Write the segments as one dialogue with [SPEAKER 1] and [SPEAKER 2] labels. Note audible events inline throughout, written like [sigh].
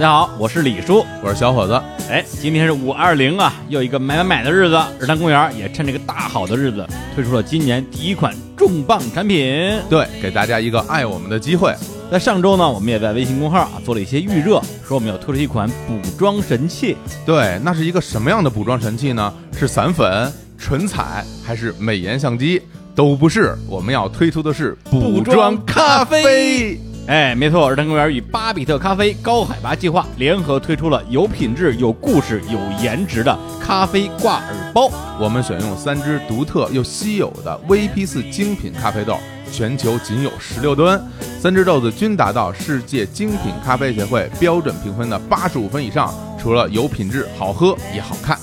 [SPEAKER 1] 家好，我是李叔。
[SPEAKER 2] 我是小伙子，
[SPEAKER 1] 哎，今天是五二零啊，又一个买买买的日子。日坛公园也趁这个大好的日子，推出了今年第一款重磅产品。
[SPEAKER 2] 对，给大家一个爱我们的机会。
[SPEAKER 1] 在上周呢，我们也在微信公号啊做了一些预热，说我们要推出一款补妆神器。
[SPEAKER 2] 对，那是一个什么样的补妆神器呢？是散粉、唇彩还是美颜相机？都不是，我们要推出的是
[SPEAKER 1] 补妆咖啡。哎，没错，日坛公园与巴比特咖啡高海拔计划联合推出了有品质、有故事、有颜值的咖啡挂耳包。
[SPEAKER 2] 我们选用三只独特又稀有的 VP 四精品咖啡豆，全球仅有十六吨，三只豆子均达到世界精品咖啡协会标准评分的八十五分以上。除了有品质、好喝也好看，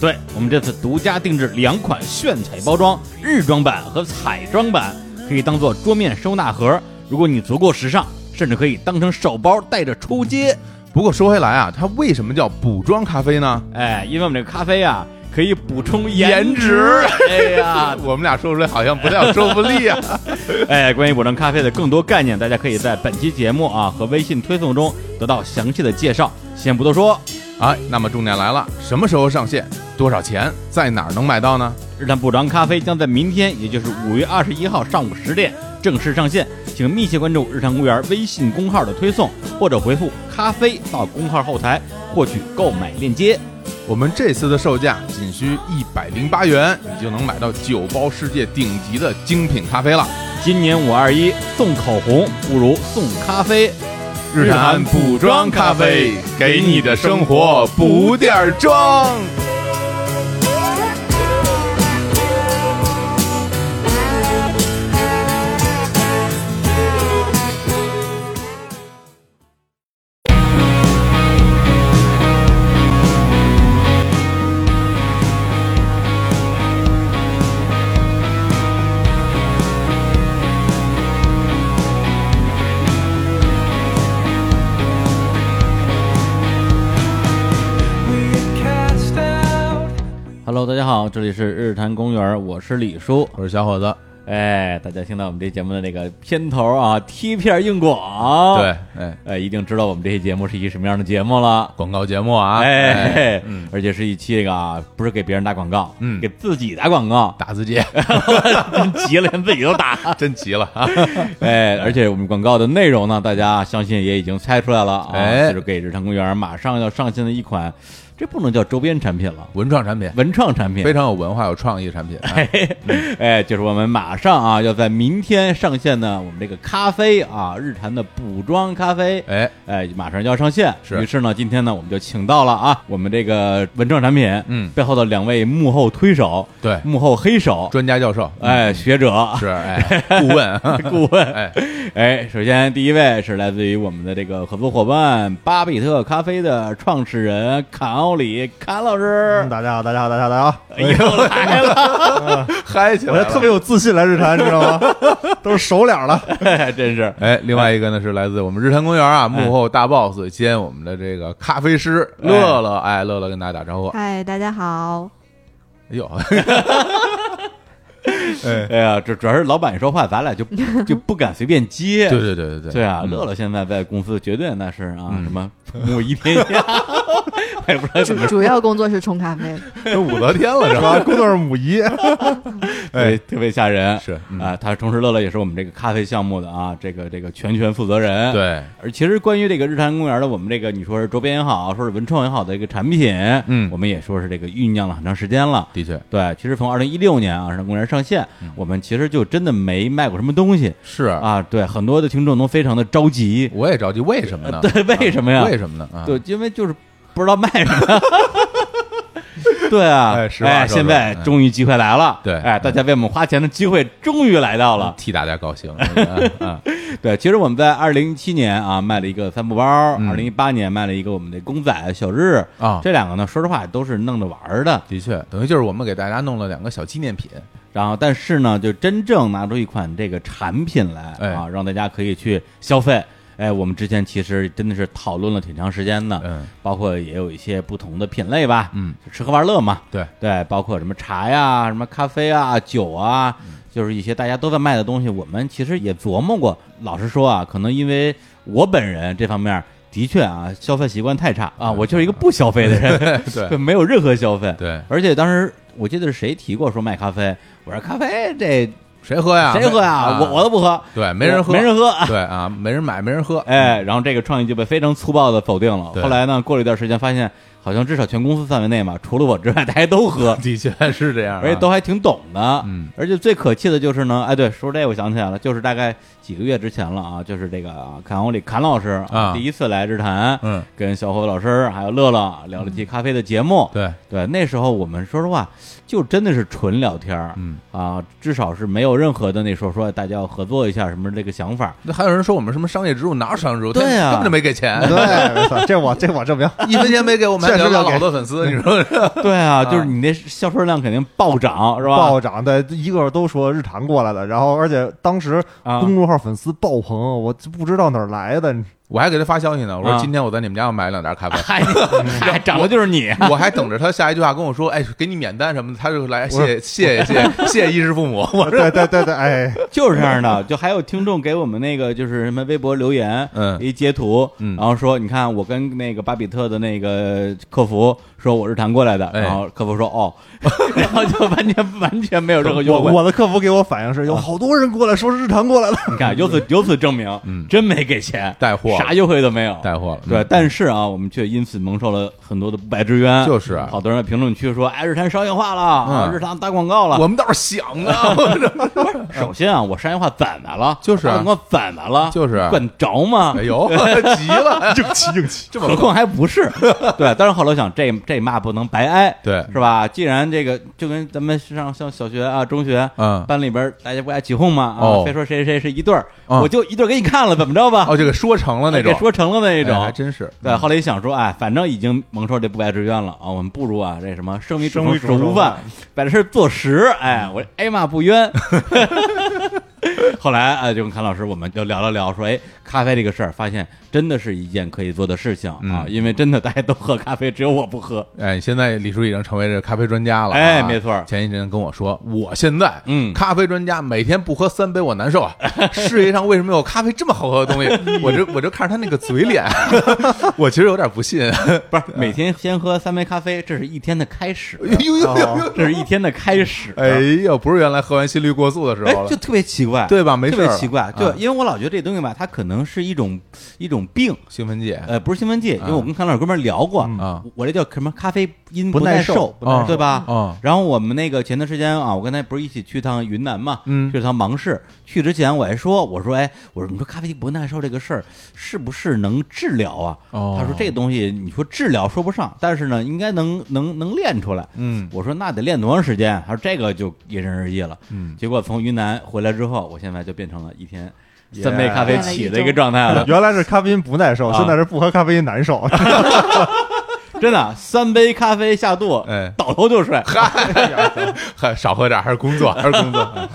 [SPEAKER 1] 对我们这次独家定制两款炫彩包装，日装版和彩装版，可以当做桌面收纳盒。如果你足够时尚，甚至可以当成手包带着出街。
[SPEAKER 2] 不过说回来啊，它为什么叫补妆咖啡呢？
[SPEAKER 1] 哎，因为我们这个咖啡啊，可以补充
[SPEAKER 2] 颜
[SPEAKER 1] 值
[SPEAKER 2] 值。
[SPEAKER 1] 哎呀，
[SPEAKER 2] [laughs] 我们俩说出来好像不太说服力啊。
[SPEAKER 1] [laughs] 哎，关于补充咖啡的更多概念，大家可以在本期节目啊和微信推送中得到详细的介绍。先不多说，
[SPEAKER 2] 哎，那么重点来了，什么时候上线？多少钱？在哪儿能买到呢？
[SPEAKER 1] 日坛补妆咖啡将在明天，也就是五月二十一号上午十点正式上线，请密切关注日坛公园微信公号的推送，或者回复“咖啡”到公号后台获取购买链接。
[SPEAKER 2] 我们这次的售价仅需一百零八元，你就能买到九包世界顶级的精品咖啡了。
[SPEAKER 1] 今年五二一送口红不如送咖啡，
[SPEAKER 2] 日坛补妆咖啡，给你的生活补点儿妆。
[SPEAKER 1] Hello，大家好，这里是日坛公园，我是李叔。
[SPEAKER 2] 我是小伙子，
[SPEAKER 1] 哎，大家听到我们这节目的那个片头啊，贴片硬广，
[SPEAKER 2] 对，，哎，
[SPEAKER 1] 哎，一定知道我们这期节目是一什么样的节目了。
[SPEAKER 2] 广告节目啊，
[SPEAKER 1] 哎，
[SPEAKER 2] 嗯，
[SPEAKER 1] 而且是一期这个啊，不是给别人打广告，
[SPEAKER 2] 嗯，
[SPEAKER 1] 给自己打广告
[SPEAKER 2] 打字机， [laughs]
[SPEAKER 1] 真 [laughs] 急了，连自己都打。
[SPEAKER 2] 真急了啊！
[SPEAKER 1] [laughs] 哎，而且我们广告的内容呢，大家相信也已经猜出来了啊，
[SPEAKER 2] 哎
[SPEAKER 1] 就是给日常公园马上要上线的一款，这不能叫周边产品了，
[SPEAKER 2] 文创产品，
[SPEAKER 1] 文创产品
[SPEAKER 2] 非。常有文化、有创意的产品。哎
[SPEAKER 1] [laughs] 哎，就是我们马上啊要在明天上线呢，我们这个咖啡啊，日坛的补妆咖啡，
[SPEAKER 2] 哎，
[SPEAKER 1] 哎，马上就要上线。
[SPEAKER 2] 是
[SPEAKER 1] 于是呢，今天呢，我们就请到了啊，我们这个文创产品，
[SPEAKER 2] 嗯
[SPEAKER 1] 背后的两位幕后推手，
[SPEAKER 2] 对
[SPEAKER 1] 幕后黑手，
[SPEAKER 2] 专家教
[SPEAKER 1] [laughs]
[SPEAKER 2] 授，
[SPEAKER 1] 哎，学者
[SPEAKER 2] 是哎，顾问，
[SPEAKER 1] [laughs] 顾问。
[SPEAKER 2] 哎，
[SPEAKER 1] 哎，首先第一位是来自于我们的这个合作伙伴巴比特咖啡的创始人坎奥里坎老师哎
[SPEAKER 3] 嗯，大家好，大家好，大家好，大家好！
[SPEAKER 1] 又来了，
[SPEAKER 2] [laughs]
[SPEAKER 1] [laughs]
[SPEAKER 2] 嗨起
[SPEAKER 3] 我
[SPEAKER 2] 来
[SPEAKER 3] 这
[SPEAKER 2] 了
[SPEAKER 3] 特别有自信来日坛，你知道吗？都是熟脸了。
[SPEAKER 1] 哎真是。
[SPEAKER 2] 哎，另外一个呢是来自我们日坛公园啊，幕后大 boss 兼我们的这个咖啡师
[SPEAKER 1] 哎
[SPEAKER 2] 乐乐，哎，乐乐跟大家打招呼。哎
[SPEAKER 4] 嗨，大家好，
[SPEAKER 2] 呦， [laughs] 哎，
[SPEAKER 1] 哎呀，这主要是老板说话，咱俩就就不敢随便接。
[SPEAKER 2] [laughs] 对对对对
[SPEAKER 1] 对啊，
[SPEAKER 2] 嗯
[SPEAKER 1] 乐乐现在在公司绝对那是啊，什么母仪天
[SPEAKER 2] [laughs]
[SPEAKER 1] 下，我也不知哎道怎么
[SPEAKER 4] 主主要工作是冲
[SPEAKER 1] [laughs]
[SPEAKER 4] 咖啡。
[SPEAKER 2] 都武则天了是
[SPEAKER 3] 是
[SPEAKER 2] 吧？
[SPEAKER 3] 吧？工作是母仪，
[SPEAKER 1] 对，特别吓人。
[SPEAKER 2] 哎是嗯
[SPEAKER 1] 啊，他同时乐乐也是我们这个咖啡项目的啊，这个这个全权负责人。。
[SPEAKER 2] 对，
[SPEAKER 1] 而其实关于这个日坛公园的，我们这个你说是周边也好，说是文创也好的一个产品，
[SPEAKER 2] 嗯
[SPEAKER 1] 我们也说是这个酝酿了很长时间了。
[SPEAKER 2] 的确
[SPEAKER 1] 对，其实从二零一六年啊，日坛公园上线，我们其实就真的没卖过什么东西
[SPEAKER 2] 嗯是啊，
[SPEAKER 1] 啊。对，很多的听众都非常的着急，
[SPEAKER 2] 我也着急，为什么呢？
[SPEAKER 1] [laughs] 对，为什么呀？
[SPEAKER 2] 哦为什么呢？啊，
[SPEAKER 1] 对，因为就是不知道卖什么。对啊，
[SPEAKER 2] [laughs] 哎实话说说
[SPEAKER 1] 现在
[SPEAKER 2] 哎
[SPEAKER 1] 终于机会来了。
[SPEAKER 2] 对
[SPEAKER 1] 哎，大家为我们花钱的机会终于来到了。
[SPEAKER 2] 替大家高
[SPEAKER 1] [laughs]
[SPEAKER 2] 兴。嗯嗯
[SPEAKER 1] 对，其实我们在二零一七年啊卖了一个帆布包，
[SPEAKER 2] 嗯
[SPEAKER 1] 二零一八年卖了一个我们的公仔小日
[SPEAKER 2] 啊
[SPEAKER 1] 这两个呢，说实话都是弄着玩儿的。
[SPEAKER 2] 的确，等于就是我们给大家弄了两个小纪念品，
[SPEAKER 1] 然后，但是呢，就真正拿出一款这个产品来
[SPEAKER 2] 哎
[SPEAKER 1] 啊，让大家可以去消费。哎，我们之前其实真的是讨论了挺长时间的， [laughs]
[SPEAKER 2] 嗯，
[SPEAKER 1] 包括也有一些不同的品类吧，
[SPEAKER 2] 嗯，
[SPEAKER 1] 吃喝玩乐嘛，
[SPEAKER 2] 对，
[SPEAKER 1] 对，包括什么茶呀、什么咖啡啊、酒啊，
[SPEAKER 2] 嗯
[SPEAKER 1] 就是一些大家都在卖的东西，我们其实也琢磨过。老实说啊，可能因为我本人这方面的确啊，消费习惯太差啊，我就是一个不消费的人，[laughs]
[SPEAKER 2] 嗯 [laughs] 对
[SPEAKER 1] 没有任何消费。
[SPEAKER 2] 对，
[SPEAKER 1] 而且当时我记得是谁提过说卖咖啡，我说咖啡这
[SPEAKER 2] 谁喝呀？
[SPEAKER 1] 谁喝呀？
[SPEAKER 2] 啊
[SPEAKER 1] 我我都不喝，
[SPEAKER 2] 对，没人喝，
[SPEAKER 1] 没人喝。
[SPEAKER 2] 对啊，没人买，没人喝。
[SPEAKER 1] 哎，然后这个创意就被非常粗暴的否定了。
[SPEAKER 2] 对，
[SPEAKER 1] 后来呢，过了一段时间，发现好像至少全公司范围内嘛，除了我之外，大家都喝
[SPEAKER 2] 嗯的确 [laughs] 是这样啊，
[SPEAKER 1] 而且都还挺懂的。
[SPEAKER 2] 嗯，
[SPEAKER 1] 而且最可气的就是呢，哎，对，说这我想起来了，就是大概几个月之前了啊，就是这个啊侃欧里侃老师
[SPEAKER 2] 啊
[SPEAKER 1] 第一次来日坛，
[SPEAKER 2] 嗯，
[SPEAKER 1] 跟小伙老师还有乐乐聊了期咖啡的节目。
[SPEAKER 2] 对，
[SPEAKER 1] 对，那时候我们说实话，就真的是纯聊天儿，
[SPEAKER 2] 嗯
[SPEAKER 1] 啊，至少是没有任何的那时候说大家要合作一下什么这个想法，
[SPEAKER 2] 那还有人说我们什么商业植入，哪有商业植入？
[SPEAKER 1] 对啊呀
[SPEAKER 2] 根本就没给钱，
[SPEAKER 3] 对，没错，这我这我证明。
[SPEAKER 2] [laughs] 一分钱没给我们，
[SPEAKER 3] 确实
[SPEAKER 2] 还
[SPEAKER 3] 要
[SPEAKER 2] 拉
[SPEAKER 3] 给
[SPEAKER 2] 好多粉丝，你说是？ [laughs]
[SPEAKER 1] 对啊，
[SPEAKER 2] 啊
[SPEAKER 1] 就是你那销售量肯定暴涨是吧？
[SPEAKER 3] 暴涨，对，一个都说日坛过来的，然后而且当时
[SPEAKER 1] 啊
[SPEAKER 3] 公众号粉丝爆棚，我就不知道哪儿来的，
[SPEAKER 2] 我还给他发消息呢，我
[SPEAKER 1] 啊
[SPEAKER 2] 说今天我在你们家我买了两袋咖啡。
[SPEAKER 1] 嗨，
[SPEAKER 2] [laughs]
[SPEAKER 1] 嗨，涨的就是你，
[SPEAKER 2] 我还等着他下一句话跟我说，哎，给你免单什么的，他就来谢谢谢谢谢谢衣食父母。我
[SPEAKER 3] 对对对对，哎，
[SPEAKER 1] 就是这样的。就还有听众给我们那个就是什么微博留言，
[SPEAKER 2] 嗯
[SPEAKER 1] 一截图，
[SPEAKER 2] 嗯
[SPEAKER 1] 然后说你看我跟那个巴比特的那个客服说我是谈过来的，
[SPEAKER 2] 哎
[SPEAKER 1] 然后客服说哦， [laughs] 然后就完全完全没有任何
[SPEAKER 3] 我
[SPEAKER 1] 优惠。
[SPEAKER 3] 我的客服给我反映是有好多人过来说是日坛过来的，
[SPEAKER 1] 你看，由此由此证明，
[SPEAKER 2] 嗯
[SPEAKER 1] 真没给钱，
[SPEAKER 2] 带货了
[SPEAKER 1] 啥优惠都没有，
[SPEAKER 2] 带货了，嗯
[SPEAKER 1] 对，但是啊，我们却因此蒙受了很多的不白之冤。
[SPEAKER 2] 就是啊
[SPEAKER 1] 好多人在评论区说：“哎，日坛商业化了，
[SPEAKER 2] 嗯
[SPEAKER 1] 日坛打广告了。
[SPEAKER 2] 我们倒是想啊，
[SPEAKER 1] 不是， [laughs] 首先啊，我商业化攒的了，
[SPEAKER 2] 就是啊
[SPEAKER 1] 打广告攒的了，
[SPEAKER 2] 就是啊
[SPEAKER 1] 管着吗？
[SPEAKER 2] [laughs] 哎呦，急
[SPEAKER 1] [laughs]
[SPEAKER 2] 了，硬气硬气，这么
[SPEAKER 1] 何况还不
[SPEAKER 2] [laughs]
[SPEAKER 1] 是对。但是后来我想，这这骂不能白挨，
[SPEAKER 2] 对
[SPEAKER 1] 是吧？既然这个就跟咱们上上小学啊、中学
[SPEAKER 2] 嗯
[SPEAKER 1] 班里边大家不爱起哄嘛，啊
[SPEAKER 2] 哦，
[SPEAKER 1] 非说谁谁谁是一对儿，
[SPEAKER 2] 嗯
[SPEAKER 1] 我就一对儿给你看了，怎么着吧？
[SPEAKER 2] 哦，这个说成了那种
[SPEAKER 1] 给，说成了那种，
[SPEAKER 2] 哎还真是
[SPEAKER 1] 对，后来一想说，哎，反正已经蒙受这不白之冤了啊，我们不如啊，这什么生米
[SPEAKER 3] 生米
[SPEAKER 1] 煮
[SPEAKER 3] 煮
[SPEAKER 1] 成熟
[SPEAKER 3] 成
[SPEAKER 1] 饭
[SPEAKER 3] 饭，
[SPEAKER 1] 把这事儿做实，哎，我挨骂不
[SPEAKER 2] [laughs]
[SPEAKER 1] 冤。后来啊，就跟阚老师我们就聊了聊，说，哎，咖啡这个事儿，发现真的是一件可以做的事情啊，
[SPEAKER 2] 嗯
[SPEAKER 1] 因为真的大家都喝咖啡，只有我不喝。
[SPEAKER 2] 哎，现在李叔已经成为这个咖啡专家了、啊。
[SPEAKER 1] 哎没错儿
[SPEAKER 2] 前一阵跟我说，我现在
[SPEAKER 1] 嗯
[SPEAKER 2] 咖啡专家，每天不喝三杯我难受啊。世界上为什么有咖啡这么好喝的东西？我就我就看着他那个嘴脸，我其实有点不信。
[SPEAKER 1] 不是每天先喝三杯咖啡，这是一天的开始，
[SPEAKER 2] 哎呦呦呦呦！
[SPEAKER 1] 这是一天的开始。
[SPEAKER 2] 哎呦，不是原来喝完心率过速的时
[SPEAKER 1] 哎
[SPEAKER 2] 候，了
[SPEAKER 1] 就，特别奇怪，
[SPEAKER 2] 对吧没
[SPEAKER 1] 特
[SPEAKER 2] 事儿
[SPEAKER 1] 别
[SPEAKER 2] 了
[SPEAKER 1] 奇怪，对
[SPEAKER 2] 啊，
[SPEAKER 1] 因为我老觉得这东西吧，它可能是一种一种病，
[SPEAKER 2] 兴奋剂。
[SPEAKER 1] 呃，不是兴奋剂，因为我跟阚老师哥们儿聊过
[SPEAKER 2] 啊
[SPEAKER 1] 我这叫什么咖啡因
[SPEAKER 3] 不
[SPEAKER 1] 嗯耐
[SPEAKER 3] 耐受不
[SPEAKER 2] 耐受
[SPEAKER 1] 对吧？
[SPEAKER 2] 嗯
[SPEAKER 1] 然后我们那个前段时间啊，我跟他不是一起去趟云南嘛，
[SPEAKER 2] 嗯
[SPEAKER 1] 去趟芒市，去之前我还说，我说哎，我说你说咖啡不耐受这个事儿是不是能治疗啊？
[SPEAKER 2] 哦
[SPEAKER 1] 他说这东西你说治疗说不上，但是呢，应该能能能练出来。
[SPEAKER 2] 嗯
[SPEAKER 1] 我说那得练多长时间？他说这个就因人而异了。
[SPEAKER 2] 嗯，
[SPEAKER 1] 结果从云南回来之后，我现在就变成了一天三杯
[SPEAKER 3] Yeah
[SPEAKER 1] 咖啡
[SPEAKER 4] 练了一
[SPEAKER 1] 起的一个
[SPEAKER 4] 周
[SPEAKER 1] 状态了。
[SPEAKER 3] 原来是咖啡因不耐受，
[SPEAKER 1] 啊
[SPEAKER 3] 现在是不喝咖啡因难受，
[SPEAKER 2] [laughs]
[SPEAKER 1] 真的，三杯咖啡下肚，
[SPEAKER 2] 哎
[SPEAKER 1] 倒头就睡。
[SPEAKER 2] 还少喝点，还是工作，还是工作。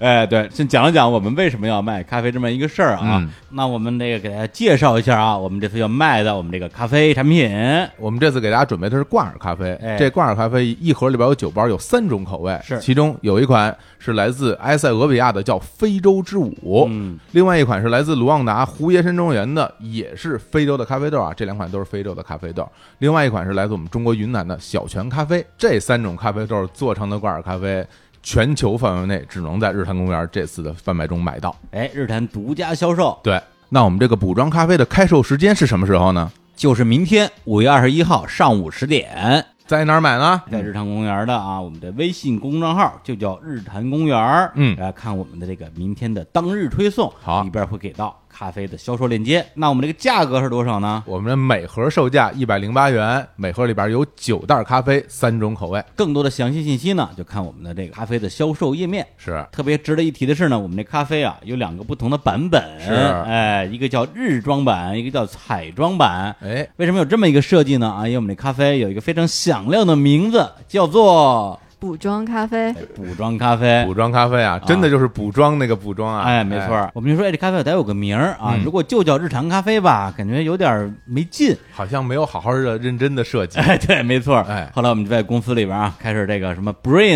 [SPEAKER 1] 哎，对，先讲了讲我们为什么要卖咖啡这么一个事儿啊。
[SPEAKER 2] 嗯
[SPEAKER 1] 那我们这个给大家介绍一下啊，我们这次要卖的我们这个咖啡产品，
[SPEAKER 2] 我们这次给大家准备的是挂耳咖啡，
[SPEAKER 1] 哎
[SPEAKER 2] 这挂耳咖啡一盒里边有九包，有三种口味，
[SPEAKER 1] 是
[SPEAKER 2] 其中有一款是来自埃塞俄比亚的，叫非洲之舞，
[SPEAKER 1] 嗯，
[SPEAKER 2] 另外一款是来自卢旺达胡耶山庄园的，也是非洲的咖啡豆啊，这两款都是非洲的咖啡豆，另外一款是来自我们中国云南的小泉咖啡，这三种咖啡豆做成的挂耳咖啡。全球范围内只能在日坛公园这次的贩卖中买到。
[SPEAKER 1] 哎，日坛独家销售，
[SPEAKER 2] 对，那我们这个补装咖啡的开售时间是什么时候呢？
[SPEAKER 1] 就是明天五月二十一号上午十点，
[SPEAKER 2] 在哪儿买呢？
[SPEAKER 1] 在日坛公园的啊，我们的微信公众号就叫日坛公园，
[SPEAKER 2] 嗯
[SPEAKER 1] 来看我们的这个明天的当日推送，
[SPEAKER 2] 好
[SPEAKER 1] 里边会给到咖啡的销售链接。那我们这个价格是多少呢？
[SPEAKER 2] 我们的每盒售价一百零八元，每盒里边有九袋咖啡，三种口味。
[SPEAKER 1] 更多的详细信息呢，就看我们的这个咖啡的销售页面。
[SPEAKER 2] 是，
[SPEAKER 1] 特别值得一提的是呢，我们这咖啡啊有两个不同的版本，
[SPEAKER 2] 是
[SPEAKER 1] 哎，一个叫日装版，一个叫彩装版。
[SPEAKER 2] 哎，
[SPEAKER 1] 为什么有这么一个设计呢？啊，因为我们这咖啡有一个非常响亮的名字，叫做
[SPEAKER 4] 补妆咖啡，
[SPEAKER 1] 补妆咖啡
[SPEAKER 2] 补。妆咖啡啊，真的就是补妆那个补妆啊，
[SPEAKER 1] 哎，没错，儿，我们就说，哎，这咖啡得有个名儿啊。
[SPEAKER 2] 嗯
[SPEAKER 1] 如果就叫日常咖啡吧，感觉有点儿没劲。
[SPEAKER 2] 好像没有好好的认真的
[SPEAKER 1] [laughs]
[SPEAKER 2] 设计，
[SPEAKER 1] 哎，对，没错儿。
[SPEAKER 2] 哎
[SPEAKER 1] 后来我们就在公司里边啊，开始这个什么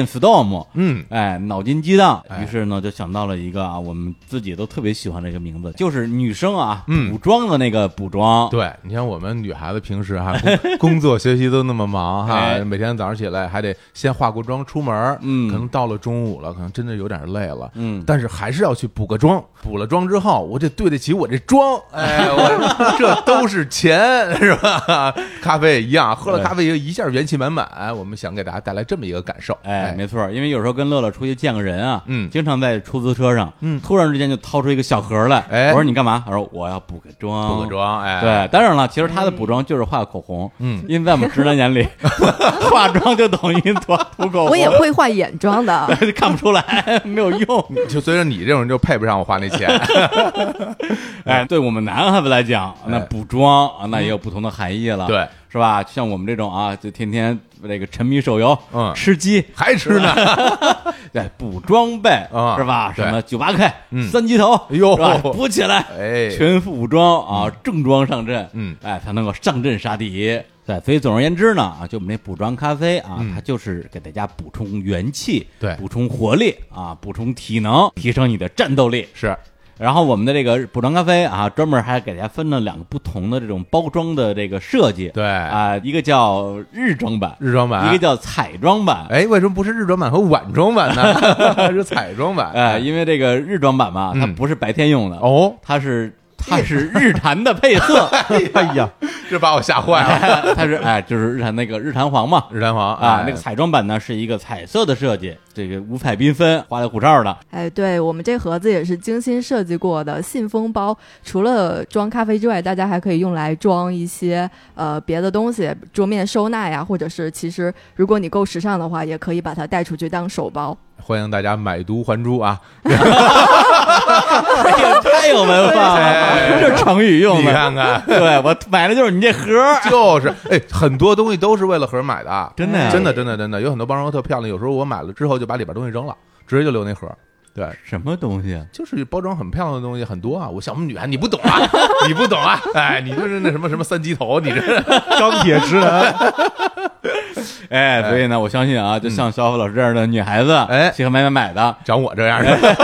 [SPEAKER 1] brainstorm，
[SPEAKER 2] 嗯，
[SPEAKER 1] 哎，脑筋激荡。
[SPEAKER 2] 哎
[SPEAKER 1] 于是呢，就想到了一个啊，我们自己都特别喜欢这个名字，就是女生啊，
[SPEAKER 2] 哎嗯
[SPEAKER 1] 补妆的那个补妆。
[SPEAKER 2] 对，你像我们女孩子平时哈、工
[SPEAKER 1] [laughs]
[SPEAKER 2] 工作学习都那么忙哈、
[SPEAKER 1] 哎
[SPEAKER 2] 每天早上起来还得先化过妆出门儿，
[SPEAKER 1] 嗯
[SPEAKER 2] 可能到了中午了，可能真的有点累了，
[SPEAKER 1] 嗯
[SPEAKER 2] 但是还是要去补个妆。补了妆之后，我得对得起我这妆， [laughs] 哎，我这都是钱是
[SPEAKER 1] [laughs]
[SPEAKER 2] 吧？咖啡也一样，喝了
[SPEAKER 1] 对
[SPEAKER 2] 咖啡也一下元气满满。我们想给大家带来这么一个感受，
[SPEAKER 1] 哎，没错儿，因为有时候跟乐乐出去见个人啊，
[SPEAKER 2] 嗯
[SPEAKER 1] 经常在出租车上，嗯，突然之间就掏出一个小盒儿来，
[SPEAKER 2] 哎
[SPEAKER 1] 我说你干嘛？他说我要补个妆，
[SPEAKER 2] 补个。妆，哎，
[SPEAKER 1] 对，当然了，其实他的补妆就是画口红，
[SPEAKER 2] 嗯，
[SPEAKER 1] 因为在我们直男
[SPEAKER 2] [laughs]
[SPEAKER 1] 眼里， [laughs] 化妆就等于涂涂口红，
[SPEAKER 4] 我也会画眼妆的。
[SPEAKER 1] 对 [laughs] 看不出来，没有用。
[SPEAKER 2] 就随着你这种人就配不上我花
[SPEAKER 1] [laughs]
[SPEAKER 2] 那钱，
[SPEAKER 1] 哎，对我们男孩子来讲，那补妆啊，那也有不同的含义了，
[SPEAKER 2] 哎嗯对，
[SPEAKER 1] 是吧？像我们这种啊，就天天这个沉迷手游，
[SPEAKER 2] 嗯
[SPEAKER 1] 吃鸡，
[SPEAKER 2] 还吃呢。
[SPEAKER 1] 对，补装备
[SPEAKER 2] 啊
[SPEAKER 1] 是吧？
[SPEAKER 2] 对
[SPEAKER 1] 什么九八 K、
[SPEAKER 2] 嗯
[SPEAKER 1] 三级头，
[SPEAKER 2] 哎呦
[SPEAKER 1] 是吧补起来，
[SPEAKER 2] 哎
[SPEAKER 1] 全副武装啊，正装上阵，
[SPEAKER 2] 嗯
[SPEAKER 1] 哎，才能够上阵杀敌。对，所以总而言之呢，啊，就我们这补妆咖啡啊，它就是给大家补充元气，
[SPEAKER 2] 嗯对
[SPEAKER 1] 补充活力啊，补充体能，提升你的战斗力。
[SPEAKER 2] 是，
[SPEAKER 1] 然后我们的这个补妆咖啡啊，专门还给大家分了两个不同的这种包装的这个设计，
[SPEAKER 2] 对
[SPEAKER 1] 啊，一个叫日装版，
[SPEAKER 2] 日妆版
[SPEAKER 1] 一个叫彩妆版，
[SPEAKER 2] 哎，为什么不是日妆版和晚装
[SPEAKER 1] [laughs]
[SPEAKER 2] 版呢？是彩妆版。
[SPEAKER 1] 哎，因为这个日装版嘛，它
[SPEAKER 2] 嗯
[SPEAKER 1] 不是白天用的，
[SPEAKER 2] 哦，
[SPEAKER 1] 它是它是日坛的配
[SPEAKER 2] [laughs]
[SPEAKER 1] 色，
[SPEAKER 3] 哎呀，
[SPEAKER 2] 这把我吓坏了。
[SPEAKER 1] 哎 [laughs] 它是哎就是日坛那个日坛黄嘛。
[SPEAKER 2] 日坛黄
[SPEAKER 1] 啊
[SPEAKER 2] 哎，
[SPEAKER 1] 那个彩妆版呢是一个彩色的设计，这个五彩缤纷、花里胡哨的，
[SPEAKER 4] 哎，对我们这盒子也是精心设计过的信封包，除了装咖啡之外，大家还可以用来装一些呃别的东西，桌面收纳呀，或者是其实如果你够时尚的话，也可以把它带出去当
[SPEAKER 1] [laughs]
[SPEAKER 4] 手包。
[SPEAKER 2] 欢迎大家买椟还珠啊！
[SPEAKER 1] 哎呀，太有文化了，
[SPEAKER 2] 哎
[SPEAKER 1] 这成语 [laughs] 用
[SPEAKER 2] 你
[SPEAKER 1] 的。
[SPEAKER 2] 看看，
[SPEAKER 1] 对我买的就是你这盒 [laughs] 儿，
[SPEAKER 2] 就是哎，很多东西都是为了盒儿买的，啊
[SPEAKER 1] 真的呀
[SPEAKER 2] 真的真的真的，有很多包装特漂亮，有时候我买了之后就把里边东西扔了，直接就留那盒儿。对，
[SPEAKER 1] 什么东西啊？
[SPEAKER 2] 就是包装很漂亮的东西很多啊，我像我们女孩你不懂
[SPEAKER 1] [laughs]
[SPEAKER 2] 啊，你不懂啊，哎，你就是那什么什么三级
[SPEAKER 1] [laughs]
[SPEAKER 2] 头，你这
[SPEAKER 3] 钢铁直男，
[SPEAKER 1] 哎，所以呢，我相信啊，就像小虎老师这样的女孩子，
[SPEAKER 2] 嗯哎
[SPEAKER 1] 喜欢买买买的，
[SPEAKER 2] 长我这样
[SPEAKER 1] 哎
[SPEAKER 2] 的，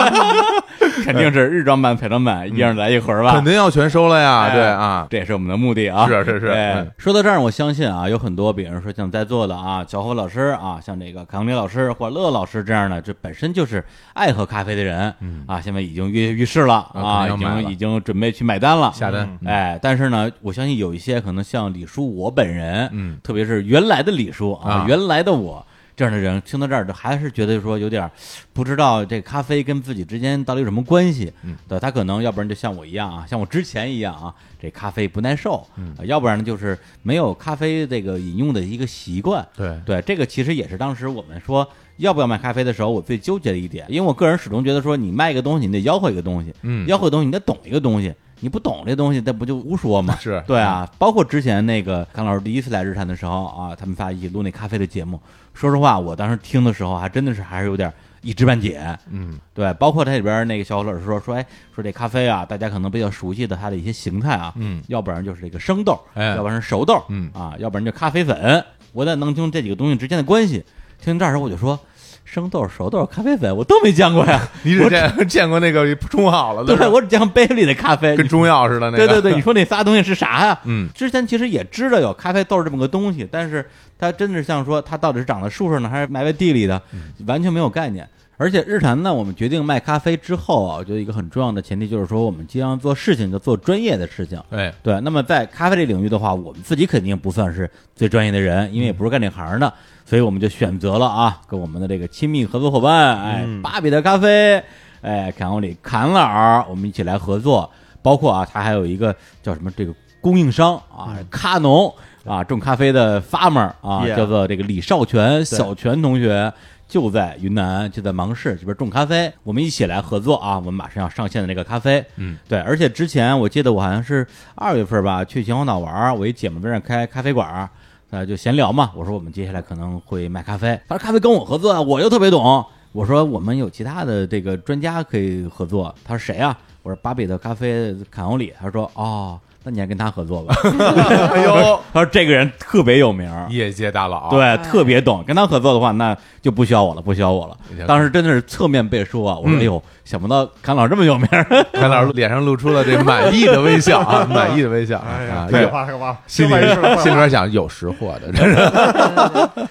[SPEAKER 1] 肯定是日装版、彩妆版一样来一盒儿吧？
[SPEAKER 2] 嗯肯定要全收了呀，
[SPEAKER 1] 哎
[SPEAKER 2] 对啊，
[SPEAKER 1] 这也是我们的目的啊。
[SPEAKER 2] 是是是
[SPEAKER 1] 哎
[SPEAKER 2] 嗯
[SPEAKER 1] 说到这儿，我相信啊，有很多，比如说像在座的啊，小虎老师啊，像这个康林老师或者乐老师这样的，这本身就是爱喝咖啡的人，
[SPEAKER 2] 嗯
[SPEAKER 1] 啊，现在已经跃跃欲试了啊，
[SPEAKER 2] 啊
[SPEAKER 1] 已
[SPEAKER 2] 肯定要买
[SPEAKER 1] 经
[SPEAKER 2] 了
[SPEAKER 1] 已经准备去买单了。
[SPEAKER 2] 下单
[SPEAKER 1] 嗯哎，但是呢，我相信有一些可能像李叔我本人，
[SPEAKER 2] 嗯，
[SPEAKER 1] 特别是原来的李叔啊
[SPEAKER 2] 啊，
[SPEAKER 1] 原来的我。这样的人听到这儿，还是觉得说有点儿不知道这咖啡跟自己之间到底有什么关系。
[SPEAKER 2] 嗯
[SPEAKER 1] 对，他可能要不然就像我一样啊，像我之前一样啊，这咖啡不耐受；呃要不然呢，就是没有咖啡这个饮用的一个习惯。
[SPEAKER 2] 对
[SPEAKER 1] 对，这个其实也是当时我们说要不要卖咖啡的时候，我最纠结的一点，因为我个人始终觉得说，你卖一个东西，你得吆喝一个东西，
[SPEAKER 2] 嗯
[SPEAKER 1] 吆喝东西你得懂一个东西，你不懂这东西，那不就胡说吗？
[SPEAKER 2] 是
[SPEAKER 1] 对啊，包括之前那个康老师第一次来日产的时候啊，他们仨一起录那咖啡的节目，说实话，我当时听的时候还真的是还是有点一知半解，
[SPEAKER 2] 嗯，
[SPEAKER 1] 对，包括它里边那个小伙老师说说，哎，说这咖啡啊，大家可能比较熟悉的它的一些形态啊，
[SPEAKER 2] 嗯
[SPEAKER 1] 要不然就是这个生豆，
[SPEAKER 2] 哎
[SPEAKER 1] 要不然是熟豆，
[SPEAKER 2] 嗯
[SPEAKER 1] 啊，要不然就咖啡粉。我得弄清这几个东西之间的关系。听这儿的时候我就说，生豆、熟豆、咖啡粉，我都没见过
[SPEAKER 2] [laughs]
[SPEAKER 1] 呀，
[SPEAKER 2] 你只
[SPEAKER 1] 我
[SPEAKER 2] 见见过那个冲好了的
[SPEAKER 1] 对
[SPEAKER 2] 是吧，
[SPEAKER 1] 我只见过杯里的咖啡。
[SPEAKER 2] 啊跟中药似的那
[SPEAKER 1] 对
[SPEAKER 2] 个，
[SPEAKER 1] 对对，你说那仨东西是啥呀？
[SPEAKER 2] 嗯，
[SPEAKER 1] 之前其实也知道有咖啡豆这么个东西，但是它真的是像说它到底是长在树上呢，还是埋在地里的，完全没有概念。而且日坛呢，我们决定卖咖啡之后啊，我觉得一个很重要的前提就是说，我们既然做事情就做专业的事情。
[SPEAKER 2] 哎，
[SPEAKER 1] 对，那么在咖啡这领域的话，我们自己肯定不算是最专业的人，因为也不是干这行的，所以我们就选择了啊，跟我们的这个亲密合作伙伴，哎，巴比的咖啡，哎，坎欧里坎老儿，我们一起来合作。包括啊，他还有一个叫什么这个供应商啊，咖农啊，种咖啡的 farmer 啊
[SPEAKER 3] Yeah
[SPEAKER 1] 叫做这个李少全小全同学。就在云南，就在芒市这边种咖啡，我们一起来合作啊！我们马上要上线的这个咖啡，
[SPEAKER 2] 嗯，
[SPEAKER 1] 对，而且之前我记得我好像是二月份吧，去秦皇岛玩儿，我一姐们儿在那儿开咖啡馆儿，呃，就闲聊嘛。我说我们接下来可能会卖咖啡，他说咖啡跟我合作啊，我就特别懂。我说我们有其他的这个专家可以合作，他说谁啊？我说巴比的咖啡坎欧里，他说哦，那你还跟他合作吧。
[SPEAKER 2] 哎呦，
[SPEAKER 1] 他说这个人特别有名儿，
[SPEAKER 2] [laughs] 业界大佬，，
[SPEAKER 1] 对，特别懂。跟他合作的话，那就不需要我了，不需要我了。当时真的是侧面背书啊！我说，
[SPEAKER 2] 嗯
[SPEAKER 1] 哎呦，想不到康老师这么有名儿。
[SPEAKER 2] 潘老师脸上露出了这满意的微笑
[SPEAKER 3] [laughs]
[SPEAKER 2] 啊，满意的微笑啊
[SPEAKER 3] 哎
[SPEAKER 2] 啊
[SPEAKER 3] 呀，，
[SPEAKER 2] 有
[SPEAKER 3] 这话这话，
[SPEAKER 2] 心里
[SPEAKER 3] 另外一事儿
[SPEAKER 2] 心里边想有识货的，真是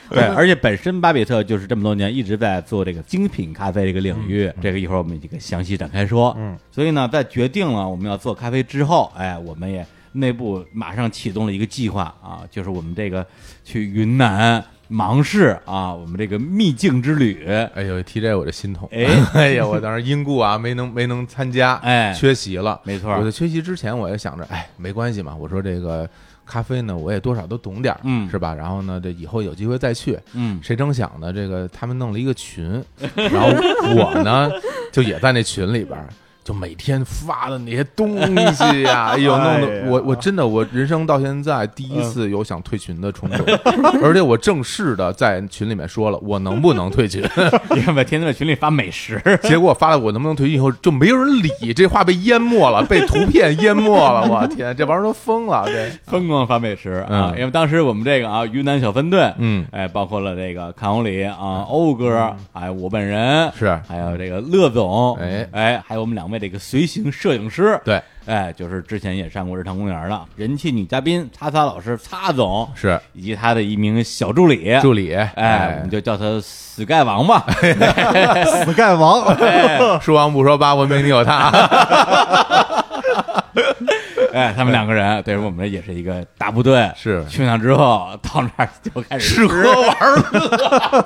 [SPEAKER 1] 对，而且本身巴比特就是这么多年一直在做这个精品咖啡这个领域，这个一会儿我们这个详细展开说。
[SPEAKER 3] 嗯，
[SPEAKER 1] 所以呢，在决定了我们要做咖啡之后，哎，我们也内部马上启动了一个计划啊，就是我们这个去云南芒市啊，我们这个秘境之旅。 [laughs]
[SPEAKER 2] 哎呦，提这我这心痛，
[SPEAKER 1] 哎
[SPEAKER 2] [laughs] 哎呀，我当时因故啊，没能没能参加，
[SPEAKER 1] 哎
[SPEAKER 2] 缺席了，
[SPEAKER 1] 没错
[SPEAKER 2] 我在缺席之前，我也想着，哎，没关系嘛，我说这个咖啡呢，我也多少都懂点儿，
[SPEAKER 1] 嗯
[SPEAKER 2] 是吧？然后呢，这以后有机会再去。
[SPEAKER 1] 嗯，
[SPEAKER 2] 谁成想呢？这个他们弄了一个群， [laughs] 然后我呢就也在那群里边儿，就每天发的那些东西呀、
[SPEAKER 1] [laughs]
[SPEAKER 2] 哎呦，弄
[SPEAKER 3] 哎呀
[SPEAKER 2] 得我我真的我人生到现在第一
[SPEAKER 1] [laughs]
[SPEAKER 2] 次有想退群的冲动，而且我正式的在群里面说了，我能不能退群？
[SPEAKER 1] 因为天天在群里发美食。
[SPEAKER 2] [laughs] 结果发了我能不能退群以后就没有人理， [laughs] 这话被淹没了，被图片淹没 [laughs] 了，我天，这玩意儿都疯了，这
[SPEAKER 1] 疯狂发美食啊！
[SPEAKER 2] 嗯
[SPEAKER 1] 因为当时我们这个啊，云南小分队，
[SPEAKER 2] 嗯
[SPEAKER 1] 哎，包括了这个康红里啊，欧哥，哎，我本人
[SPEAKER 2] 是
[SPEAKER 1] 还有这个乐总，
[SPEAKER 2] 哎
[SPEAKER 1] 哎，还有我们两位这个随行摄影师，
[SPEAKER 2] 对，
[SPEAKER 1] 哎，就是之前也上过日常公园的人气女嘉宾擦擦老师擦总，
[SPEAKER 2] 是
[SPEAKER 1] 以及他的一名小助理，
[SPEAKER 2] 助理，
[SPEAKER 1] 哎，我们就叫他 Sky 王
[SPEAKER 2] [laughs]
[SPEAKER 1] 吧，
[SPEAKER 3] 死盖王，
[SPEAKER 2] 说王不说八，文明你有 [laughs] 他，
[SPEAKER 1] 哎，他们两个人对我们也是一个大部队，
[SPEAKER 2] 是
[SPEAKER 1] 去那之后到那儿就开始
[SPEAKER 2] 吃喝玩乐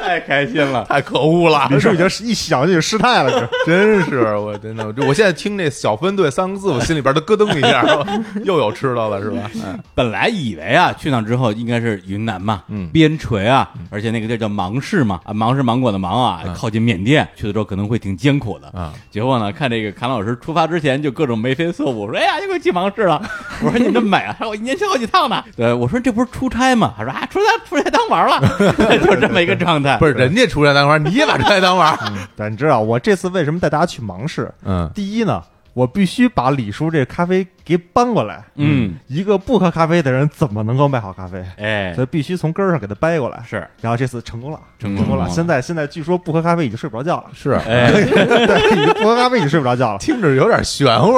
[SPEAKER 1] 太开心
[SPEAKER 2] [laughs]
[SPEAKER 1] 了。
[SPEAKER 2] 太可恶了，
[SPEAKER 3] 李叔已经是一想就失态了，这
[SPEAKER 2] 真是我真的，我现在听这“小分队”三个字，我心里边都咯噔一下， [laughs] 又有吃的了是吧？哎
[SPEAKER 1] 本来以为啊，去那之后应该是云南嘛，
[SPEAKER 2] 嗯
[SPEAKER 1] 边陲啊，而且那个地儿叫芒市嘛，啊，芒是芒果的芒啊，靠近缅甸，去的时候可能会挺艰苦的。
[SPEAKER 2] 啊，
[SPEAKER 1] 结果呢，看这个侃老师出发之前就各种眉飞色舞，说：“哎呀，又去芒市 [laughs] 了。”我说：“你真美啊！”他说：“我一年去好几趟呢。”对，我说：“这不是出差吗？”他说：“啊，出差出差当玩了， [laughs] 就是这么一个状态。”
[SPEAKER 2] 不是人家出来当玩，你也把出来当 [laughs] 玩，
[SPEAKER 3] 但你知道我这次为什么带大家去芒市？
[SPEAKER 2] 嗯，，
[SPEAKER 3] 第一呢，我必须把李叔这咖啡给搬过来。
[SPEAKER 1] 嗯，
[SPEAKER 3] 一个不喝咖啡的人怎么能够卖好咖啡？
[SPEAKER 1] 哎
[SPEAKER 3] 所，以必须从根儿上给他掰过来。
[SPEAKER 1] 是
[SPEAKER 3] 然后这次成功了，
[SPEAKER 1] 成
[SPEAKER 3] 成
[SPEAKER 1] 功
[SPEAKER 3] 功
[SPEAKER 1] 了
[SPEAKER 3] 了。现在现在据说不喝咖啡已经睡不着觉了 [laughs]
[SPEAKER 2] 是
[SPEAKER 1] 哎，
[SPEAKER 3] 对，已经不喝咖啡已经睡不着觉
[SPEAKER 1] [laughs]
[SPEAKER 3] 了。
[SPEAKER 2] 听着有点玄乎，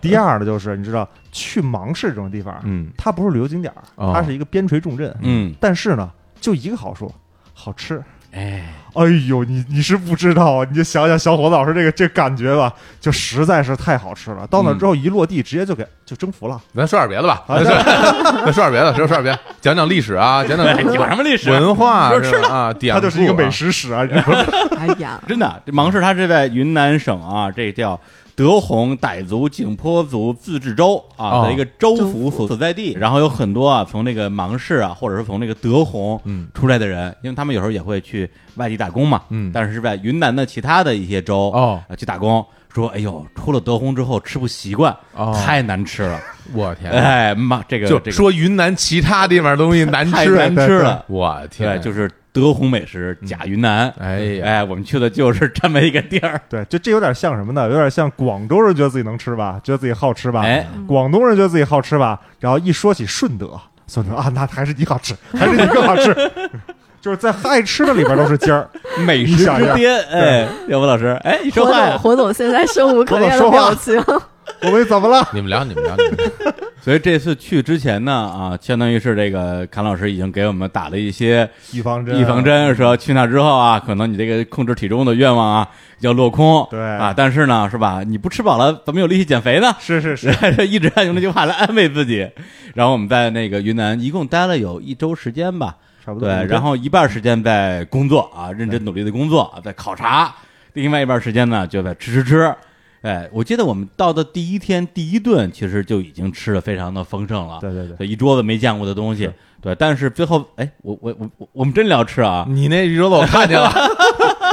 [SPEAKER 3] 第二呢，就是你知道去芒市这种地方，
[SPEAKER 2] 嗯，
[SPEAKER 3] 它不是旅游景点儿，
[SPEAKER 2] 哦
[SPEAKER 3] 它是一个边陲重镇。
[SPEAKER 1] [laughs] 嗯，
[SPEAKER 3] 但是呢，就一个好处，好吃。
[SPEAKER 1] 哎，
[SPEAKER 3] 哎呦，你你是不知道，啊你就想想小伙子老师这个这感觉吧，就实在是太好吃了。到
[SPEAKER 1] 嗯
[SPEAKER 3] 那之后一落地，直接就给就征服了。啊
[SPEAKER 2] 咱说点别的 [laughs] 吧，
[SPEAKER 3] 好
[SPEAKER 2] 咱
[SPEAKER 3] [laughs]
[SPEAKER 2] 说咱说点别的，说点别的，讲讲历史啊，讲讲
[SPEAKER 1] 哎有什么历史？
[SPEAKER 2] 文化
[SPEAKER 1] 就是
[SPEAKER 2] 吧啊，典故
[SPEAKER 3] 它
[SPEAKER 2] 啊，
[SPEAKER 3] 就是一个美食史啊，你知 [laughs] 道吗
[SPEAKER 4] 哎呀，
[SPEAKER 1] 真的，这芒市它是在云南省啊，这叫德宏傣族景颇族自治州啊
[SPEAKER 2] 哦
[SPEAKER 1] 的一个州府所所在地。然后有很多啊，从那个芒市啊，或者是从那个德宏
[SPEAKER 2] 嗯
[SPEAKER 1] 出来的人，因为他们有时候也会去外地打工嘛，
[SPEAKER 2] 嗯
[SPEAKER 1] 但是是在云南的其他的一些州
[SPEAKER 2] 哦
[SPEAKER 1] 啊去打工。说，哎呦，出了德宏之后吃不习惯，
[SPEAKER 2] 哦
[SPEAKER 1] 太难吃了。
[SPEAKER 2] 我天，
[SPEAKER 1] 哎妈，这个
[SPEAKER 2] 就
[SPEAKER 1] 这个
[SPEAKER 2] 说云南其他地方东西难
[SPEAKER 1] 太
[SPEAKER 2] 吃，
[SPEAKER 1] 难吃了。
[SPEAKER 2] 我
[SPEAKER 1] 对，
[SPEAKER 2] 天，
[SPEAKER 1] 就是德宏美食假云南。
[SPEAKER 2] 哎呀，
[SPEAKER 1] 哎，我们去的就是这么一个地儿。
[SPEAKER 3] 对，就这有点像什么呢？有点像广州人觉得自己能吃吧，觉得自己好吃吧；
[SPEAKER 1] 哎，
[SPEAKER 3] 广东人觉得自己好吃吧，然后一说起顺德，顺德啊，那还是你好吃，还是你更好吃， [laughs] 就是在爱吃的里边都是尖儿。 [laughs]
[SPEAKER 1] 美
[SPEAKER 3] 食之
[SPEAKER 1] 巅，哎，要不老师，哎，你说话
[SPEAKER 4] 火总，
[SPEAKER 1] 呀。
[SPEAKER 4] 火总现在生无可恋
[SPEAKER 3] 火总说
[SPEAKER 4] 的
[SPEAKER 3] 话
[SPEAKER 4] 表
[SPEAKER 1] [laughs]
[SPEAKER 4] 情，
[SPEAKER 3] 我问你怎么了？
[SPEAKER 2] 你们聊，你们聊，你们聊。
[SPEAKER 1] 所以这次去之前呢，啊，相当于是这个侃老师已经给我们打了一些
[SPEAKER 3] 预防针，
[SPEAKER 1] 预防。针，说去那之后啊，可能你这个控制体重的愿望啊要落空，
[SPEAKER 3] 对
[SPEAKER 1] 啊，但是呢，是吧？你不吃饱了，怎么有力气减肥呢？ [laughs]
[SPEAKER 3] 是是是，
[SPEAKER 1] 一直在用这句话来安慰自己。然后我们在那个云南一共待了有一周时间吧，
[SPEAKER 3] 差不多。
[SPEAKER 1] 对，然后一半时间在工作啊，认真努力的工作，
[SPEAKER 3] 嗯
[SPEAKER 1] 啊，在考察；另外一半时间呢，就在吃吃吃。哎，我记得我们到的第一天第一顿，其实就已经吃的非常的丰盛了，
[SPEAKER 3] 对对对
[SPEAKER 1] 一桌子没见过的东西，对。但是最后，哎，我我我我我们真聊吃啊，
[SPEAKER 2] 你那热子我看见了，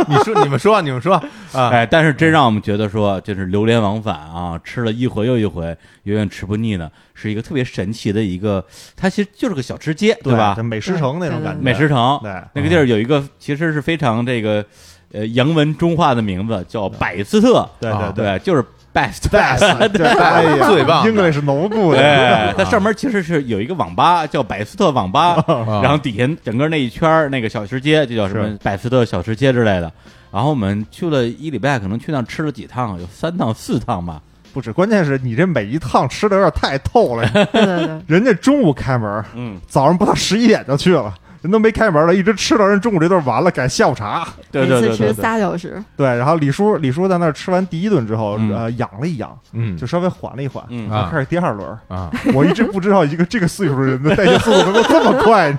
[SPEAKER 2] 你说，你们说，你们说
[SPEAKER 3] 嗯
[SPEAKER 2] 啊，
[SPEAKER 1] 哎，但是真让我们觉得说，就是流连忘返啊，吃了一回又一回，永远吃不腻的，是一个特别神奇的一个，它其实就是个小吃街，对吧？
[SPEAKER 3] 这美食城那种感觉，
[SPEAKER 1] 美食城啊
[SPEAKER 3] 对
[SPEAKER 1] 那个地儿有一个其实是非常这个呃洋文中化的名字，叫百斯特，
[SPEAKER 3] 对
[SPEAKER 2] 啊
[SPEAKER 3] 对
[SPEAKER 1] 对，就是 best。 [laughs]
[SPEAKER 3] best 对， [laughs] 哎呀
[SPEAKER 2] 最棒的
[SPEAKER 3] ，English 浓度的，
[SPEAKER 1] 哎，它上面其实是有一个网吧叫百斯特网吧，
[SPEAKER 2] 啊
[SPEAKER 1] 然后底下整个那一圈儿那个小吃街就叫什么
[SPEAKER 3] 是
[SPEAKER 1] 百斯特小吃街之类的。然后我们去了一礼拜，可能去那儿吃了几趟，有三趟四趟吧。
[SPEAKER 3] 不止，关键是你这每一趟吃的有点太透了， [laughs]
[SPEAKER 4] 对对对，
[SPEAKER 3] 人家中午开门，
[SPEAKER 1] 嗯，
[SPEAKER 3] 早上不到十一点就去了，人都没开门了，一直吃到人中午这顿完了，改下午茶。
[SPEAKER 1] 对对
[SPEAKER 4] 每
[SPEAKER 1] 对
[SPEAKER 4] 次吃
[SPEAKER 1] 对对，
[SPEAKER 4] 仨小时，
[SPEAKER 3] 对，然后李叔李叔在那儿吃完第一顿之后，
[SPEAKER 1] 嗯
[SPEAKER 3] 呃，养了一养，
[SPEAKER 2] 嗯
[SPEAKER 3] 就稍微缓了一缓，
[SPEAKER 1] 嗯
[SPEAKER 3] 然后开始第二轮。
[SPEAKER 2] 啊，
[SPEAKER 3] 我一直不知道一个这个岁数的人的代谢速度能够这么快，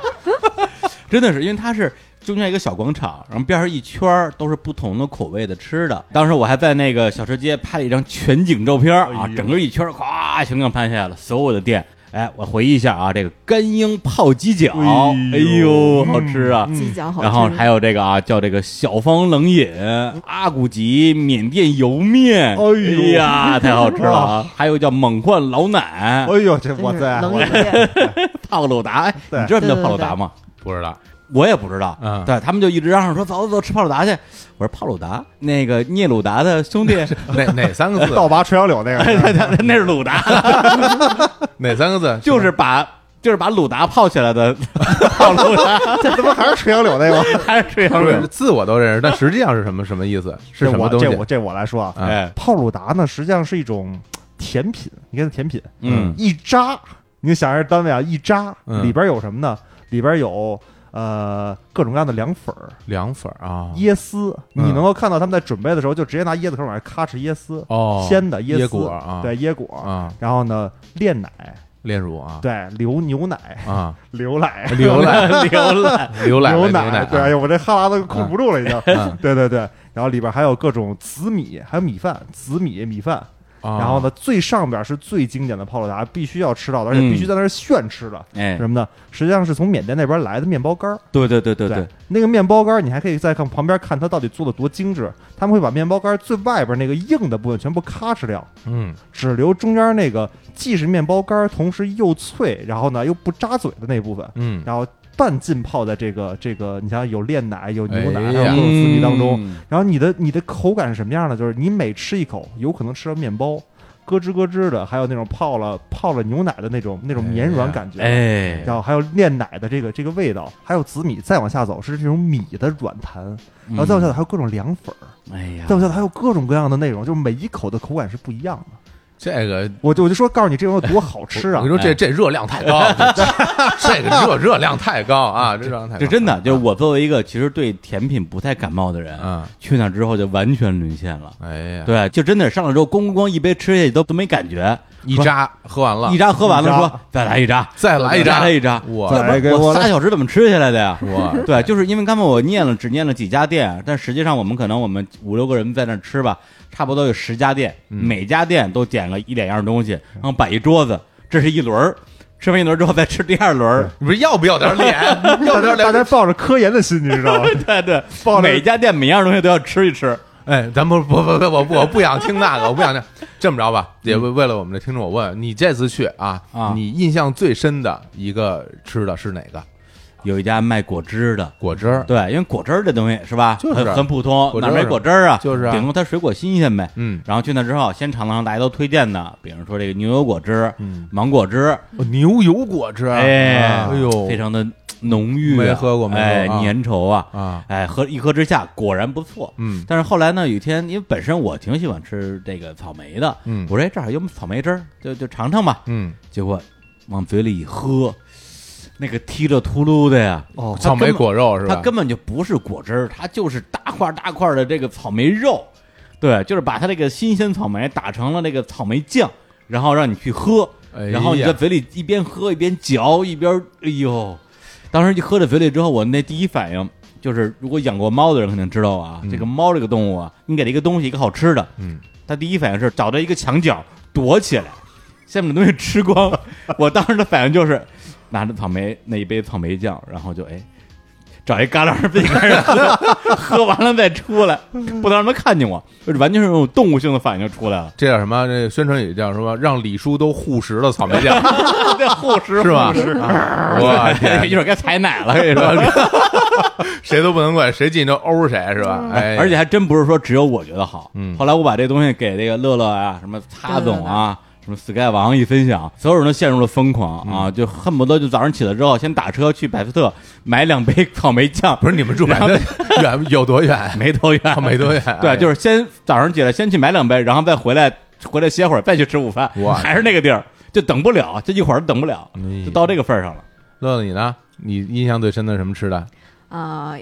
[SPEAKER 1] 真的是因为它是中间一个小广场，然后边上一圈儿都是不同的口味的吃的。当时我还在那个小吃街拍了一张全景照片儿啊
[SPEAKER 3] 哎，呦
[SPEAKER 1] 整个一圈儿咵全给我拍下来了，所有的店。哎，我回忆一下啊，这个干鹰泡鸡脚，哎
[SPEAKER 3] 哎呦
[SPEAKER 1] 呦，好吃啊！
[SPEAKER 3] 嗯
[SPEAKER 4] 鸡脚好吃。
[SPEAKER 1] 然后还有这个啊，叫这个小方冷饮、阿古吉缅甸油面，
[SPEAKER 3] 哎呦
[SPEAKER 1] 呀，太好吃了 [laughs] 啊！还有叫猛灌老奶、
[SPEAKER 3] 哎呦，这
[SPEAKER 4] 真是
[SPEAKER 3] 我在
[SPEAKER 4] 冷
[SPEAKER 3] 我
[SPEAKER 4] 饮店，
[SPEAKER 1] 泡鲁达，哎
[SPEAKER 3] 对
[SPEAKER 1] 你知道什么叫
[SPEAKER 4] 对对
[SPEAKER 1] 泡鲁达吗？
[SPEAKER 2] 不知道，
[SPEAKER 1] 我也不知道， [laughs]
[SPEAKER 2] 嗯
[SPEAKER 1] 对他们就一直嚷嚷说走走走吃泡鲁达去。我说泡鲁达，那个聂鲁达的兄弟，
[SPEAKER 2] 哪哪三个字？
[SPEAKER 3] [laughs] 倒拔垂杨柳那个是吧，
[SPEAKER 1] [laughs] 那是鲁达，
[SPEAKER 2] 哪三个字？
[SPEAKER 1] 就是把就是把鲁达泡起来 [laughs] 的泡鲁 [laughs] 达，
[SPEAKER 3] 这他妈还是垂杨柳那个？
[SPEAKER 1] 还是这样
[SPEAKER 2] 不是
[SPEAKER 1] 的。
[SPEAKER 2] 字我都认识，但实际上是什么什么意思？ [laughs] 是
[SPEAKER 3] 这
[SPEAKER 2] 什么
[SPEAKER 3] 我
[SPEAKER 2] 东西
[SPEAKER 3] 这？我这我来说啊，
[SPEAKER 1] [laughs]
[SPEAKER 2] 啊
[SPEAKER 1] 哎，
[SPEAKER 3] 泡鲁达呢实际上是一种甜品，你看甜品，
[SPEAKER 1] 嗯
[SPEAKER 3] 一扎，你想一下单位啊，一扎
[SPEAKER 2] 嗯
[SPEAKER 3] 里边有什么呢？里边有呃各种各样的凉粉儿、
[SPEAKER 2] 凉粉儿啊，
[SPEAKER 3] 椰丝，你
[SPEAKER 2] 嗯
[SPEAKER 3] 能够看到他们在准备的时候就直接拿椰子壳往上咔哧椰丝，
[SPEAKER 2] 哦，
[SPEAKER 3] 鲜的椰
[SPEAKER 2] 椰
[SPEAKER 3] 丝
[SPEAKER 2] 果啊，
[SPEAKER 3] 对椰果，
[SPEAKER 2] 啊，
[SPEAKER 3] 然后呢炼奶，
[SPEAKER 2] 炼乳啊，
[SPEAKER 3] 对流牛奶、 [laughs]
[SPEAKER 2] 啊，
[SPEAKER 3] 流
[SPEAKER 2] [laughs]
[SPEAKER 3] 奶、
[SPEAKER 2] 牛奶
[SPEAKER 1] 流了，
[SPEAKER 2] 牛奶
[SPEAKER 3] 牛
[SPEAKER 2] 牛奶，
[SPEAKER 3] 对，哎呦我这哈喇子控不住了已经，
[SPEAKER 2] 啊
[SPEAKER 3] 对对对，然后里边还有各种紫米，还有米饭，紫米米饭。
[SPEAKER 2] 啊
[SPEAKER 3] 然后呢，最上边是最经典的泡鲁达，必须要吃到的，而且
[SPEAKER 2] 嗯
[SPEAKER 3] 必须在那儿炫吃的。
[SPEAKER 1] 哎，
[SPEAKER 3] 什么呢？实际上是从缅甸那边来的面包干儿。
[SPEAKER 1] 对对对对
[SPEAKER 3] 对，那个面包干儿，你还可以再看旁边看它到底做的多精致。他们会把面包干儿最外边那个硬的部分全部咔哧掉，
[SPEAKER 2] 嗯
[SPEAKER 3] 只留中间那个既是面包干儿，同时又脆，然后呢又不扎嘴的那部分，
[SPEAKER 2] 嗯
[SPEAKER 3] 然后半浸泡在这个这个，你想想有炼奶、有牛奶，
[SPEAKER 2] 哎
[SPEAKER 3] 还
[SPEAKER 2] 呀
[SPEAKER 3] 有各种
[SPEAKER 1] 嗯
[SPEAKER 3] 四米当中。，然后你的你的口感是什么样的？就是你每吃一口，有可能吃到面包，咯吱咯吱的，还有那种泡了泡了牛奶的那种那种绵软感觉，
[SPEAKER 1] 哎，
[SPEAKER 3] 然后还有炼奶的这个这个味道，还有紫米，再往下走是这种米的软弹，
[SPEAKER 1] 嗯
[SPEAKER 3] 然后再
[SPEAKER 2] 嗯
[SPEAKER 3] 往下走还有各种凉粉儿，
[SPEAKER 1] 哎呀
[SPEAKER 3] 再，往下走还有各种各样的内容，就是每一口的口感是不一样的。
[SPEAKER 2] 这个
[SPEAKER 3] 我就我就说告诉你这种有多好吃
[SPEAKER 2] 我
[SPEAKER 3] 啊
[SPEAKER 2] 跟！你
[SPEAKER 1] 哎
[SPEAKER 2] 说这这热量太
[SPEAKER 1] [laughs]
[SPEAKER 2] 高，这个热热量太高啊，这热量太高，
[SPEAKER 1] 这真的，就是我作为一个其实对甜品不太感冒的人，
[SPEAKER 2] 啊，
[SPEAKER 1] 去那之后就完全沦陷了。
[SPEAKER 2] 哎呀，
[SPEAKER 1] 对，就真的上了之后，咣咣咣一杯吃下去都都没感觉，
[SPEAKER 2] 一扎喝完了
[SPEAKER 1] 一，扎喝完了
[SPEAKER 3] 一扎
[SPEAKER 1] 说再来一扎，
[SPEAKER 2] 再来一
[SPEAKER 1] 再
[SPEAKER 2] 扎
[SPEAKER 1] 来一扎，
[SPEAKER 2] 哇
[SPEAKER 1] 要不
[SPEAKER 3] 再
[SPEAKER 1] 然
[SPEAKER 3] 给
[SPEAKER 1] 我
[SPEAKER 3] 我来
[SPEAKER 1] 仨小时怎么吃下来的呀？
[SPEAKER 2] 哇
[SPEAKER 1] 对，就是因为刚才我念了，只念了几家店，但实际上我们可能我们五六个人在那吃吧，差不多有十家店，
[SPEAKER 2] 嗯
[SPEAKER 1] 每家店都点了一两样东西，然后摆一桌子，这是一轮儿，吃完一轮之后再吃第二轮儿，
[SPEAKER 2] 你说要不要点脸？
[SPEAKER 1] [laughs]
[SPEAKER 2] 要不要
[SPEAKER 3] 大家
[SPEAKER 2] 点脸？
[SPEAKER 3] 大家抱着科研的心，你知
[SPEAKER 2] [laughs]
[SPEAKER 3] 道吗？
[SPEAKER 1] 对对，
[SPEAKER 3] 抱着
[SPEAKER 1] 每家店每样东西都要吃一吃，
[SPEAKER 2] 哎，咱不不不不，我不我不想听那个，我不想听。这么着吧，也为为了我们的听众，我问问你这次去啊，
[SPEAKER 1] 嗯啊
[SPEAKER 2] 你印象最深的一个吃的是哪个？
[SPEAKER 1] 有一家卖果汁的。
[SPEAKER 2] 果汁儿。
[SPEAKER 1] 对，因为果汁儿这东西是吧，
[SPEAKER 2] 就是啊
[SPEAKER 1] 很很普通，
[SPEAKER 2] 果汁
[SPEAKER 1] 哪
[SPEAKER 2] 儿
[SPEAKER 1] 没果汁儿啊？
[SPEAKER 2] 就是啊
[SPEAKER 1] 顶多它水果新鲜呗。
[SPEAKER 2] 嗯，
[SPEAKER 1] 然后去那之后，先尝了尝大家都推荐的，比如说这个牛油果汁、
[SPEAKER 3] 嗯
[SPEAKER 1] 芒果汁，
[SPEAKER 2] 牛油果汁，
[SPEAKER 1] 哦哎，
[SPEAKER 2] 哎呦，
[SPEAKER 1] 非常的浓郁啊，
[SPEAKER 2] 没喝过没喝
[SPEAKER 1] 哎，
[SPEAKER 2] 过啊
[SPEAKER 1] 粘稠啊，
[SPEAKER 2] 啊，
[SPEAKER 1] 哎，喝一喝之下果然不错。
[SPEAKER 2] 嗯
[SPEAKER 1] 但是后来呢，有一天，因为本身我挺喜欢吃这个草莓的，
[SPEAKER 2] 嗯
[SPEAKER 1] 我说哎这儿有草莓汁儿，就就尝尝吧。
[SPEAKER 2] 嗯，
[SPEAKER 1] 结果往嘴里一喝，那个踢着秃噜的呀，
[SPEAKER 3] 哦，
[SPEAKER 2] 草莓果肉是
[SPEAKER 1] 它
[SPEAKER 2] 吧？
[SPEAKER 1] 根本就不是果汁儿，它就是大块大块的这个草莓肉，对，就是把它这个新鲜草莓打成了那个草莓酱，然后让你去喝，
[SPEAKER 2] 哎呀
[SPEAKER 1] 然后你在嘴里一边喝一边嚼一边，哎呦，当时一喝到嘴里之后，我那第一反应就是，如果养过猫的人肯定知道啊，
[SPEAKER 2] 嗯
[SPEAKER 1] 这个猫这个动物啊，你给它一个东西一个好吃的，
[SPEAKER 2] 嗯，。
[SPEAKER 1] 它第一反应是找到一个墙角躲起来，先把东西吃 [laughs] 光。我当时的反应就是拿着草莓那一杯草莓酱，然后就哎找一旮旯自己开始喝，喝完了再出来，不能让他们看见我，就是完全是那种动物性的反应就出来了
[SPEAKER 2] 这叫什么？这宣传语叫什么？让李叔都护食了草莓 [laughs] 酱，
[SPEAKER 1] 这护食
[SPEAKER 2] 是吧
[SPEAKER 1] 护食 [laughs]
[SPEAKER 2] [laughs] 我天
[SPEAKER 1] 一会儿该采奶了，跟 [laughs] 你说。
[SPEAKER 2] 谁都不能管，谁进就殴谁是吧？哎，
[SPEAKER 1] 而且还真不是说只有我觉得好。
[SPEAKER 2] 嗯
[SPEAKER 1] 后来我把这东西给这个乐乐啊，什么擦总啊。什么 Sky 王一分享，所有人都陷入了疯狂
[SPEAKER 2] 嗯
[SPEAKER 1] 啊！就恨不得就早上起来之后，先打车去百斯特买两杯草莓酱，
[SPEAKER 2] 不是你们住百的远有多远？ [laughs]
[SPEAKER 1] 没多远，
[SPEAKER 2] 没多远哎
[SPEAKER 1] 对，就是是先早上起来先去买两杯，然后再回来回来歇会儿，再去吃午饭
[SPEAKER 2] 哇，哎
[SPEAKER 1] 还是那个地儿，就等不了，这一会儿等不了，就到这个份儿上了。
[SPEAKER 2] 乐乐你呢？你印象最深的是什么吃的？
[SPEAKER 4] 啊、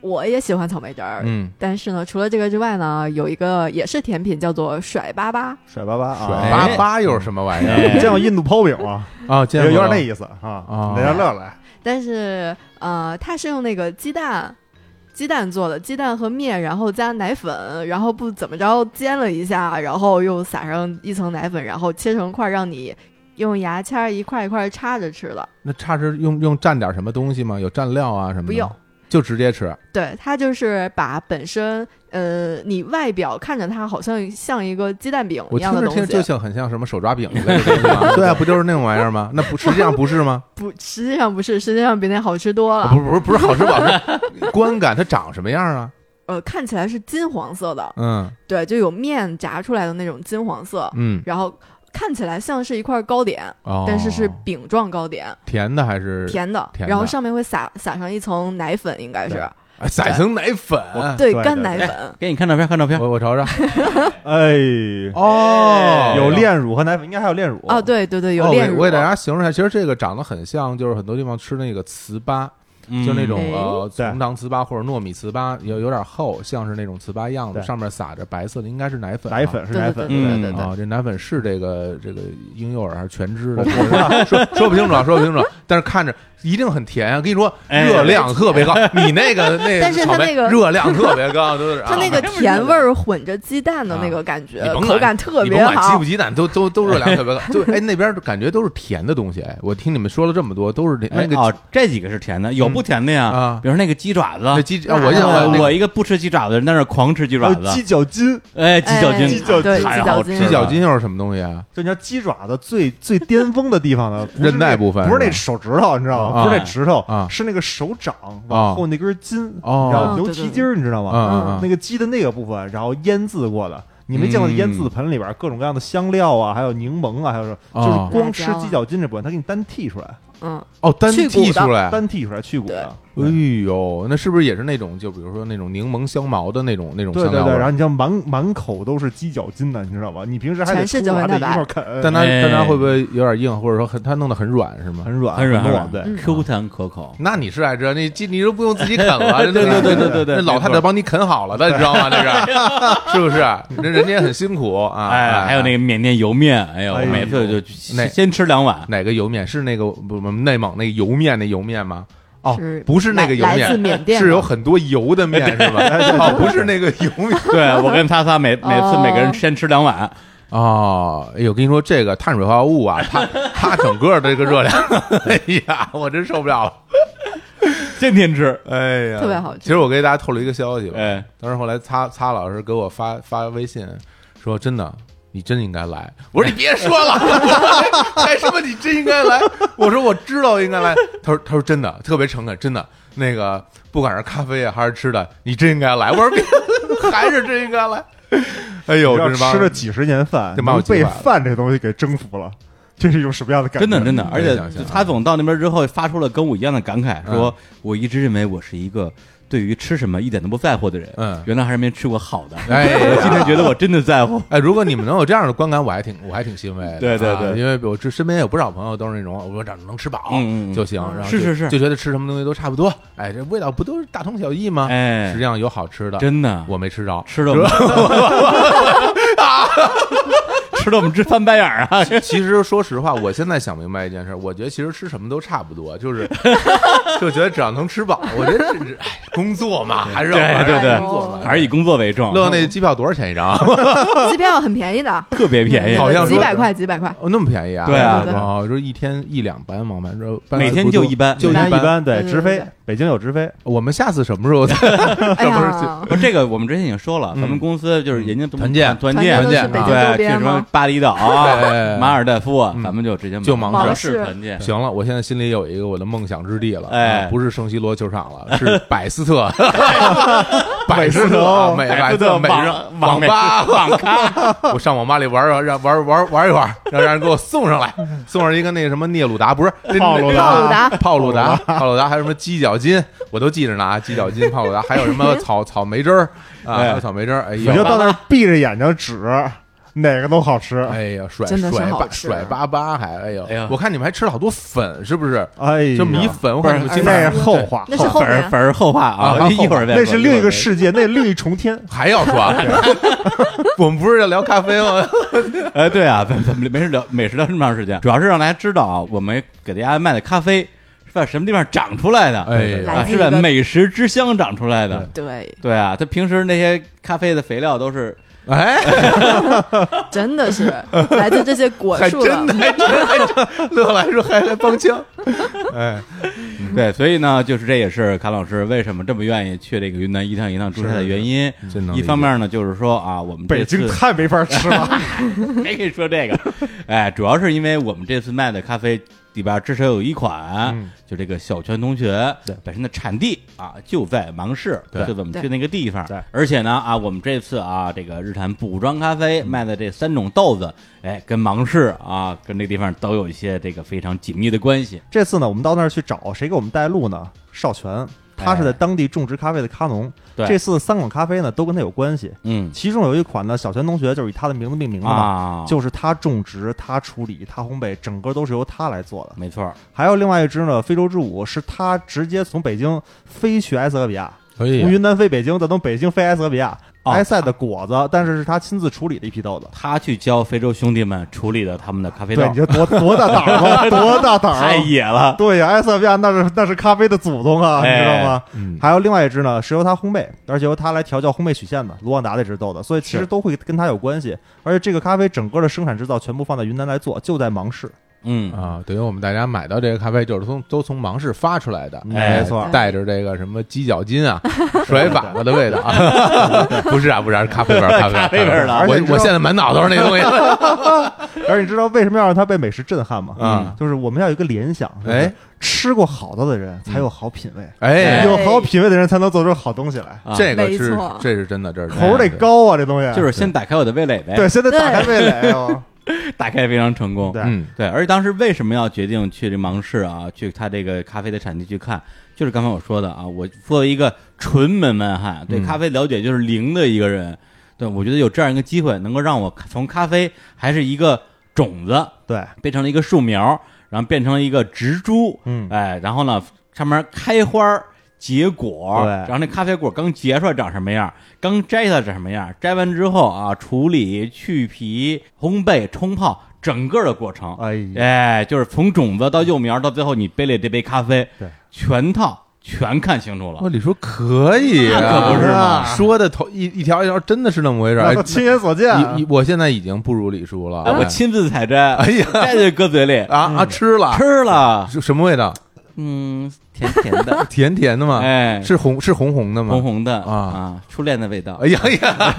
[SPEAKER 4] 我也喜欢草莓汁儿。
[SPEAKER 2] 嗯，
[SPEAKER 4] 但是呢，除了这个之外呢，有一个也是甜品，叫做甩粑粑。
[SPEAKER 3] 甩粑粑啊
[SPEAKER 2] 甩
[SPEAKER 1] 哎，
[SPEAKER 2] 粑粑又是什么玩意
[SPEAKER 1] 哎
[SPEAKER 2] 儿
[SPEAKER 3] 你见过印度泡饼吗？
[SPEAKER 2] 啊？见
[SPEAKER 3] 有
[SPEAKER 2] 过
[SPEAKER 3] 有点那意思啊
[SPEAKER 2] 啊，
[SPEAKER 3] 大家乐来。
[SPEAKER 4] 但是呃，它是用那个鸡蛋。鸡蛋做的，鸡蛋和面，然后加奶粉，然后不怎么着煎了一下，然后又撒上一层奶粉，然后切成块儿，让你用牙签儿一块一块儿插着吃的。
[SPEAKER 2] 那差是用用蘸点什么东西吗？有蘸料啊什么的？
[SPEAKER 4] 不用，
[SPEAKER 2] 就直接吃。
[SPEAKER 4] 对，它就是把本身呃，你外表看着它好像像一个鸡蛋饼
[SPEAKER 2] 我
[SPEAKER 4] 一
[SPEAKER 2] 听
[SPEAKER 4] 样的
[SPEAKER 2] 着
[SPEAKER 4] 东
[SPEAKER 2] 听着就
[SPEAKER 4] 西，
[SPEAKER 2] 像很像什么手抓饼一类的东西吗？ [laughs] 对啊，不就是那种玩意儿吗？那不实际上不是吗？
[SPEAKER 4] 不，实际上不是，实际上比那好吃多了。
[SPEAKER 2] 不是不是不是好吃不好吃， [laughs] 观感它长什么样啊？
[SPEAKER 4] 呃，看起来是金黄色的，
[SPEAKER 2] 嗯
[SPEAKER 4] 对，就有面炸出来的那种金黄色，
[SPEAKER 2] 嗯，
[SPEAKER 4] 然后看起来像是一块糕点，
[SPEAKER 2] 哦，
[SPEAKER 4] 但是是饼状糕点，
[SPEAKER 2] 甜的还是
[SPEAKER 4] 甜的，
[SPEAKER 2] 甜的
[SPEAKER 4] 然后上面会撒撒上一层奶粉，应该是
[SPEAKER 2] 哎撒一层奶粉？
[SPEAKER 4] 对
[SPEAKER 3] 对
[SPEAKER 4] 干
[SPEAKER 3] 对
[SPEAKER 4] 奶
[SPEAKER 1] 对
[SPEAKER 4] 粉，
[SPEAKER 1] 给你看照片，看照片，
[SPEAKER 2] 我我瞅
[SPEAKER 4] [laughs]
[SPEAKER 2] 瞅，
[SPEAKER 3] 哎，
[SPEAKER 2] 哦，
[SPEAKER 3] 有炼乳和奶粉，应该还有炼乳
[SPEAKER 4] 哦，。对对对，有
[SPEAKER 2] 哦
[SPEAKER 4] 炼
[SPEAKER 2] 我
[SPEAKER 4] 乳，
[SPEAKER 2] 我给大家形容一下，其实这个长得很像，就是很多地方吃那个糍粑，
[SPEAKER 1] 嗯
[SPEAKER 2] 就那种
[SPEAKER 4] 哎
[SPEAKER 2] 呃
[SPEAKER 3] 对
[SPEAKER 2] 红糖糍粑或者糯米糍粑，有有点厚，像是那种糍粑样子，
[SPEAKER 3] 对
[SPEAKER 2] 上面撒着白色的，应该是奶粉吧。
[SPEAKER 3] 奶粉是
[SPEAKER 4] 对
[SPEAKER 3] 奶
[SPEAKER 4] 对
[SPEAKER 3] 粉
[SPEAKER 4] 对，
[SPEAKER 1] 嗯
[SPEAKER 4] 对对
[SPEAKER 2] 啊、
[SPEAKER 4] 对，
[SPEAKER 2] 这奶粉是这个这个婴幼儿还是全脂
[SPEAKER 3] 我
[SPEAKER 2] 的？
[SPEAKER 3] 我不知道
[SPEAKER 2] 说 [laughs] 说不清楚啊，说不清楚。但是看着一定很甜啊！跟你说，
[SPEAKER 1] 哎
[SPEAKER 2] 热量特别高。你那个那
[SPEAKER 4] 但是它
[SPEAKER 2] 草莓
[SPEAKER 4] 那个
[SPEAKER 2] 热量特别高，都是
[SPEAKER 4] [laughs]
[SPEAKER 2] 啊
[SPEAKER 4] 它那个甜味儿混着鸡蛋的那个感觉
[SPEAKER 2] 你甭，
[SPEAKER 4] 口
[SPEAKER 2] 管
[SPEAKER 4] 感特
[SPEAKER 2] 你
[SPEAKER 4] 别
[SPEAKER 2] 甭管鸡
[SPEAKER 4] 好
[SPEAKER 2] 不，鸡蛋，都都都热量特别高。就哎，那边感觉都是甜的东西。哎，我听你们说了这么多，都是那
[SPEAKER 1] 哎
[SPEAKER 2] 个
[SPEAKER 1] 哦，这几个是甜的，有不甜的呀？
[SPEAKER 2] 啊嗯啊
[SPEAKER 1] 比如那个鸡爪子，
[SPEAKER 2] 那鸡，啊
[SPEAKER 4] 啊
[SPEAKER 2] 我想
[SPEAKER 1] 我
[SPEAKER 2] 那
[SPEAKER 1] 我
[SPEAKER 2] 个哦
[SPEAKER 1] 一个不吃鸡爪子的人，在那儿狂吃鸡爪
[SPEAKER 3] 还有鸡
[SPEAKER 1] 子，
[SPEAKER 3] 脚筋，
[SPEAKER 1] 哎，鸡脚筋，
[SPEAKER 4] 哎鸡脚筋对鸡脚筋
[SPEAKER 1] 太好吃了啊
[SPEAKER 2] 鸡脚筋又是什么东西啊？
[SPEAKER 3] 就你知道鸡爪子最最巅峰的地
[SPEAKER 2] [laughs]
[SPEAKER 3] 方呢，不是
[SPEAKER 2] 韧带部分
[SPEAKER 3] 不是
[SPEAKER 2] 是吧
[SPEAKER 3] 那手指头，你知道
[SPEAKER 2] 啊
[SPEAKER 3] 吗？不是那指头
[SPEAKER 2] 啊
[SPEAKER 3] 是那个手掌
[SPEAKER 2] 啊
[SPEAKER 3] 往后那根筋，
[SPEAKER 2] 哦
[SPEAKER 3] 然后
[SPEAKER 4] 哦
[SPEAKER 3] 牛
[SPEAKER 4] 对对
[SPEAKER 3] 蹄筋儿，你知道
[SPEAKER 2] 啊
[SPEAKER 3] 吗？
[SPEAKER 2] 啊啊
[SPEAKER 3] 那！个鸡的那个部分，然后腌制过的。你没见过那腌制盆里边各种各样的香料啊，还有柠檬啊，还有什么，
[SPEAKER 2] 哦
[SPEAKER 3] 就是光吃
[SPEAKER 4] 辣椒啊
[SPEAKER 3] 鸡脚筋这部分，它给你单剔出来，
[SPEAKER 4] 嗯，
[SPEAKER 2] 哦，单
[SPEAKER 4] 去骨
[SPEAKER 2] 剔
[SPEAKER 4] 的
[SPEAKER 2] 出
[SPEAKER 1] 哎
[SPEAKER 2] 来。
[SPEAKER 3] 单剔出来啊去骨的。
[SPEAKER 2] 哎
[SPEAKER 1] 嗯
[SPEAKER 2] 呦，那是不是也是那种就比如说那种柠檬香茅的那种那种
[SPEAKER 3] 对
[SPEAKER 2] 香
[SPEAKER 3] 对
[SPEAKER 2] 料味
[SPEAKER 3] 对，然后
[SPEAKER 2] 儿？
[SPEAKER 3] 你像满满口都是鸡脚筋呢，你知道吧？你平时还得
[SPEAKER 4] 全是
[SPEAKER 3] 出
[SPEAKER 4] 胶
[SPEAKER 3] 还
[SPEAKER 4] 原
[SPEAKER 3] 得一
[SPEAKER 4] 蛋
[SPEAKER 3] 块
[SPEAKER 4] 白
[SPEAKER 3] 儿啃，
[SPEAKER 2] 但它
[SPEAKER 1] 哎
[SPEAKER 2] 但它会不会有点硬，或者说很它弄得很软是吗
[SPEAKER 3] 很？软
[SPEAKER 1] 很软很
[SPEAKER 3] 很糯，
[SPEAKER 1] 软
[SPEAKER 3] 对，
[SPEAKER 4] 嗯
[SPEAKER 1] Q 弹可口。
[SPEAKER 2] 那你是爱吃，你鸡你都不用自己啃了，
[SPEAKER 1] [laughs]
[SPEAKER 2] 对
[SPEAKER 1] 对对对对对对
[SPEAKER 2] 那老太太帮你啃好了的，你知道吗？
[SPEAKER 1] [laughs]
[SPEAKER 2] 这是是不是？人人家也很辛苦啊。
[SPEAKER 1] 哎，还有那
[SPEAKER 2] 个
[SPEAKER 1] 个缅甸油面，哎呦，我
[SPEAKER 3] 哎呦
[SPEAKER 1] 每次就
[SPEAKER 2] 那
[SPEAKER 1] 先先吃两
[SPEAKER 2] [laughs]
[SPEAKER 1] 碗，
[SPEAKER 2] 哪个油面是那个不不内蒙那个油面那油面吗？哦
[SPEAKER 4] 是，
[SPEAKER 2] 不是那
[SPEAKER 4] 来
[SPEAKER 2] 个油
[SPEAKER 4] 来自
[SPEAKER 2] 面， [laughs]
[SPEAKER 4] 缅甸
[SPEAKER 2] 是
[SPEAKER 4] 的
[SPEAKER 2] 有很多油的
[SPEAKER 1] [laughs]
[SPEAKER 2] 面是吧？哦，不是那个油面。
[SPEAKER 1] 对我跟他仨每每次
[SPEAKER 4] 哦
[SPEAKER 1] 每个人先吃两碗，
[SPEAKER 2] 哦，哎呦，跟你说这个碳水化合物啊，
[SPEAKER 1] [laughs]
[SPEAKER 2] 它它整个的这个热量，哎呀，我真受不了了，
[SPEAKER 1] 天天吃。
[SPEAKER 2] 哎呀，
[SPEAKER 4] 特别好吃
[SPEAKER 2] 其实我给大家透露一个消息吧，
[SPEAKER 1] 哎，
[SPEAKER 2] 当时后来擦擦老师给我发发微信说，真的。你真应该来！我说你别说了， [laughs] 还什么你真应该来？我说我知道应该来。他说他说真的，特别诚恳，真的。那个不管是咖啡啊还是吃的，你真应该来。我说 [laughs] 别，还是真应该来。哎呦，
[SPEAKER 3] 要
[SPEAKER 2] 真是把我
[SPEAKER 3] 吃了几十年饭，
[SPEAKER 2] 真把我
[SPEAKER 3] 能被
[SPEAKER 2] 气坏了
[SPEAKER 3] 饭这个东西给征服了， [laughs] 这是一种什么样的感
[SPEAKER 1] 真
[SPEAKER 3] 觉？
[SPEAKER 1] 的真的，而且
[SPEAKER 2] 想想啊
[SPEAKER 1] 他总到那边之后，发出了跟我一样的感慨，
[SPEAKER 2] 嗯
[SPEAKER 1] 说我一直认为我是一个对于吃什么一点都不在乎的人，
[SPEAKER 2] 嗯
[SPEAKER 1] 原来还是没吃过好的。
[SPEAKER 3] [laughs]
[SPEAKER 2] 哎呀
[SPEAKER 1] 我今天觉得我真的在 [laughs] 乎。
[SPEAKER 2] 哎，如果你们能有这样的观感，我还挺我还挺欣慰
[SPEAKER 1] [laughs]
[SPEAKER 2] 的。
[SPEAKER 1] 对对
[SPEAKER 2] 啊
[SPEAKER 1] 对
[SPEAKER 2] 因为我这身边有不少朋友都是那种，哦我长能吃饱
[SPEAKER 1] 嗯嗯嗯
[SPEAKER 2] 就行，然后
[SPEAKER 1] 是
[SPEAKER 2] 就是
[SPEAKER 1] 是
[SPEAKER 2] 就觉得吃什么东西都差不多。哎，这味道不都是大同小异吗？
[SPEAKER 1] 哎
[SPEAKER 2] 实际上有好吃的，
[SPEAKER 1] 真的，
[SPEAKER 2] 我没吃着，
[SPEAKER 1] 吃了吗
[SPEAKER 2] 啊
[SPEAKER 1] 吃的我们直翻白眼儿啊！
[SPEAKER 2] [laughs] 其实说实话，我现在想明白一件事，我觉得其实吃什么都差不
[SPEAKER 1] [laughs]
[SPEAKER 2] 多，就是就觉得只要能吃饱，我觉得这哎工作嘛，还是要
[SPEAKER 1] 对对对
[SPEAKER 2] 工作嘛。
[SPEAKER 1] 还是以工作为重，
[SPEAKER 2] 乐那机票多少钱一张
[SPEAKER 1] [laughs]
[SPEAKER 2] 啊？
[SPEAKER 4] 机票很便
[SPEAKER 2] [laughs]
[SPEAKER 4] 宜的，嗯
[SPEAKER 1] 特别便宜，
[SPEAKER 2] 好像说
[SPEAKER 4] 几百块，几
[SPEAKER 2] [laughs]
[SPEAKER 4] 百块。
[SPEAKER 2] 哦，那么便宜啊？
[SPEAKER 1] 对啊
[SPEAKER 4] 对
[SPEAKER 2] 哦，就是一天一两班往返，这班
[SPEAKER 1] 每天
[SPEAKER 2] 不多
[SPEAKER 1] 就一班
[SPEAKER 2] 就
[SPEAKER 3] 一
[SPEAKER 2] 一班。
[SPEAKER 3] 般对
[SPEAKER 4] 对
[SPEAKER 3] 直
[SPEAKER 4] 对
[SPEAKER 3] 飞
[SPEAKER 4] 对，
[SPEAKER 3] 北京有直飞，
[SPEAKER 2] 我们下次什么时候再？
[SPEAKER 4] 哎
[SPEAKER 2] 不是
[SPEAKER 4] 呀，
[SPEAKER 1] 不，这个我们之前已经说了，
[SPEAKER 2] 嗯
[SPEAKER 1] 咱们公司就是人家
[SPEAKER 2] 团建
[SPEAKER 1] 团
[SPEAKER 4] 建
[SPEAKER 1] 建
[SPEAKER 2] 团
[SPEAKER 1] 对，去
[SPEAKER 2] 建啊
[SPEAKER 4] 都是北京周边
[SPEAKER 1] 什么
[SPEAKER 4] 吗？
[SPEAKER 1] 巴厘岛
[SPEAKER 2] 哎哎
[SPEAKER 1] 啊
[SPEAKER 2] 哎、
[SPEAKER 1] 马尔代夫啊
[SPEAKER 2] 嗯，
[SPEAKER 1] 咱们就直接
[SPEAKER 2] 就
[SPEAKER 1] 忙
[SPEAKER 2] 忙
[SPEAKER 1] 着
[SPEAKER 4] 事
[SPEAKER 1] 是团建，
[SPEAKER 2] 行了，我现在心里有一个我的梦想之地了，
[SPEAKER 1] 哎
[SPEAKER 2] 啊不是圣西罗球场了，是百斯特，百斯特啊，美
[SPEAKER 1] 百
[SPEAKER 2] 百
[SPEAKER 1] 斯
[SPEAKER 2] 斯
[SPEAKER 1] 特
[SPEAKER 2] 特美
[SPEAKER 1] 网
[SPEAKER 2] 网吧，
[SPEAKER 1] 网咖，
[SPEAKER 2] [laughs] 我上网吧里玩玩，让玩玩玩一玩，让让人给我送上来，送上一个那什么聂鲁达，不是那
[SPEAKER 3] 泡鲁
[SPEAKER 4] 达
[SPEAKER 2] 泡鲁达，泡鲁达，还有什么鸡脚筋，我都记着呢啊，鸡脚筋、泡鲁达，还有什么草草莓汁儿啊，
[SPEAKER 1] 哎
[SPEAKER 2] 还有草莓汁儿，哎
[SPEAKER 3] 你就
[SPEAKER 2] 呦。
[SPEAKER 3] 到那儿闭着眼睛指哪个都好吃。
[SPEAKER 2] 哎呀，甩
[SPEAKER 4] 真的是
[SPEAKER 2] 甩
[SPEAKER 4] 好
[SPEAKER 2] 巴
[SPEAKER 4] 吃
[SPEAKER 2] 甩巴巴还，哎呦
[SPEAKER 1] 哎呀！
[SPEAKER 2] 我看你们还吃了好多粉，是不是？
[SPEAKER 3] 哎呀，哎
[SPEAKER 2] 就米粉，我看你们
[SPEAKER 1] 不
[SPEAKER 2] 经
[SPEAKER 1] 是
[SPEAKER 2] 常
[SPEAKER 3] 那是后话，
[SPEAKER 4] 那是后
[SPEAKER 1] 粉儿
[SPEAKER 4] 面
[SPEAKER 1] 粉儿后话啊，
[SPEAKER 2] 啊
[SPEAKER 1] [laughs] 一会儿再说
[SPEAKER 3] 那是另一个，世界，那另一重天。
[SPEAKER 2] [laughs] 还要说啊， [laughs] 我们不是要聊咖啡吗？
[SPEAKER 1] 一会儿 [laughs] 再哎，对啊，咱咱们没事聊美食聊这么长时间，主要是让大家知道啊，我们给大家卖的咖啡是在什么地方长出来的，
[SPEAKER 2] 哎
[SPEAKER 1] 啊
[SPEAKER 4] 来自
[SPEAKER 1] 是
[SPEAKER 4] 一
[SPEAKER 1] 在
[SPEAKER 4] 个
[SPEAKER 1] 美食之乡长出来的。
[SPEAKER 4] 对，
[SPEAKER 1] 对啊，他平时那些咖啡的肥料都是
[SPEAKER 2] 哎，
[SPEAKER 4] 真
[SPEAKER 3] [laughs]
[SPEAKER 4] 的是来自这些果
[SPEAKER 2] 还
[SPEAKER 4] 树
[SPEAKER 2] 真的，还真还真，乐来说还还帮腔，哎，
[SPEAKER 1] 对，所以呢，就是这也是卡老师为什么这么愿意去这个云南一趟一趟出差的原因。
[SPEAKER 2] 真能
[SPEAKER 1] 一方面呢，就是说啊，我们这
[SPEAKER 3] 北京
[SPEAKER 1] 次
[SPEAKER 3] 太没法吃了，
[SPEAKER 1] [laughs] 没跟你说这个，哎，主要是因为我们这次卖的咖啡里边至少有一款，
[SPEAKER 3] 嗯
[SPEAKER 1] 就这个小泉同学
[SPEAKER 2] 对
[SPEAKER 1] 本身的产地啊就在芒市，
[SPEAKER 2] 对
[SPEAKER 1] 就我们去
[SPEAKER 4] 对
[SPEAKER 1] 那个地方
[SPEAKER 3] 对。
[SPEAKER 1] 而且呢啊，我们这次啊这个日产补装咖
[SPEAKER 3] 嗯
[SPEAKER 1] 啡卖的这三种豆子，哎，跟芒市啊跟这地方都有一些这个非常紧密的关系。
[SPEAKER 3] 这次呢，我们到那儿去找谁给我们带路呢？邵全，他是在当地种植咖啡的咖农。
[SPEAKER 1] 哎对
[SPEAKER 3] 这次三款咖啡呢都跟他有关系，
[SPEAKER 1] 嗯
[SPEAKER 3] 其中有一款呢，小泉同学就是以他的名字命名的嘛，
[SPEAKER 1] 啊，
[SPEAKER 3] 就是他种植、他处理、他烘焙，整个都是由他来做的。
[SPEAKER 1] 没错儿，
[SPEAKER 3] 还有另外一支呢，非洲之舞是他直接从北京飞去埃塞俄比亚，
[SPEAKER 2] 可
[SPEAKER 3] 从云南飞北京，再从北京飞埃塞俄比亚。
[SPEAKER 1] 哦
[SPEAKER 3] 埃塞的果子，但是是他亲自处理的一批豆子。
[SPEAKER 1] 他去教非洲兄弟们处理的他们的咖啡豆
[SPEAKER 3] 对，，你就多多大胆儿
[SPEAKER 1] [laughs]
[SPEAKER 3] 啊，多大胆儿
[SPEAKER 1] 太
[SPEAKER 3] 啊！
[SPEAKER 1] 野了。
[SPEAKER 3] 对呀，埃塞俄比亚那是那是咖啡的祖宗啊，你知道
[SPEAKER 1] 哎
[SPEAKER 3] 吗？
[SPEAKER 2] 嗯，
[SPEAKER 3] 还有另外一支呢，是由他烘焙，而且由他来调教烘焙曲线的卢旺达这支豆子，所以其
[SPEAKER 1] 是
[SPEAKER 3] 实都会跟他有关系。而且这个咖啡整个的生产制造全部放在云南来做，就在芒市。
[SPEAKER 1] 嗯，
[SPEAKER 2] 啊，等于我们大家买到这个咖啡，就是从都从芒市发出来的，
[SPEAKER 1] 哎
[SPEAKER 3] 没错，
[SPEAKER 2] 带着这个什么鸡脚筋啊、 [laughs] 甩粑粑的味道啊，不是啊，不是啊，是咖啡味儿，咖啡味儿，
[SPEAKER 1] 咖啡味儿的
[SPEAKER 3] 而且你知
[SPEAKER 2] 我
[SPEAKER 3] 道
[SPEAKER 2] 我现在满脑都是那东西，
[SPEAKER 3] 而且你知道为什么要让它被美食震撼吗？
[SPEAKER 2] 嗯
[SPEAKER 3] 就是我们要有一个联想，就是
[SPEAKER 2] 哎
[SPEAKER 3] 吃过好的的人才有好品味，
[SPEAKER 2] 哎，
[SPEAKER 3] 有好品味的人才能做出好东西来。
[SPEAKER 1] 啊
[SPEAKER 2] 这个
[SPEAKER 4] 没
[SPEAKER 2] 是
[SPEAKER 4] 错
[SPEAKER 2] 这是真的，这是真的
[SPEAKER 3] 口儿得。高啊，这东西
[SPEAKER 1] 就是先打开我的味蕾呗，
[SPEAKER 3] 对，现在打开味蕾哦。
[SPEAKER 1] 打开非常成功。
[SPEAKER 3] 对，
[SPEAKER 2] 嗯，
[SPEAKER 1] 对，而且当时为什么要决定去这芒市啊，去他这个咖啡的产地去看？就是刚才我说的啊，我作为一个纯门外汉，对
[SPEAKER 2] 嗯
[SPEAKER 1] 咖啡了解就是零的一个人，对我觉得有这样一个机会，能够让我从咖啡还是一个种子，
[SPEAKER 3] 对，
[SPEAKER 1] 变成了一个树苗，然后变成了一个植株，
[SPEAKER 3] 嗯，
[SPEAKER 1] 哎，然后呢，上面开花儿结果，
[SPEAKER 3] 对
[SPEAKER 1] 然后那咖啡果刚结出来长什么样，刚摘下来长什么样，摘完之后啊，处理、去皮、烘焙、冲泡，整个的过程，
[SPEAKER 3] 哎
[SPEAKER 2] 嗯
[SPEAKER 3] 呀，
[SPEAKER 1] 哎，就是从种子到幼苗，到最后你杯里这杯咖啡，
[SPEAKER 3] 对，
[SPEAKER 1] 全套全看清楚了
[SPEAKER 2] 哦，。李叔可以啊，
[SPEAKER 1] 那可不是嘛
[SPEAKER 2] 说的头一一条一条，真的是那么
[SPEAKER 3] [laughs]
[SPEAKER 2] 回事儿。
[SPEAKER 3] 那
[SPEAKER 2] 哎
[SPEAKER 3] 都亲眼所见啊，
[SPEAKER 2] 你你我现在已经不如李叔了，
[SPEAKER 1] 哎我亲自采摘，
[SPEAKER 2] [laughs] 哎
[SPEAKER 1] [laughs]
[SPEAKER 2] 呀
[SPEAKER 1] 摘就搁嘴里
[SPEAKER 2] 啊啊，吃了
[SPEAKER 1] 嗯吃了，
[SPEAKER 2] 是什么味道？
[SPEAKER 1] 嗯，甜甜的，
[SPEAKER 2] 甜甜的吗？
[SPEAKER 1] [laughs] 哎，
[SPEAKER 2] 是红是红红的吗？
[SPEAKER 1] 红。红的
[SPEAKER 2] 啊
[SPEAKER 1] 啊，初恋的味道
[SPEAKER 2] 哎。呀哎呀，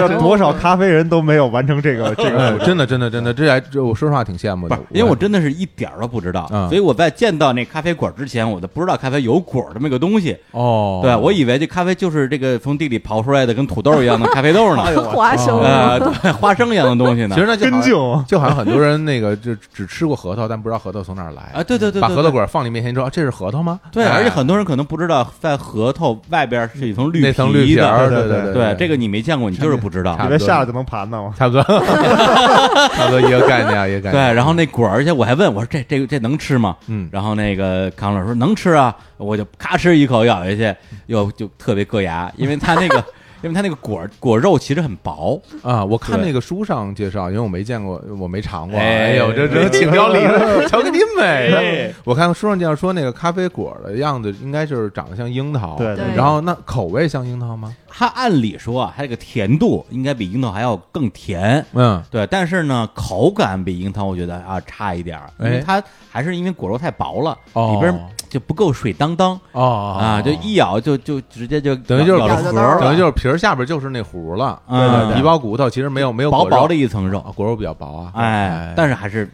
[SPEAKER 3] 有多少咖啡人都没有完成这个这个
[SPEAKER 2] 哎真的真的真的，这还这我说实话挺羡慕
[SPEAKER 1] 不
[SPEAKER 2] 的
[SPEAKER 1] 是，，因为我真的是一点儿都不知道，
[SPEAKER 2] 嗯
[SPEAKER 1] 所以我在见到那咖啡果之前，我都不知道咖啡有果儿这么一个东西。
[SPEAKER 2] 哦，
[SPEAKER 1] 对，我以为这咖啡就是这个从地里刨出来的，跟土豆一样的咖啡豆
[SPEAKER 2] [laughs]
[SPEAKER 1] 呢，
[SPEAKER 4] 花生
[SPEAKER 1] 呃，对花生一样的东西呢。
[SPEAKER 2] 哎其实呢就
[SPEAKER 3] 根啊
[SPEAKER 2] 好像
[SPEAKER 3] 茎。
[SPEAKER 2] 就好像很多人那个就只吃过核桃，但不知道核桃从哪儿来
[SPEAKER 1] 啊，对对对，
[SPEAKER 2] 把
[SPEAKER 1] 对
[SPEAKER 2] 核桃果放你面前之后，啊这是核桃吗？
[SPEAKER 1] 对，
[SPEAKER 2] 哎
[SPEAKER 1] 而且很多人可能不知道，在核桃外边是一层绿
[SPEAKER 2] 那层绿皮儿，
[SPEAKER 1] 的。
[SPEAKER 2] 对
[SPEAKER 3] 对
[SPEAKER 2] 对
[SPEAKER 3] 对
[SPEAKER 1] 对，这个你没见过，你就是不知道
[SPEAKER 2] 差。
[SPEAKER 3] 以
[SPEAKER 2] 不
[SPEAKER 3] 为
[SPEAKER 2] 多
[SPEAKER 3] 下来就能盘呢，我
[SPEAKER 2] 差不多， [laughs] 差不多一个概念，一个概
[SPEAKER 1] 对，
[SPEAKER 2] 念。
[SPEAKER 1] 然后那果儿，而且我还问我说这这这能吃吗？
[SPEAKER 2] 嗯，
[SPEAKER 1] 然后那个康
[SPEAKER 2] [laughs]
[SPEAKER 1] 老师说能吃啊，我就咔哧一口咬下去，又就特别硌牙，因为他那个因为它那个果儿果肉其实很薄，
[SPEAKER 2] 啊，我看
[SPEAKER 1] 对
[SPEAKER 2] 那个书上介绍，因为我没见过，我没尝过啊。
[SPEAKER 1] 哎
[SPEAKER 2] 哎呦，这这请教理论，瞧给您呗。啊我看书上介绍说，那个咖啡果的样子应该就是长得像樱桃，
[SPEAKER 3] 对
[SPEAKER 4] 对
[SPEAKER 2] 然后那口味像樱桃吗？
[SPEAKER 1] 它按理说啊，它这个甜度应该比樱桃还要更甜，
[SPEAKER 2] 嗯，
[SPEAKER 1] 对，但是呢，口感比樱桃我觉得啊差一点儿，因为
[SPEAKER 2] 哎
[SPEAKER 1] 它还是因为果肉太薄了，
[SPEAKER 2] 哦
[SPEAKER 1] 里边儿就不够水当当
[SPEAKER 2] 哦
[SPEAKER 1] 啊，就一咬就就直接就
[SPEAKER 2] 等于就是
[SPEAKER 1] 咬
[SPEAKER 2] 皮
[SPEAKER 1] 咬着
[SPEAKER 4] 咬着
[SPEAKER 1] 核
[SPEAKER 4] 刀儿
[SPEAKER 1] 儿了，啊
[SPEAKER 2] 等于就是皮儿下边就是那核了，
[SPEAKER 1] 对对对
[SPEAKER 2] 皮包骨头其实没有没有
[SPEAKER 1] 薄
[SPEAKER 2] 果肉
[SPEAKER 1] 薄的一层肉，
[SPEAKER 2] 啊，果肉比较薄啊，
[SPEAKER 1] 哎，但是还是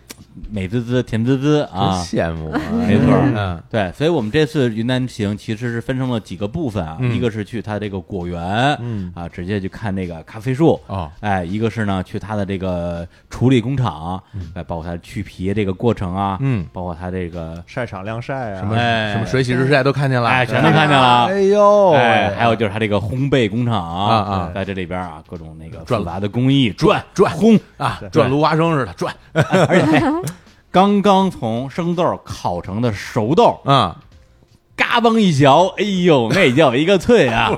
[SPEAKER 1] 美滋滋、甜滋滋
[SPEAKER 2] 真
[SPEAKER 1] 啊。
[SPEAKER 2] 羡慕啊，
[SPEAKER 1] [laughs] 没错
[SPEAKER 2] 嗯嗯
[SPEAKER 1] 对，所以我们这次云南行其实是分成了几个部分啊，
[SPEAKER 2] 嗯
[SPEAKER 1] 一个是去它这个果园，
[SPEAKER 3] 嗯
[SPEAKER 1] 啊，直接去看那个咖啡树，
[SPEAKER 2] 哦，
[SPEAKER 1] 哎，一个是呢去它的这个处理工厂，哎，包括它去皮这个过程啊，
[SPEAKER 2] 嗯，
[SPEAKER 1] 包括它这个
[SPEAKER 3] 晒场晾晒啊，
[SPEAKER 2] 什么
[SPEAKER 1] 哎
[SPEAKER 2] 什么水洗日晒都看见了，
[SPEAKER 1] 哎，全都看见了。
[SPEAKER 2] 哎呦，
[SPEAKER 1] 哎，还有就是它这个烘焙工厂啊
[SPEAKER 2] 啊啊
[SPEAKER 1] 在这里边啊，各种那个
[SPEAKER 2] 转
[SPEAKER 1] 复杂的工艺转
[SPEAKER 2] 转
[SPEAKER 1] 烘，
[SPEAKER 2] 啊，转芦花生似的转
[SPEAKER 1] 而且、哎刚刚从生豆烤成的熟豆，
[SPEAKER 2] 啊。
[SPEAKER 1] 嘎嘣一嚼，哎
[SPEAKER 2] [laughs]
[SPEAKER 1] 呦，那叫一个脆啊！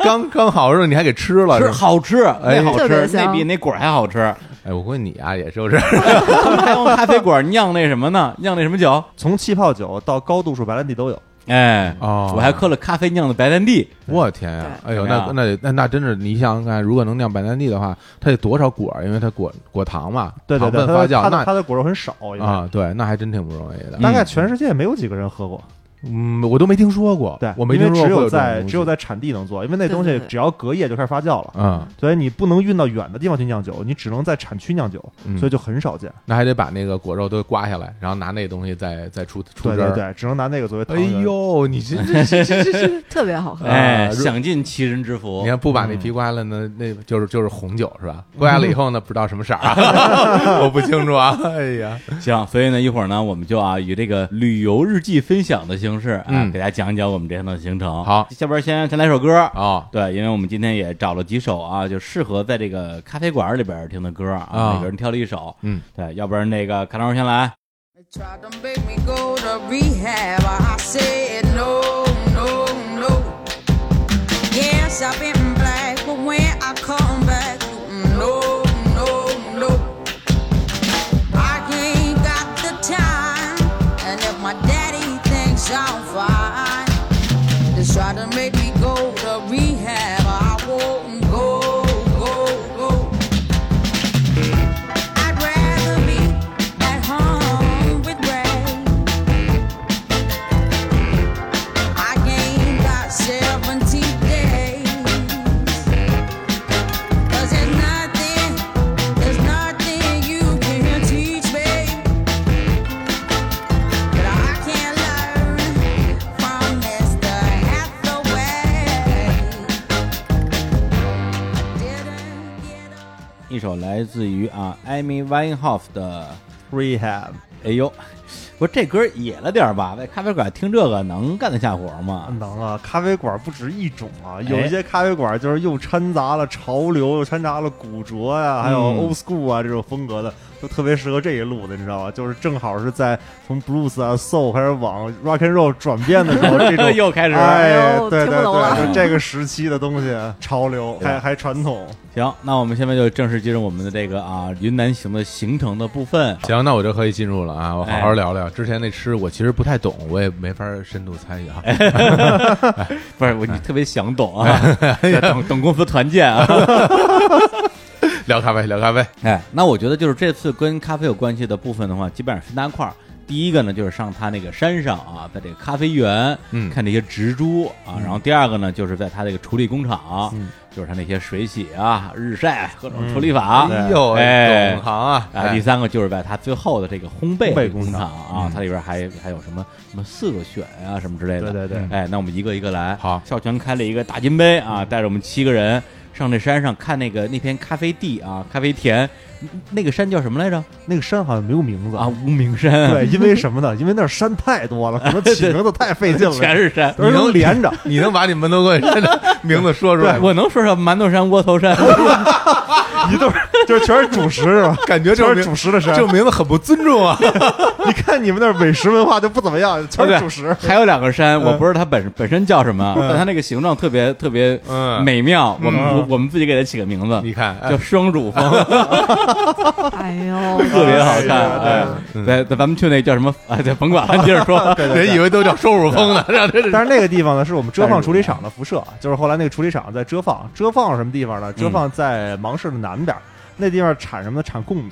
[SPEAKER 2] 刚刚好的时候你还给吃了，
[SPEAKER 1] 是
[SPEAKER 2] 是吧
[SPEAKER 1] 好吃，
[SPEAKER 2] 哎
[SPEAKER 1] 那好吃
[SPEAKER 4] 特别，
[SPEAKER 1] 那
[SPEAKER 4] 香
[SPEAKER 1] 比那果儿还好吃。
[SPEAKER 2] 哎，我估计你啊也就是
[SPEAKER 1] 他们还用咖啡果儿酿那什么呢？酿那什么酒？
[SPEAKER 3] 从气泡酒到高度数白兰地都有。
[SPEAKER 1] 哎，
[SPEAKER 2] [laughs] 哦
[SPEAKER 1] 我还喝了咖啡酿的白兰地，
[SPEAKER 2] 我天呀！哎呦，
[SPEAKER 1] 怎么样
[SPEAKER 2] 那那得那那真是，你想想看，如果能酿白兰地的话，它得多少果儿？因为它果果糖嘛，
[SPEAKER 3] 对对对，
[SPEAKER 2] 糖分发
[SPEAKER 3] 它它
[SPEAKER 2] 酵
[SPEAKER 3] 的它
[SPEAKER 2] 那
[SPEAKER 3] 的果肉很少，应该
[SPEAKER 2] 啊，嗯对，那还真挺不容易的。
[SPEAKER 3] 大概全世界没有几个人喝过。
[SPEAKER 2] 嗯，我都没听说过，
[SPEAKER 3] 对，
[SPEAKER 2] 我没
[SPEAKER 3] 因为
[SPEAKER 2] 听说
[SPEAKER 3] 只
[SPEAKER 2] 过
[SPEAKER 3] 有
[SPEAKER 2] 有这种
[SPEAKER 3] 在
[SPEAKER 2] 东西
[SPEAKER 3] 只有在产地能做，因为那
[SPEAKER 4] 对
[SPEAKER 3] 东
[SPEAKER 4] 对
[SPEAKER 3] 西
[SPEAKER 4] 对
[SPEAKER 3] 只要隔夜就开始发酵了，
[SPEAKER 2] 嗯，
[SPEAKER 3] 所以你不能运到远的地方去酿酒，你只能在产区酿酒，
[SPEAKER 2] 嗯
[SPEAKER 3] 所以就很少见。
[SPEAKER 2] 那还得把那个果肉都刮下来，然后拿那东西再再出出
[SPEAKER 3] 对
[SPEAKER 2] 汁
[SPEAKER 3] 对
[SPEAKER 2] 儿。
[SPEAKER 3] 对，只能拿那个作为汤
[SPEAKER 2] 哎
[SPEAKER 3] 圆。
[SPEAKER 2] 呦，你这这这这这，
[SPEAKER 4] 特别
[SPEAKER 1] [laughs]
[SPEAKER 2] 啊
[SPEAKER 4] 好喝。
[SPEAKER 1] 哎，
[SPEAKER 2] 如
[SPEAKER 1] 享尽其人之福
[SPEAKER 2] 你。看不把那皮刮下来呢，
[SPEAKER 3] 嗯
[SPEAKER 2] 那就是就是红酒是吧？刮下来以后呢，不知道什么色儿
[SPEAKER 3] [laughs]
[SPEAKER 2] 啊，我不清楚啊。哎呀，
[SPEAKER 1] 行，所以呢，一会儿呢，我们就啊，以这个旅游日记分享的形式啊
[SPEAKER 2] 嗯，
[SPEAKER 1] 给大家讲一讲我们这趟的行程。
[SPEAKER 2] 好
[SPEAKER 1] 下边先先来首歌。
[SPEAKER 2] 哦，
[SPEAKER 1] 对，因为我们今天也找了几首啊，就适合在这个咖啡馆里边听的歌啊
[SPEAKER 2] 啊，
[SPEAKER 1] 每个人挑了一首。
[SPEAKER 2] 嗯，
[SPEAKER 1] 对，要不然那个卡老师先来。
[SPEAKER 5] They tried to make me go to rehab. I said no, no, no. Yes, I've been black, but when I come back, no, no, no. I ain't got the time, and if my daddy thinks I'm fine, they tried to make me go to rehab. I won't go, go, go. I'd rather be at home with Ray. I gained about 17 days. 'Cause there's nothing, there's nothing you can teach me. But I can learn from Mr. Hathaway.
[SPEAKER 1] 一首来自于啊 Amy Winehouse 的，
[SPEAKER 3] Rehab，
[SPEAKER 1] 哎呦，不是这歌野了点儿吧？在咖啡馆听这个能干得下活吗？
[SPEAKER 3] 能啊！咖啡馆不止一种啊，有一些咖啡馆就是又掺杂了潮流，又掺杂了古着呀、还有
[SPEAKER 1] 嗯
[SPEAKER 3] old school 啊这种风格的，都特别适合这一路的，你知道吧？就是正好是在从 blues 啊 soul 开始往 rock and roll 转变的时候，这
[SPEAKER 1] [laughs]
[SPEAKER 3] 种
[SPEAKER 1] 又开始
[SPEAKER 3] 哎
[SPEAKER 4] 哎，呦
[SPEAKER 3] 对
[SPEAKER 4] 听
[SPEAKER 3] 对
[SPEAKER 4] 不懂了
[SPEAKER 3] 对，就这个时期的东西，潮流还还传统，
[SPEAKER 1] 行，那我们下面就正式进入我们的这个啊云南行的行程的部分。
[SPEAKER 2] 行，那我就可以进入了啊！我好好
[SPEAKER 1] 哎
[SPEAKER 2] 聊聊之前那吃，我其实不太懂，我也没法深度参与啊。
[SPEAKER 3] 哎
[SPEAKER 1] 不是我，你特别想懂啊，哎 [laughs] 等等公司团建啊。
[SPEAKER 2] 聊咖啡，聊咖啡，
[SPEAKER 1] 哎，那我觉得就是这次跟咖啡有关系的部分的话，基本上分三块儿。第一个呢，就是上它那个山上啊，在这个咖啡园，
[SPEAKER 2] 嗯
[SPEAKER 1] 看这些植株啊。然后第二个呢，就是在它这个处理工厂，
[SPEAKER 2] 嗯
[SPEAKER 1] 就是它那些水洗啊、日晒各种处理法。
[SPEAKER 3] 对
[SPEAKER 2] 哎呦，
[SPEAKER 1] 哎
[SPEAKER 2] 懂行啊！
[SPEAKER 1] 啊，第三个就是在它最后的这个烘焙
[SPEAKER 3] 烘焙
[SPEAKER 1] 工
[SPEAKER 3] 工厂嗯
[SPEAKER 1] 啊，它里边还还有什么什么色选啊什么之类的。
[SPEAKER 3] 对对对
[SPEAKER 1] 嗯哎，那我们一个一个来。
[SPEAKER 2] 好
[SPEAKER 1] 孝全开了一个大金杯啊，
[SPEAKER 3] 嗯
[SPEAKER 1] 带着我们七个人上这山上看那个那片咖啡地啊，咖啡田，嗯那个山叫什么来着？
[SPEAKER 3] 那个山好像没有名字
[SPEAKER 1] 啊，。无名山，
[SPEAKER 3] 对，因为什么呢？因为那儿山太多了，可能起
[SPEAKER 1] 对
[SPEAKER 3] 名字太费劲了，
[SPEAKER 1] 全是山。
[SPEAKER 3] 而且都连着。
[SPEAKER 2] 你能把你
[SPEAKER 3] [laughs]
[SPEAKER 2] 们都给名字说出来吗？
[SPEAKER 1] 我能说上馒头山、窝头山，
[SPEAKER 3] 一对就是全是主食是吧？
[SPEAKER 2] 感觉这
[SPEAKER 3] 全
[SPEAKER 2] 名
[SPEAKER 3] 是主食的山
[SPEAKER 2] 这。名字很不尊重啊！
[SPEAKER 3] [laughs] 你看你们那儿美食文化就不怎么样，全是主食。
[SPEAKER 1] 还有两个山，
[SPEAKER 3] 嗯
[SPEAKER 1] 我不知道它本本身叫什么，但它那个形状特别特别
[SPEAKER 2] 嗯
[SPEAKER 1] 美妙。我们
[SPEAKER 3] 嗯
[SPEAKER 1] 我我们自己给它起个名字
[SPEAKER 2] 你，看，哎
[SPEAKER 1] 叫双乳峰，
[SPEAKER 4] 哎呦，
[SPEAKER 1] 特别好看。
[SPEAKER 3] 哎
[SPEAKER 1] 哎
[SPEAKER 3] 呀，
[SPEAKER 2] 嗯
[SPEAKER 1] 咱咱咱们去那叫什么？哎，对，甭管 [laughs] 了，接着说。
[SPEAKER 2] 人以为都叫收乳峰呢，让这
[SPEAKER 3] 但是那个地方呢，是我们遮放处理厂的辐射，就是后来那个处理厂在遮放，遮放是什么地方呢？遮放在芒市的南边，那地方产什么呢？产贡米，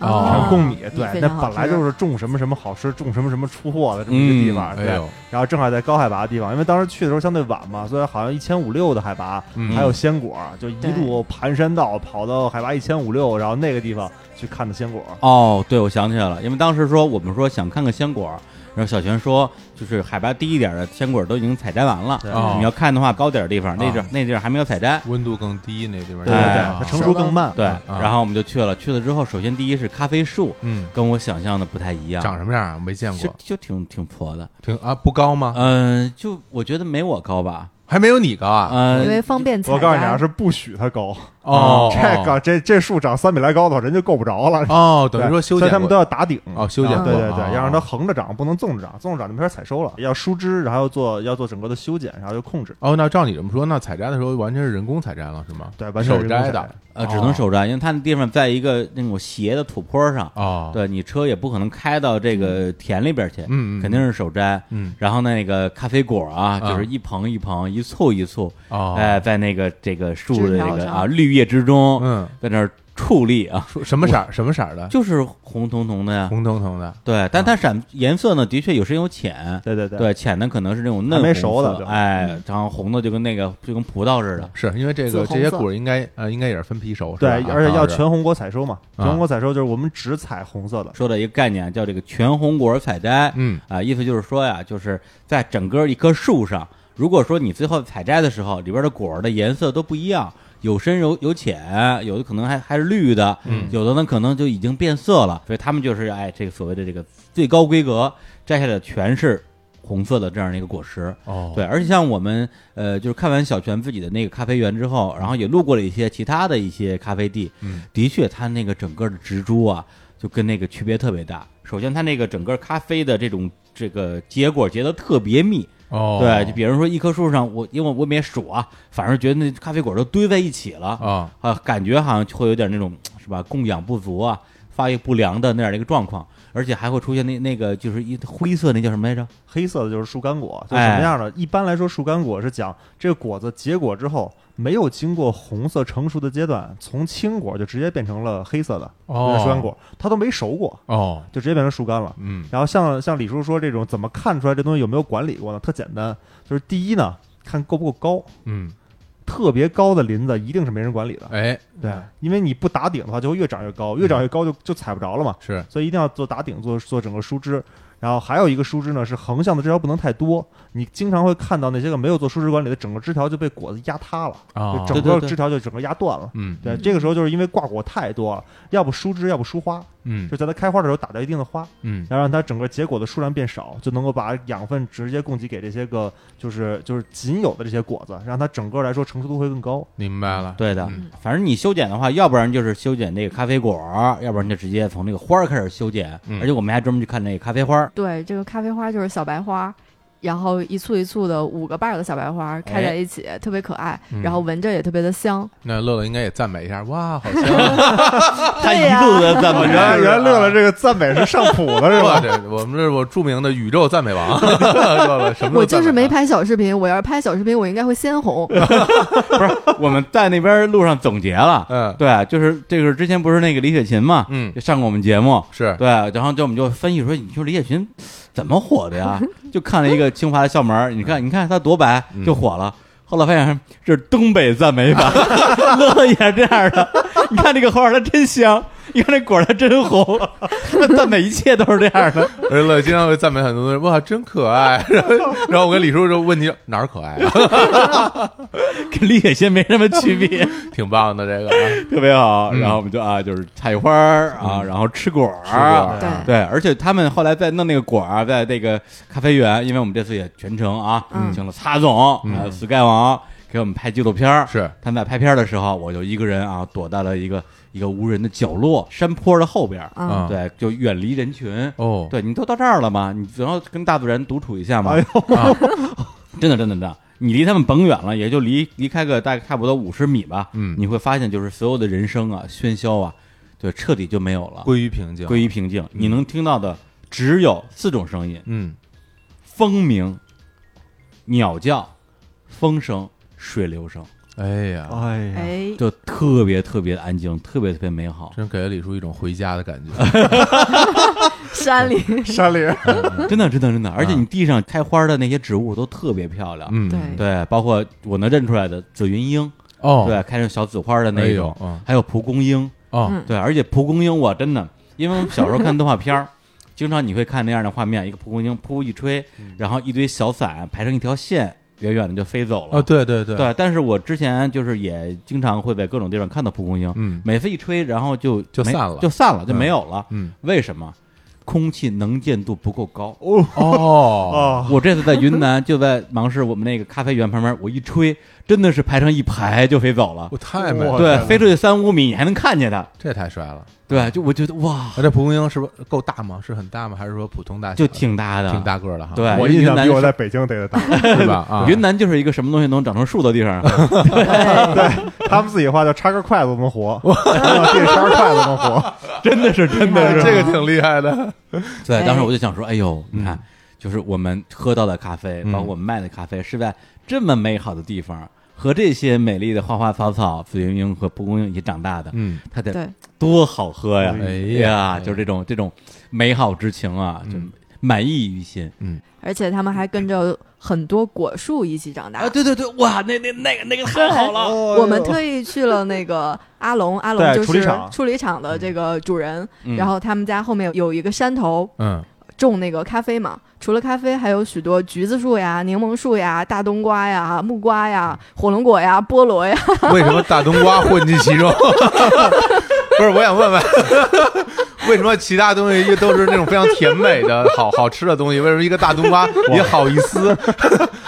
[SPEAKER 1] 哦
[SPEAKER 3] 产
[SPEAKER 1] 看
[SPEAKER 3] 贡米。对，
[SPEAKER 4] 非
[SPEAKER 3] 那
[SPEAKER 4] 常好
[SPEAKER 3] 本来
[SPEAKER 4] 吃
[SPEAKER 3] 就是种什么什么好吃，种什么什么出货的这么一个地方。
[SPEAKER 2] 哎
[SPEAKER 3] 对，
[SPEAKER 2] 呦，
[SPEAKER 3] 然后正好在高海拔的地方，因为当时去的时候相对晚嘛，所以好像一千五六的海拔，
[SPEAKER 2] 嗯
[SPEAKER 3] 还有鲜果，就一
[SPEAKER 4] 对
[SPEAKER 3] 路盘山道跑到海拔一千五六，然后那个地方去看的鲜果。
[SPEAKER 1] 哦，对，我想起来了，因为当时说我们说想看看鲜果，然后小泉说就是海拔低一点的鲜果都已经采摘完了，
[SPEAKER 3] 对
[SPEAKER 2] 哦
[SPEAKER 1] 你要看的话高点的地方，那地儿
[SPEAKER 2] 啊
[SPEAKER 1] 那地儿还没有采摘。
[SPEAKER 2] 温度更低那地方，
[SPEAKER 3] 对对对，它成熟更慢。
[SPEAKER 1] 对，
[SPEAKER 2] 啊
[SPEAKER 1] 然后我们就去了，去了之后，首先第一是咖啡树，
[SPEAKER 2] 嗯，
[SPEAKER 1] 跟我想象的不太一样，
[SPEAKER 2] 长什么样啊？没见
[SPEAKER 1] 就
[SPEAKER 2] 过，
[SPEAKER 1] 就挺挺矬的，
[SPEAKER 2] 挺啊不高吗？
[SPEAKER 1] 嗯、就我觉得没我高吧，
[SPEAKER 2] 还没有你高啊？
[SPEAKER 1] 嗯、
[SPEAKER 4] 因为方便采摘。
[SPEAKER 3] 我告诉你啊，是不许它高。啊
[SPEAKER 2] 哦，
[SPEAKER 3] 这个这这树长三米来高的话，人就够不着了。
[SPEAKER 2] 哦，
[SPEAKER 3] 对
[SPEAKER 2] 等于说修
[SPEAKER 3] 所
[SPEAKER 2] 剪
[SPEAKER 3] 以他们都
[SPEAKER 2] 过
[SPEAKER 3] 要打顶。
[SPEAKER 2] 哦修剪
[SPEAKER 4] 啊
[SPEAKER 2] 过，
[SPEAKER 3] 对对对
[SPEAKER 2] 哦，
[SPEAKER 3] 要让它横着长，不能纵着长，纵着长就没法采收了。要疏枝，然后要做要做整个的修剪，然后就控制。
[SPEAKER 2] 哦，那照你这么说，那采摘的时候完全是人工采摘了，是吗？
[SPEAKER 3] 对完全
[SPEAKER 2] 手
[SPEAKER 3] 是人工
[SPEAKER 2] 摘的
[SPEAKER 3] 采摘，
[SPEAKER 1] 呃只能手摘，因为它那地方在一个那种斜的土坡上，
[SPEAKER 2] 哦哦，，
[SPEAKER 1] 对你车也不可能开到这个田里边去，
[SPEAKER 2] 嗯嗯
[SPEAKER 1] 肯定是手摘。
[SPEAKER 2] 嗯
[SPEAKER 1] 然后那个咖啡果啊，
[SPEAKER 2] 嗯
[SPEAKER 1] 就是一捧一捧，一簇一簇，
[SPEAKER 2] 哦，
[SPEAKER 1] 哎，在那个这个树的这
[SPEAKER 4] 枝条
[SPEAKER 1] 个
[SPEAKER 4] 上
[SPEAKER 1] 啊绿叶之中，
[SPEAKER 2] 嗯，
[SPEAKER 1] 在那儿矗立啊，
[SPEAKER 2] 说什么色儿什么色儿的？
[SPEAKER 1] 就是红彤彤的呀。
[SPEAKER 2] 红彤彤的，
[SPEAKER 1] 对，但它闪颜色呢，的确有深有浅。
[SPEAKER 3] 对对对
[SPEAKER 1] 对，浅的可能是那种嫩
[SPEAKER 3] 还没
[SPEAKER 1] 红
[SPEAKER 3] 熟的
[SPEAKER 1] 色
[SPEAKER 2] 嗯
[SPEAKER 3] 对
[SPEAKER 1] 哎，然后红的就跟那个就跟葡萄似的。
[SPEAKER 2] 是因为这个
[SPEAKER 4] 紫
[SPEAKER 2] 这
[SPEAKER 4] 红
[SPEAKER 2] 些
[SPEAKER 4] 色
[SPEAKER 2] 果儿应该呃应该也是分批熟，是
[SPEAKER 3] 对
[SPEAKER 2] 吧，
[SPEAKER 3] 而且要。
[SPEAKER 2] 啊
[SPEAKER 3] 全红果采收嘛，
[SPEAKER 2] 啊
[SPEAKER 3] 全红果采收就是我们只采红色的。
[SPEAKER 1] 说的一个概念叫这个全红果采摘，
[SPEAKER 2] 嗯
[SPEAKER 1] 啊，意思就是说呀，就是在整个一棵树上，如果说你最后采摘的时候，里边的果儿的颜色都不一样，有深有有浅，有的可能还还是绿的，
[SPEAKER 2] 嗯
[SPEAKER 1] 有的呢可能就已经变色了，所以他们就是哎，这个所谓的这个最高规格摘下来的全是红色的这样的一个果实。
[SPEAKER 2] 哦，
[SPEAKER 1] 对，而且像我们呃，就是看完小泉自己的那个咖啡园之后，然后也路过了一些其他的一些咖啡地，
[SPEAKER 2] 嗯，
[SPEAKER 1] 的确，它那个整个的植株啊，就跟那个区别特别大。首先，它那个整个咖啡的这种这个结果结的特别密，
[SPEAKER 2] 哦，
[SPEAKER 1] 对，就比如说一棵树上，我因为我也没数啊，反正觉得那咖啡果都堆在一起了，
[SPEAKER 2] 啊，
[SPEAKER 1] 啊，感觉好像就会有点那种是吧，供氧不足啊，发育不良的那样的一个状况，而且还会出现那那个就是一灰色那叫什么来着？
[SPEAKER 3] 黑色的就是树干果，
[SPEAKER 2] 哎
[SPEAKER 3] 就是什么样的？一般来说，树干果是讲这个果子结果之后没有经过红色成熟的阶段，从青果就直接变成了黑色的，
[SPEAKER 2] 哦
[SPEAKER 3] 就是树干果，它都没熟过，
[SPEAKER 2] 哦，
[SPEAKER 3] 就直接变成树干了。
[SPEAKER 2] 嗯，
[SPEAKER 3] 然后像像李叔说这种，怎么看出来这东西有没有管理过呢？特简单，就是第一呢，看够不够高。
[SPEAKER 2] 嗯，
[SPEAKER 3] 特别高的林子一定是没人管理的，
[SPEAKER 2] 哎，
[SPEAKER 3] 对，因为你不打顶的话，就会越长越高，越长越高就就踩不着了嘛。
[SPEAKER 2] 是，
[SPEAKER 3] 所以一定要做打顶，做做整个树枝。然后还有一个树枝呢，是横向的枝条不能太多，你经常会看到那些个没有做树枝管理的，整个枝条就被果子压塌了，
[SPEAKER 2] 哦
[SPEAKER 3] 就
[SPEAKER 1] 对
[SPEAKER 3] 整
[SPEAKER 1] 对
[SPEAKER 3] 个
[SPEAKER 1] 对
[SPEAKER 3] 枝条就整个压断了。
[SPEAKER 2] 嗯，
[SPEAKER 3] 对，这个时候就是因为挂果太多了，要不疏枝，要不疏花，
[SPEAKER 2] 嗯
[SPEAKER 3] 就在它开花的时候打掉一定的花，
[SPEAKER 2] 嗯，
[SPEAKER 3] 然后让它整个结果的数量变少，就能够把养分直接供给给这些个就是就是仅有的这些果子，让它整个来说成熟度会更高。
[SPEAKER 2] 明白了，
[SPEAKER 1] 对的，
[SPEAKER 2] 嗯
[SPEAKER 1] 反正你修剪的话，要不然就是修剪这个咖啡果儿，要不然就直接从这个花儿开始修剪。
[SPEAKER 2] 嗯
[SPEAKER 1] 而且我们还专门去看那个咖啡花儿，
[SPEAKER 4] 对，这个咖啡花就是小白花，然后一簇一簇的五个瓣儿的小白
[SPEAKER 3] 哎
[SPEAKER 4] 花开在一起，特别可爱，
[SPEAKER 2] 嗯
[SPEAKER 4] 然后闻着也特别的香。
[SPEAKER 2] 那乐乐应该也赞美一下，哇，
[SPEAKER 3] [laughs]
[SPEAKER 2] 好香！啊
[SPEAKER 1] 他
[SPEAKER 4] 对呀
[SPEAKER 1] 一肚子的赞美。
[SPEAKER 2] [laughs]
[SPEAKER 3] 原来原来乐乐这个赞美是上谱的是
[SPEAKER 2] 哇
[SPEAKER 3] 吧？
[SPEAKER 2] 这我们这是我著名的宇宙赞美王， [laughs] 乐乐什么都
[SPEAKER 4] 我就是
[SPEAKER 2] 赞美
[SPEAKER 4] 没
[SPEAKER 2] 啊
[SPEAKER 4] 拍小视频，我要是拍小视频，我应该会
[SPEAKER 3] [laughs]
[SPEAKER 4] 先红。
[SPEAKER 1] 我们在那边路上总结了，
[SPEAKER 2] 嗯
[SPEAKER 1] 对，就是这个之前不是那个李雪琴嘛，
[SPEAKER 2] 嗯
[SPEAKER 1] 就上过我们节目，
[SPEAKER 2] 是
[SPEAKER 1] 对，然后就我们就分析说，你说李雪琴怎么火的
[SPEAKER 2] [laughs]
[SPEAKER 1] 呀？就看了一个清华的校门儿，你看你看她多白
[SPEAKER 2] 嗯
[SPEAKER 1] 就火了。后来发现这是东北赞美
[SPEAKER 2] [laughs]
[SPEAKER 1] 法，乐乐也是这样的。你看这个花儿它真香，你看这果儿它真红，赞美一切都是这样的。
[SPEAKER 2] 而且乐经常会赞美很多人，哇，真可爱。 [laughs] 然后，然后我跟李叔说，问你哪儿可爱啊？ [laughs]
[SPEAKER 1] 跟李雪琴没什么区别，
[SPEAKER 2] 挺棒的这个啊，
[SPEAKER 1] 特别好。
[SPEAKER 2] 嗯
[SPEAKER 1] 然后我们就啊，就是采花儿啊，
[SPEAKER 2] 嗯
[SPEAKER 1] 然后吃果儿，啊
[SPEAKER 2] 吃果儿
[SPEAKER 4] 对，
[SPEAKER 1] 对，而且他们后来在弄那个果儿啊，在那个咖啡园，因为我们这次也全程啊，
[SPEAKER 4] 嗯
[SPEAKER 1] 请了擦总、
[SPEAKER 2] 嗯
[SPEAKER 1] 呃 Sky 王、给我们拍纪录片儿。
[SPEAKER 2] 是
[SPEAKER 1] 他们在拍片儿的时候，我就一个人啊，躲到了一个一个无人的角落，山坡的后边儿。
[SPEAKER 4] 啊，
[SPEAKER 2] 啊
[SPEAKER 1] 对，就远离人群。
[SPEAKER 2] 哦，
[SPEAKER 1] 对你都到这儿了吗？你然后跟大自然独处一下嘛。
[SPEAKER 3] [laughs] 哎
[SPEAKER 1] 呦，真的真的真的，你离他们甭远了，也就离离开个大概差不多五十米吧。
[SPEAKER 2] 嗯
[SPEAKER 1] 你会发现就是所有的人声啊、喧嚣啊，对，彻底就没有了，
[SPEAKER 2] 归于平静，
[SPEAKER 1] 归于平静。你能听到的只有四种声音：
[SPEAKER 2] 嗯，
[SPEAKER 1] 风鸣、鸟叫、风声、水流声，
[SPEAKER 2] 哎呀，
[SPEAKER 3] 哎呀，
[SPEAKER 4] 哎，
[SPEAKER 1] 就特别特别的安静，特别特别美好。
[SPEAKER 2] 真给了李叔一种回家的感 [laughs] 觉。
[SPEAKER 4] 山里，
[SPEAKER 3] 山里
[SPEAKER 1] 真的真的真的，而且你地上开花的那些植物都特别漂亮。
[SPEAKER 2] 嗯，
[SPEAKER 4] 对
[SPEAKER 1] 对，包括我能认出来的紫云英，
[SPEAKER 2] 哦，
[SPEAKER 1] 对，开成小紫花的
[SPEAKER 2] 哎
[SPEAKER 1] 那
[SPEAKER 2] 呦
[SPEAKER 1] 种，
[SPEAKER 2] 嗯
[SPEAKER 1] 还有蒲公英，
[SPEAKER 2] 哦
[SPEAKER 4] 嗯，
[SPEAKER 1] 对，而且蒲公英我真的，因为我们小时候看动画片儿，经常你会看那样的画面，一个蒲公英噗一吹，
[SPEAKER 2] 嗯
[SPEAKER 1] 然后一堆小伞排成一条线，远远的就飞走了。
[SPEAKER 2] 哦，对对对，
[SPEAKER 1] 对，但是我之前就是也经常会在各种地方看到蒲公英，
[SPEAKER 2] 嗯
[SPEAKER 1] 每次一吹，然后就
[SPEAKER 2] 就
[SPEAKER 1] 没
[SPEAKER 2] 散了
[SPEAKER 1] 就散了，就没有了。
[SPEAKER 2] 嗯，
[SPEAKER 1] 为什么？空气能见度不够高。
[SPEAKER 2] [laughs] 哦，
[SPEAKER 3] 啊，
[SPEAKER 1] 我这次在云南，就在芒市我们那个咖啡园旁边，我一吹，真的是排成一排就飞走了
[SPEAKER 2] 我。太美了，
[SPEAKER 3] 哇
[SPEAKER 1] 对
[SPEAKER 3] 天，哪
[SPEAKER 1] 飞出去三五米，你还能看见它。
[SPEAKER 2] 这太帅了。啊
[SPEAKER 1] 对，就我觉得哇，
[SPEAKER 2] 那这蒲公英是不是够大吗？是很大吗？还是说普通大小？
[SPEAKER 1] 就挺大的，
[SPEAKER 2] 挺。大个儿的哈，
[SPEAKER 1] 对，
[SPEAKER 3] 我印
[SPEAKER 1] 云
[SPEAKER 3] 象
[SPEAKER 1] 南
[SPEAKER 3] 比我
[SPEAKER 1] 是
[SPEAKER 3] 在北京逮的大， [laughs]
[SPEAKER 2] 是 [laughs] 吧？啊，
[SPEAKER 1] 云南就是一个什么东西能长成树的地 [laughs] 方。
[SPEAKER 3] 对他们自己话叫插根筷子都能活，啊这插根筷子能活，
[SPEAKER 1] 真的是真
[SPEAKER 4] 的
[SPEAKER 2] [laughs]
[SPEAKER 4] 是
[SPEAKER 2] 这个挺厉害的，
[SPEAKER 1] 对，
[SPEAKER 4] 哎
[SPEAKER 1] 当时我就想说，哎呦，你看，就是我们喝到的咖啡，
[SPEAKER 2] 嗯
[SPEAKER 1] 包括我们卖的咖啡，是在这么美好的地方，和这些美丽的花花草草、紫云英和蒲公英一起长大的，
[SPEAKER 2] 嗯，
[SPEAKER 1] 它得
[SPEAKER 4] 对，
[SPEAKER 1] 多好喝呀！
[SPEAKER 2] 哎呀
[SPEAKER 1] 呀，就是这种这种美好之情啊，就
[SPEAKER 2] 嗯
[SPEAKER 1] 满溢于心。
[SPEAKER 4] 而且他们还跟着很多果树一起长大。
[SPEAKER 1] 啊，对对对，哇，那那那个那个太好了，
[SPEAKER 4] [laughs] 我们特意去了那个
[SPEAKER 3] [laughs]
[SPEAKER 4] 阿龙，阿龙
[SPEAKER 3] 哎对
[SPEAKER 4] 就
[SPEAKER 3] 处理
[SPEAKER 4] 是
[SPEAKER 3] 厂
[SPEAKER 4] 处理厂的这个主人，
[SPEAKER 1] 嗯
[SPEAKER 4] 然后他们家后面有一个山头
[SPEAKER 2] 嗯，
[SPEAKER 4] 种那个咖啡嘛，除了咖啡，还有许多橘子树呀、柠檬树呀、大冬瓜
[SPEAKER 3] 嗯
[SPEAKER 4] 呀、木瓜呀、火龙果呀、菠萝呀，
[SPEAKER 2] [laughs] 为什么大冬瓜混进其中？ [laughs] 不是，我想问问， [laughs] 为什么其他东西都是那种非常甜美的、好好吃的东西，为什么一个大冬瓜也好意思？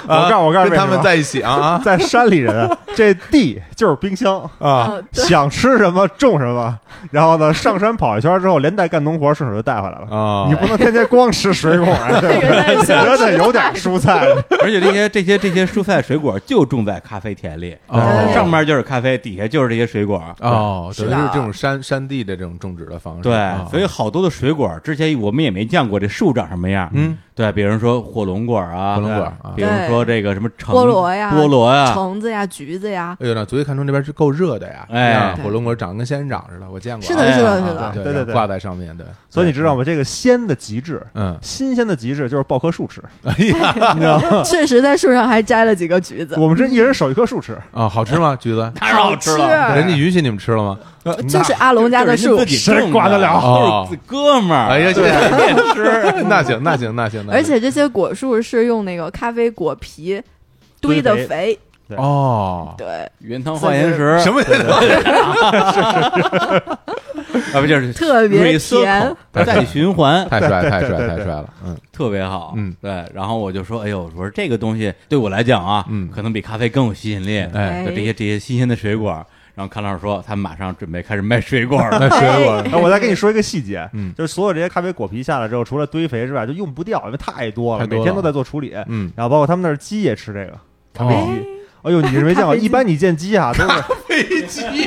[SPEAKER 2] 啊
[SPEAKER 3] 我告诉我告诉你
[SPEAKER 2] 跟他
[SPEAKER 3] 为什
[SPEAKER 2] 们
[SPEAKER 3] 么
[SPEAKER 2] 在一起啊
[SPEAKER 3] [laughs]
[SPEAKER 2] 啊
[SPEAKER 3] 在山里人，这地就是冰箱，
[SPEAKER 2] 啊！
[SPEAKER 4] 呃对
[SPEAKER 3] 想吃什么种什么，然后呢上山跑一圈之后，连带干农活顺手就带回来了。
[SPEAKER 2] 啊
[SPEAKER 3] 哦你不能天天光吃水果啊， [laughs] 对吧？
[SPEAKER 4] 人
[SPEAKER 3] 觉
[SPEAKER 4] 家
[SPEAKER 3] 得有点蔬 [laughs] 菜，
[SPEAKER 1] 而且这些这些这些蔬菜水果就种在咖啡田里，
[SPEAKER 2] 哦
[SPEAKER 1] 上面就是咖啡，底下就是这些水果。
[SPEAKER 2] 哦，等于
[SPEAKER 4] 是
[SPEAKER 2] 是
[SPEAKER 4] 的
[SPEAKER 2] 这种山山地的这种种植的方式，
[SPEAKER 1] 对
[SPEAKER 2] 啊，
[SPEAKER 1] 所以好多的水果之前我们也没见过这树长什么样。
[SPEAKER 2] 嗯，
[SPEAKER 1] 对，比如说火龙果啊，
[SPEAKER 2] 火龙果
[SPEAKER 1] 对
[SPEAKER 2] 啊
[SPEAKER 1] 比如说这个什么橙
[SPEAKER 4] 菠萝呀
[SPEAKER 1] 菠萝
[SPEAKER 3] 啊
[SPEAKER 1] 呀，
[SPEAKER 4] 橙子呀、橘子呀，
[SPEAKER 2] 哎呦，那足球看出那边是够热的呀！
[SPEAKER 1] 哎
[SPEAKER 2] 啊
[SPEAKER 4] 对
[SPEAKER 2] 火龙果长得跟仙人掌似的，我见过啊。
[SPEAKER 4] 是的，是的，
[SPEAKER 2] 啊
[SPEAKER 4] 是的，
[SPEAKER 2] 对
[SPEAKER 3] 对对对
[SPEAKER 2] 挂在上面，对。
[SPEAKER 3] 所以你知道吗？这个鲜的极致，
[SPEAKER 2] 嗯，
[SPEAKER 3] 新鲜的极致就是抱棵树吃，
[SPEAKER 2] 哎呀，
[SPEAKER 3] 你知道吗？
[SPEAKER 4] 确实在树上还摘了几个橘子，
[SPEAKER 3] 嗯我们这一人手一棵树吃，
[SPEAKER 2] 啊，好吃吗？橘子？
[SPEAKER 1] 太好吃了，
[SPEAKER 4] 好吃
[SPEAKER 2] 人家允许你们吃了吗？
[SPEAKER 3] 呃
[SPEAKER 4] 就是阿龙家的
[SPEAKER 1] 就是人
[SPEAKER 4] 树
[SPEAKER 1] 家自，己种的
[SPEAKER 3] 谁管得了
[SPEAKER 2] 哦
[SPEAKER 1] 都是哥们儿，
[SPEAKER 2] 哎呀，
[SPEAKER 1] 对，
[SPEAKER 2] 谢谢。
[SPEAKER 1] 别吃。
[SPEAKER 2] [laughs] 那行，那行，那行，那行
[SPEAKER 4] 而且这些果树是用那个咖啡果皮堆的
[SPEAKER 3] 堆
[SPEAKER 4] 肥，
[SPEAKER 2] 哦，
[SPEAKER 4] 对，
[SPEAKER 1] 原汤化岩石，
[SPEAKER 2] 什么
[SPEAKER 1] 啊？不就是
[SPEAKER 4] 特别
[SPEAKER 1] recycle，
[SPEAKER 2] [laughs]
[SPEAKER 4] 甜。
[SPEAKER 1] 再循环，
[SPEAKER 2] 太帅，太帅，
[SPEAKER 3] 对对
[SPEAKER 2] 太
[SPEAKER 3] 对
[SPEAKER 2] 帅了！嗯，
[SPEAKER 1] 特别好，
[SPEAKER 2] 嗯，
[SPEAKER 1] 对。然后我就说，哎呦，我说这个东西对我来讲啊，
[SPEAKER 2] 嗯
[SPEAKER 1] 可能比咖啡更有吸引力。
[SPEAKER 2] 哎，
[SPEAKER 4] 哎
[SPEAKER 1] 就这些这些新鲜的水果。然后康老师说，他们马上准备开始卖水果了。
[SPEAKER 2] 那 [laughs] 水果
[SPEAKER 3] 哎，我再跟你说一个细节，
[SPEAKER 2] 嗯
[SPEAKER 3] 就是所有这些咖啡果皮下来之后，除了堆肥之外，就用不掉，因为太多了，
[SPEAKER 2] 太多了
[SPEAKER 3] 每天都在做处理。
[SPEAKER 2] 嗯，
[SPEAKER 3] 然后包括他们那儿鸡也吃这个咖啡
[SPEAKER 2] 哦
[SPEAKER 3] 鸡。哎呦，你是没见
[SPEAKER 4] 咖
[SPEAKER 3] 过，
[SPEAKER 4] 啡鸡
[SPEAKER 3] 一般你见鸡啊都是
[SPEAKER 2] 飞
[SPEAKER 3] [laughs]
[SPEAKER 2] 机，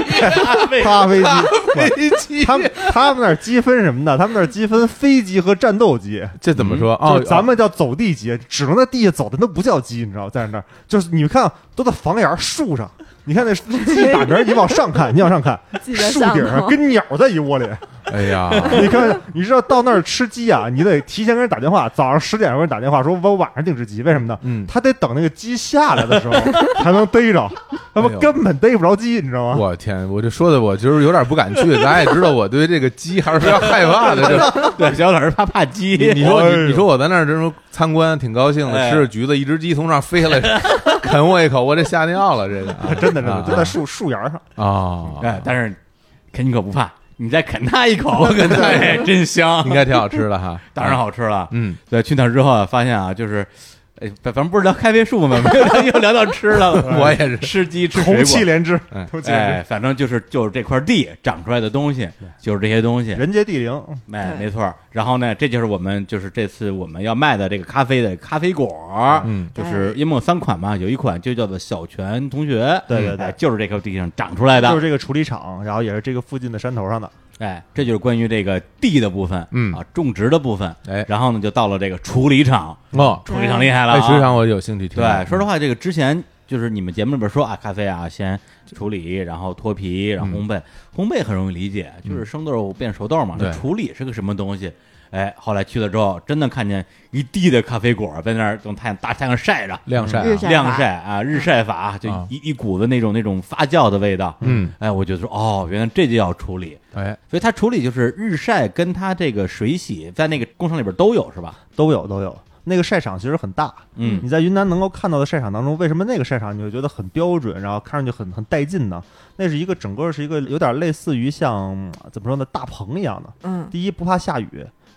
[SPEAKER 3] 咖啡鸡。
[SPEAKER 2] 飞机，
[SPEAKER 3] 他们他们那儿鸡分什么呢？他们那儿鸡分飞鸡和战斗鸡，
[SPEAKER 2] 这怎么
[SPEAKER 1] 啊
[SPEAKER 2] 说？
[SPEAKER 3] 嗯就
[SPEAKER 2] 哦，
[SPEAKER 3] 是咱们叫走地鸡，只能在地下走的，那不叫鸡，你知道吗？在那儿就是你看都在房檐儿树上，你看那鸡打鸣儿，你往上看，你往上看，
[SPEAKER 4] 记得
[SPEAKER 3] 树
[SPEAKER 4] 上
[SPEAKER 3] 顶上
[SPEAKER 4] 头，
[SPEAKER 3] 跟鸟在一窝里。
[SPEAKER 2] 哎呀，
[SPEAKER 3] 你看，你知道到那儿吃鸡啊，你得提前跟人打电话，早上十点钟给人打电话说，我晚上定只鸡，为什么呢？
[SPEAKER 2] 嗯，
[SPEAKER 3] 他得等那个鸡下来
[SPEAKER 1] [laughs]
[SPEAKER 3] 的时候才能逮着，他
[SPEAKER 2] 哎呦
[SPEAKER 3] 们根本逮不着鸡，你知道吗？
[SPEAKER 2] 我天，我这说的我就是有点不敢去，咱也知道我对这个鸡还是非常害怕的。这
[SPEAKER 1] 对，小老师怕怕鸡，
[SPEAKER 2] 你你说
[SPEAKER 3] 哎呦
[SPEAKER 2] 你你说我在那儿这时候参观挺高兴的，
[SPEAKER 1] 哎
[SPEAKER 2] 吃着橘子，一只鸡从上飞下来啃我一口，我这吓尿了，这个啊
[SPEAKER 3] [laughs] 真的，真的
[SPEAKER 2] 啊
[SPEAKER 3] 就在树树芽上，
[SPEAKER 2] 啊，
[SPEAKER 1] 哎，但是啃你可不怕，你再啃它一口，我啃
[SPEAKER 3] [laughs]
[SPEAKER 1] 它真香
[SPEAKER 2] 应，该挺好吃的哈。
[SPEAKER 1] 当然好吃了。
[SPEAKER 2] 嗯，
[SPEAKER 1] 对，去那儿之后啊，发现啊，就是哎，反正不是聊咖啡树吗？没有聊又聊到吃了，
[SPEAKER 3] [laughs]
[SPEAKER 2] 我也是
[SPEAKER 1] 吃鸡 [laughs] 吃水
[SPEAKER 3] 同气
[SPEAKER 1] 果。
[SPEAKER 3] 连枝
[SPEAKER 2] 哎，
[SPEAKER 3] 同气连
[SPEAKER 1] 哎，反正就是就是这块地长出来的东西，就是这些东西
[SPEAKER 3] 枝，。人杰地灵，
[SPEAKER 1] 哎，
[SPEAKER 4] 对
[SPEAKER 1] 没错儿。然后呢，这就是我们就是这次我们要卖的这个咖啡的咖啡果儿，
[SPEAKER 2] 嗯
[SPEAKER 1] 就是一共有三款嘛，有一款就叫做小泉同学，
[SPEAKER 3] 对对
[SPEAKER 1] 哎
[SPEAKER 3] 对，
[SPEAKER 1] 就是这块地上长出来的，
[SPEAKER 3] 就是这个处理厂，然后也是这个附近的山头上的，
[SPEAKER 1] 哎，这就是关于这个地的部分，
[SPEAKER 2] 嗯
[SPEAKER 1] 啊，种植的部分，
[SPEAKER 2] 哎
[SPEAKER 1] 然后呢，就到了这个处理厂，
[SPEAKER 2] 哦，
[SPEAKER 1] 处理厂厉害了、啊，
[SPEAKER 2] 哎，实际上我有兴趣听。啊
[SPEAKER 1] 对，说实话，这个之前就是你们节目里边说啊，咖啡啊，先处理，
[SPEAKER 2] 嗯
[SPEAKER 1] 然后脱皮，然后烘焙，烘焙很容易理解，就是生豆变熟豆嘛。
[SPEAKER 2] 对
[SPEAKER 1] 那处理是个什么东西？哎，后来去了之后，真的看见一地的咖啡果在那儿用太阳大太阳嗯晒着，
[SPEAKER 2] 晾晒啊，
[SPEAKER 4] 日晒
[SPEAKER 1] 晾
[SPEAKER 4] 法
[SPEAKER 1] 晒啊，日晒法，就
[SPEAKER 2] 啊
[SPEAKER 1] 一一股子那种那种发酵的味道。
[SPEAKER 2] 嗯，
[SPEAKER 1] 哎，我就说哦，原来这就要处理。
[SPEAKER 2] 哎，
[SPEAKER 1] 所以它处理就是日晒跟它这个水洗，在那个工厂里边都有是吧？
[SPEAKER 3] 都有都有。那个晒场其实很大，
[SPEAKER 1] 嗯
[SPEAKER 3] 你在云南能够看到的晒场当中，为什么那个晒场你会觉得很标准，然后看上去很很带劲呢？那是一个整个是一个有点类似于像嗯怎么说呢，大棚一样的。
[SPEAKER 4] 嗯，
[SPEAKER 3] 第一不怕下雨，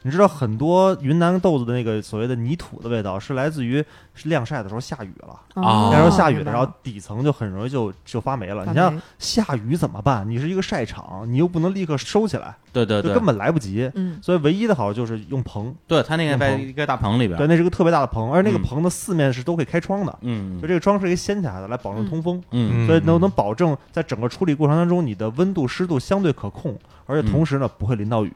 [SPEAKER 3] 你知道很多云南豆子的那个所谓的泥土的味道是来自于是晾晒的时候下雨了，
[SPEAKER 1] 哦
[SPEAKER 3] 那时候下雨了，
[SPEAKER 4] 明白
[SPEAKER 3] 然后底层就很容易就就发霉了。
[SPEAKER 4] 发
[SPEAKER 3] 你像
[SPEAKER 4] 霉
[SPEAKER 3] 下雨怎么办？你是一个晒场，你又不能立刻收起来，
[SPEAKER 1] 对对
[SPEAKER 3] 就
[SPEAKER 1] 对，
[SPEAKER 3] 根本来不及。
[SPEAKER 4] 嗯，
[SPEAKER 3] 所以唯一的好就是用棚，
[SPEAKER 1] 对它那个在
[SPEAKER 3] 用棚
[SPEAKER 1] 一个大棚里边，
[SPEAKER 3] 对，那是个特别大的棚，而那个
[SPEAKER 1] 嗯
[SPEAKER 3] 棚的四面是都可以开窗的，
[SPEAKER 1] 嗯，
[SPEAKER 3] 就这个窗是可以掀起来的，来保证通风，
[SPEAKER 1] 嗯
[SPEAKER 2] 嗯
[SPEAKER 3] 所以能能保证在整个处理过程当中，你的温度、湿度相对可控，而且同时呢不会淋到雨。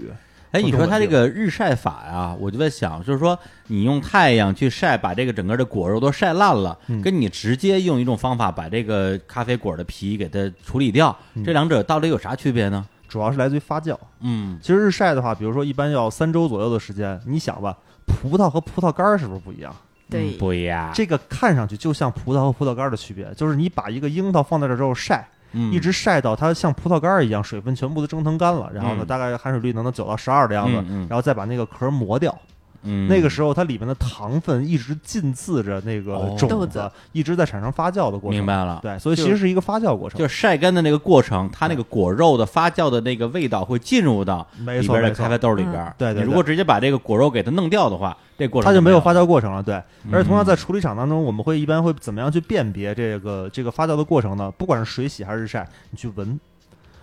[SPEAKER 1] 哎，
[SPEAKER 3] 不
[SPEAKER 1] 你
[SPEAKER 3] 是
[SPEAKER 1] 说
[SPEAKER 3] 我
[SPEAKER 1] 它这
[SPEAKER 3] 这
[SPEAKER 1] 个日晒法呀，我就在想，就是说你用太阳去晒，把这个整个的果肉都晒烂了，
[SPEAKER 3] 嗯
[SPEAKER 1] 跟你直接用一种方法把这个咖啡果的皮给它处理掉，这两者到底有啥区别呢？
[SPEAKER 3] 主要是来自于发酵。
[SPEAKER 1] 嗯，
[SPEAKER 3] 其实日晒的话，比如说一般要三周左右的时间，你想吧，葡萄和葡萄干儿是不是不一样？
[SPEAKER 4] 对
[SPEAKER 1] 嗯，不一样，
[SPEAKER 3] 这个看上去就像葡萄和葡萄干儿的区别，就是你把一个樱桃放在这儿之后晒，
[SPEAKER 1] 嗯
[SPEAKER 3] 一直晒到它像葡萄干儿一样，水分全部都蒸腾干了，然后呢，
[SPEAKER 1] 嗯
[SPEAKER 3] 大概含水率能到九到十二的样子，
[SPEAKER 1] 嗯嗯
[SPEAKER 3] 然后再把那个壳儿磨掉。
[SPEAKER 1] 嗯
[SPEAKER 3] 那个时候它里面的糖分一直浸渍着那个
[SPEAKER 1] 哦
[SPEAKER 3] 种
[SPEAKER 4] 豆
[SPEAKER 3] 子，
[SPEAKER 4] 子
[SPEAKER 3] 一直在产生发酵的过程。
[SPEAKER 1] 明白了，
[SPEAKER 3] 对，所以
[SPEAKER 1] 就
[SPEAKER 3] 其实是一个发酵过程。
[SPEAKER 1] 就是晒干的那个过程，它那个果肉的发酵的那个味道会进入到
[SPEAKER 3] 没
[SPEAKER 1] 里
[SPEAKER 3] 错，
[SPEAKER 1] 边的
[SPEAKER 3] 没错
[SPEAKER 1] 咖，啡豆里边
[SPEAKER 4] 嗯。
[SPEAKER 3] 对对对
[SPEAKER 1] 你如果直接把这个果肉给它弄掉的话，这过程
[SPEAKER 3] 它就没
[SPEAKER 1] 有
[SPEAKER 3] 有发酵过程了。对，而且同样
[SPEAKER 1] 嗯
[SPEAKER 3] 在处理厂当中，我们会一般会怎么样去辨别这个这个发酵的过程呢？不管是水洗还是日晒，你去闻。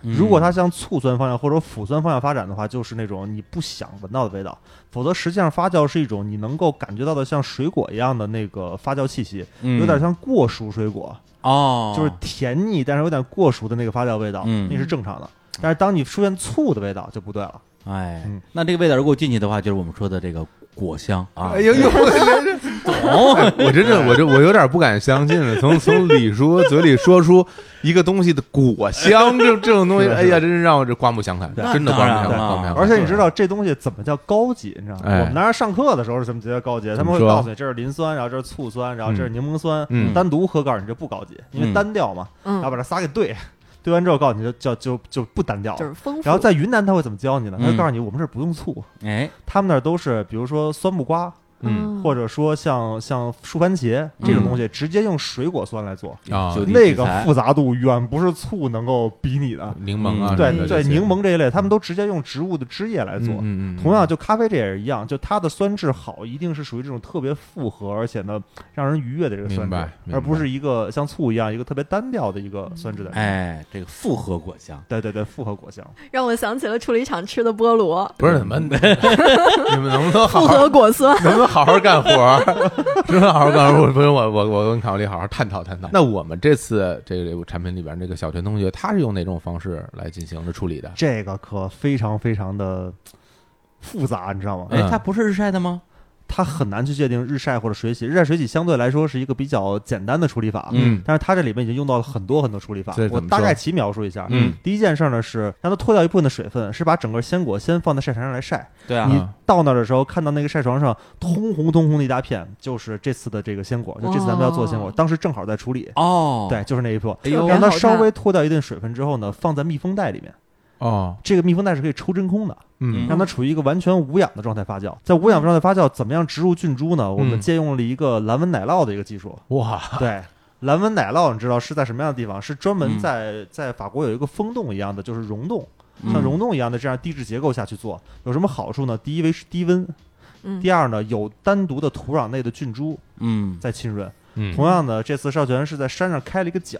[SPEAKER 1] 嗯
[SPEAKER 3] 如果它向醋酸方向或者腐酸方向发展的话，就是那种你不想闻到的味道。否则，实际上发酵是一种你能够感觉到的像水果一样的那个发酵气息，
[SPEAKER 1] 嗯
[SPEAKER 3] 有点像过熟水果。
[SPEAKER 1] 哦，
[SPEAKER 3] 就是甜腻，但是有点过熟的那个发酵味道，
[SPEAKER 1] 嗯
[SPEAKER 3] 那是正常的。但是当你出现醋的味道就不对了，
[SPEAKER 1] 哎
[SPEAKER 3] 嗯，
[SPEAKER 1] 那这个味道如果进去的话，就是我们说的这个果香啊。
[SPEAKER 2] 哎呦呦，我真是
[SPEAKER 1] 懂，
[SPEAKER 2] 哎我真的，我这我有点不敢相信了。从从李叔嘴里说出一个东西的果香，这这种东西，
[SPEAKER 3] 是是
[SPEAKER 2] 哎呀，真是让我这刮目相看，
[SPEAKER 1] 那
[SPEAKER 2] 真的刮目相
[SPEAKER 1] 当
[SPEAKER 2] 看，
[SPEAKER 1] 然了
[SPEAKER 2] 刮目相看。
[SPEAKER 3] 而且你知道这东西怎么叫高级？你知道吗？
[SPEAKER 2] 啊哎
[SPEAKER 3] 我们当时上课的时候是怎么叫高级？他们会
[SPEAKER 2] 怎么说
[SPEAKER 3] 告诉你这是磷酸，然后这是醋酸，然后这是柠檬酸。
[SPEAKER 2] 嗯
[SPEAKER 3] 单独喝告诉你这不高级，因为单调嘛，
[SPEAKER 4] 嗯
[SPEAKER 3] 然后把这仨给兑，兑完之后告诉你就叫就就不单调了。
[SPEAKER 4] 就是丰富，
[SPEAKER 3] 然后在云南他会怎么教你呢？
[SPEAKER 1] 嗯
[SPEAKER 3] 他会告诉你我们这儿不用醋，
[SPEAKER 1] 哎，
[SPEAKER 3] 他们那儿都是比如说酸木瓜，
[SPEAKER 2] 嗯
[SPEAKER 4] 嗯
[SPEAKER 3] 或者说像像树番茄这种东西，直接用水果酸来做。
[SPEAKER 2] 啊，
[SPEAKER 1] 就
[SPEAKER 3] 那个复杂度远不是醋能够比拟的。
[SPEAKER 2] 柠檬
[SPEAKER 1] 嗯
[SPEAKER 2] 啊，什么
[SPEAKER 3] 对
[SPEAKER 2] 的
[SPEAKER 3] 对，
[SPEAKER 2] 这些
[SPEAKER 3] 柠檬这一类，他们都直接用植物的汁液来做。
[SPEAKER 2] 嗯嗯嗯
[SPEAKER 3] 同样，就咖啡这也是一样，就它的酸质好，一定是属于这种特别复合，而且呢让人愉悦的这个酸
[SPEAKER 2] 明
[SPEAKER 3] 质
[SPEAKER 2] 白明，白
[SPEAKER 3] 而不是一个像醋一样一个特别单调的一个酸质的。
[SPEAKER 1] 哎，这个复合果香，
[SPEAKER 3] 对对对，复合果香，
[SPEAKER 4] 让我想起了处理厂吃的菠萝，
[SPEAKER 2] 不是你们，你们能不能好
[SPEAKER 4] 复
[SPEAKER 2] 好
[SPEAKER 4] 合果酸，
[SPEAKER 2] 能不能好好干活儿？能不能好好干活儿？不用我，我我跟卡罗里好好探讨探讨。那我们这次这个产品里边，这个小泉同学他是用哪种方式来进行的处理的？
[SPEAKER 3] 这个可非常非常的复杂，你知道吗？
[SPEAKER 1] 哎
[SPEAKER 2] 嗯，
[SPEAKER 1] 它不是日晒的吗？
[SPEAKER 3] 它很难去界定日晒或者水洗，日晒水洗相对来说是一个比较简单的处理法，
[SPEAKER 2] 嗯
[SPEAKER 3] 但是它这里面已经用到了很多很多处理法
[SPEAKER 2] 这，怎么
[SPEAKER 3] 我大概其描述一下，
[SPEAKER 2] 嗯，
[SPEAKER 3] 第一件事儿呢是让它脱掉一部分的水分，是把整个鲜果先放在晒场上来晒，
[SPEAKER 1] 对
[SPEAKER 3] 你
[SPEAKER 1] 啊，
[SPEAKER 3] 到那儿的时候看到那个晒床上通红通红的一大片，就是这次的这个鲜果，就这次咱们要做的鲜果，
[SPEAKER 4] 哇
[SPEAKER 3] 当时正好在处理，
[SPEAKER 1] 哦，
[SPEAKER 3] 对，就是那一步，
[SPEAKER 1] 哎呦
[SPEAKER 3] 让它
[SPEAKER 4] 好看
[SPEAKER 3] 稍微脱掉一定水分之后呢，放在密封袋里面，
[SPEAKER 2] 哦，
[SPEAKER 3] 这个密封袋是可以抽真空的，
[SPEAKER 1] 嗯
[SPEAKER 2] 嗯
[SPEAKER 3] 让它处于一个完全无氧的状态发酵。在无氧状态发酵，怎么样植入菌株呢？我们借用了一个蓝纹奶酪的一个技术。
[SPEAKER 2] 哇，
[SPEAKER 3] 对，蓝纹奶酪你知道是在什么样的地方？是专
[SPEAKER 1] 嗯
[SPEAKER 3] 门在在法国有一个风洞一样的，就是溶洞，
[SPEAKER 1] 嗯
[SPEAKER 3] 像溶洞一样的这样地质结构下去做，有什么好处呢？第一为是低温。
[SPEAKER 4] 嗯
[SPEAKER 3] 第二呢，有单独的土壤内的菌株
[SPEAKER 1] 嗯
[SPEAKER 3] 在侵润。
[SPEAKER 2] 嗯
[SPEAKER 3] 同样的，这次邵泉是在山上开了一个角，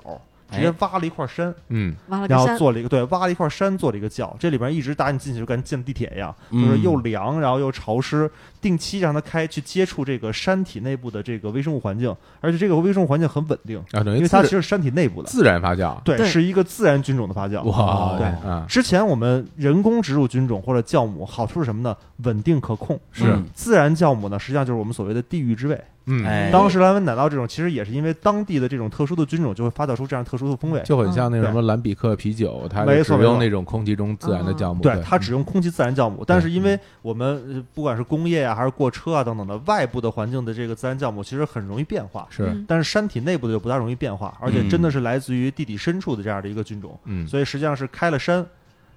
[SPEAKER 3] 直接
[SPEAKER 1] 哎
[SPEAKER 3] 挖了一块山，
[SPEAKER 2] 嗯
[SPEAKER 4] 挖了个
[SPEAKER 3] 然后
[SPEAKER 4] 啊山，
[SPEAKER 3] 做了一个对，挖了一块山做了一个窖，这里边一直打你进去就跟进地铁一样，就
[SPEAKER 1] 嗯
[SPEAKER 3] 是又凉，然后又潮湿，定期让它开去接触这个山体内部的这个微生物环境，而且这个微生物环境很稳定，
[SPEAKER 2] 啊，等
[SPEAKER 3] 因
[SPEAKER 2] 于
[SPEAKER 3] 为它
[SPEAKER 2] 自
[SPEAKER 3] 其实是山体内部的，
[SPEAKER 2] 自然发酵，
[SPEAKER 3] 对，
[SPEAKER 4] 对
[SPEAKER 3] 是一个自然菌种的发酵。
[SPEAKER 2] 哇，
[SPEAKER 3] 对
[SPEAKER 2] 啊，
[SPEAKER 3] 之前我们人工植入菌种或者酵母，好处是什么呢？稳定可控。
[SPEAKER 2] 是
[SPEAKER 1] 嗯
[SPEAKER 3] 自然酵母呢，实际上就是我们所谓的地域之味。
[SPEAKER 2] 嗯，
[SPEAKER 1] 哎
[SPEAKER 3] 当时蓝纹奶酪这种，其实也是因为当地的这种特殊的菌种，就会发酵出这样特殊的风味。
[SPEAKER 2] 就很像那
[SPEAKER 3] 嗯
[SPEAKER 2] 什么兰比克啤酒，它
[SPEAKER 3] 没
[SPEAKER 2] 就只
[SPEAKER 3] 错没
[SPEAKER 2] 用
[SPEAKER 3] 错
[SPEAKER 2] 那种空气中自然的酵母，
[SPEAKER 3] 对，它只用空气自然酵母，但是
[SPEAKER 2] 对嗯
[SPEAKER 3] 因为我们呃不管是工业啊，还是过车啊等等的外部的环境的这个自然酵母，其实很容易变化。
[SPEAKER 2] 是
[SPEAKER 4] 嗯
[SPEAKER 3] 但是山体内部的就不大容易变化，而且
[SPEAKER 1] 嗯
[SPEAKER 3] 真的是来自于地底深处的这样的一个菌种。
[SPEAKER 2] 嗯，
[SPEAKER 3] 所以实际上是开了山，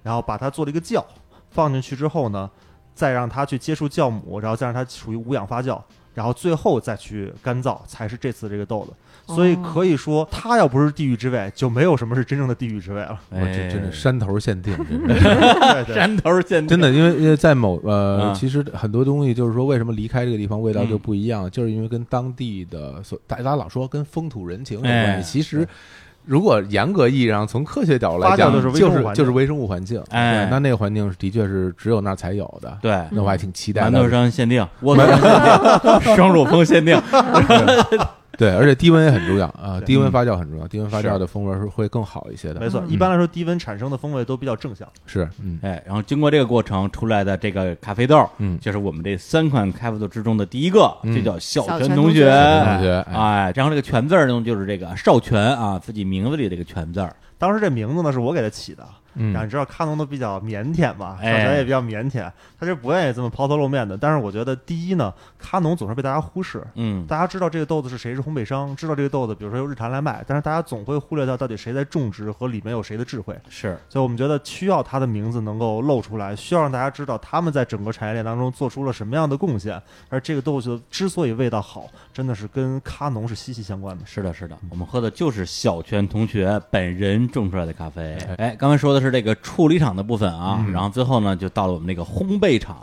[SPEAKER 3] 然后把它做了一个窖，放进去之后呢，再让它去接触酵母，然后再让它处于无氧发酵，然后最后再去干燥，才是这次这个豆子。所以
[SPEAKER 4] 哦
[SPEAKER 3] 可以说，它要不是地狱之味，就没有什么是真正的地狱之味了。 [laughs]
[SPEAKER 2] 我这真
[SPEAKER 1] 哎
[SPEAKER 2] 的山头限定，真的。
[SPEAKER 3] 对对
[SPEAKER 1] 山头现
[SPEAKER 2] [laughs] 真的，因为因为在某呃，
[SPEAKER 3] 啊
[SPEAKER 1] 嗯
[SPEAKER 2] 其实很多东西就是说，为什么离开这个地方味
[SPEAKER 3] 嗯
[SPEAKER 2] 道就不一样，就是因为跟当地的所大家老说跟风土人情有
[SPEAKER 1] 哎
[SPEAKER 2] 关系。其实，如果严格意义上从科学角度来
[SPEAKER 3] 发酵
[SPEAKER 2] 讲，
[SPEAKER 3] 就是微
[SPEAKER 2] 就
[SPEAKER 3] 生物
[SPEAKER 2] 是
[SPEAKER 3] 环
[SPEAKER 2] 就是
[SPEAKER 3] 境
[SPEAKER 2] 微生物环境。
[SPEAKER 1] 哎
[SPEAKER 2] 对那那个环境是的确是只有那儿才有的。
[SPEAKER 1] 对，
[SPEAKER 2] 那我还挺期待
[SPEAKER 1] 馒头
[SPEAKER 2] 的。
[SPEAKER 1] 商限
[SPEAKER 3] [laughs]
[SPEAKER 1] 定，窝头商限定，双乳峰限定，
[SPEAKER 2] 对，而且低温也很重要
[SPEAKER 3] [laughs]
[SPEAKER 2] 啊，低温
[SPEAKER 1] 嗯
[SPEAKER 2] 发酵很重要，低温发
[SPEAKER 1] 是
[SPEAKER 2] 酵的风味是会更好一些
[SPEAKER 3] 没
[SPEAKER 2] 的。
[SPEAKER 3] 错，
[SPEAKER 4] 嗯
[SPEAKER 3] 一般来说，低温产生的风味都比较正向。
[SPEAKER 2] 是，嗯
[SPEAKER 1] 哎，然后经过这个过程出来的这个咖啡豆，
[SPEAKER 2] 嗯
[SPEAKER 1] 就是我们这三款咖啡豆之中的第一个，
[SPEAKER 2] 嗯
[SPEAKER 1] 这叫小
[SPEAKER 4] 小
[SPEAKER 1] 泉
[SPEAKER 4] 泉
[SPEAKER 1] 同
[SPEAKER 4] 同
[SPEAKER 1] 学，
[SPEAKER 4] 学
[SPEAKER 2] 小泉同学
[SPEAKER 1] 哎，然后这个泉字儿呢，就是这个少泉啊，自己名字里这个泉字儿，
[SPEAKER 3] 当时这名字呢是我给它起的，然后
[SPEAKER 2] 嗯
[SPEAKER 3] 你知道卡农都比较腼腆嘛，小
[SPEAKER 1] 哎
[SPEAKER 3] 泉也比较腆腆，他就不愿意这么抛头露面的。但是我觉得，第一呢，卡农总是被大家忽视，
[SPEAKER 1] 嗯，
[SPEAKER 3] 大家知道这个豆子是谁是烘焙商，知道这个豆子，比如说由日坛来卖，但是大家总会忽略掉到底谁在种植和里面有谁的智慧，
[SPEAKER 1] 是，
[SPEAKER 3] 所以我们觉得需要他的名字能够露出来，需要让大家知道他们在整个产业链当中做出了什么样的贡献。而这个豆子之所以味道好，真的是跟咖农是息息相关的。
[SPEAKER 1] 是的，是的，我们喝的就是小泉同学本人种出来的咖啡。哎，刚才说的是这个处理厂的部分
[SPEAKER 2] 嗯
[SPEAKER 1] 啊，然后最后呢，就到了我们这个烘焙厂。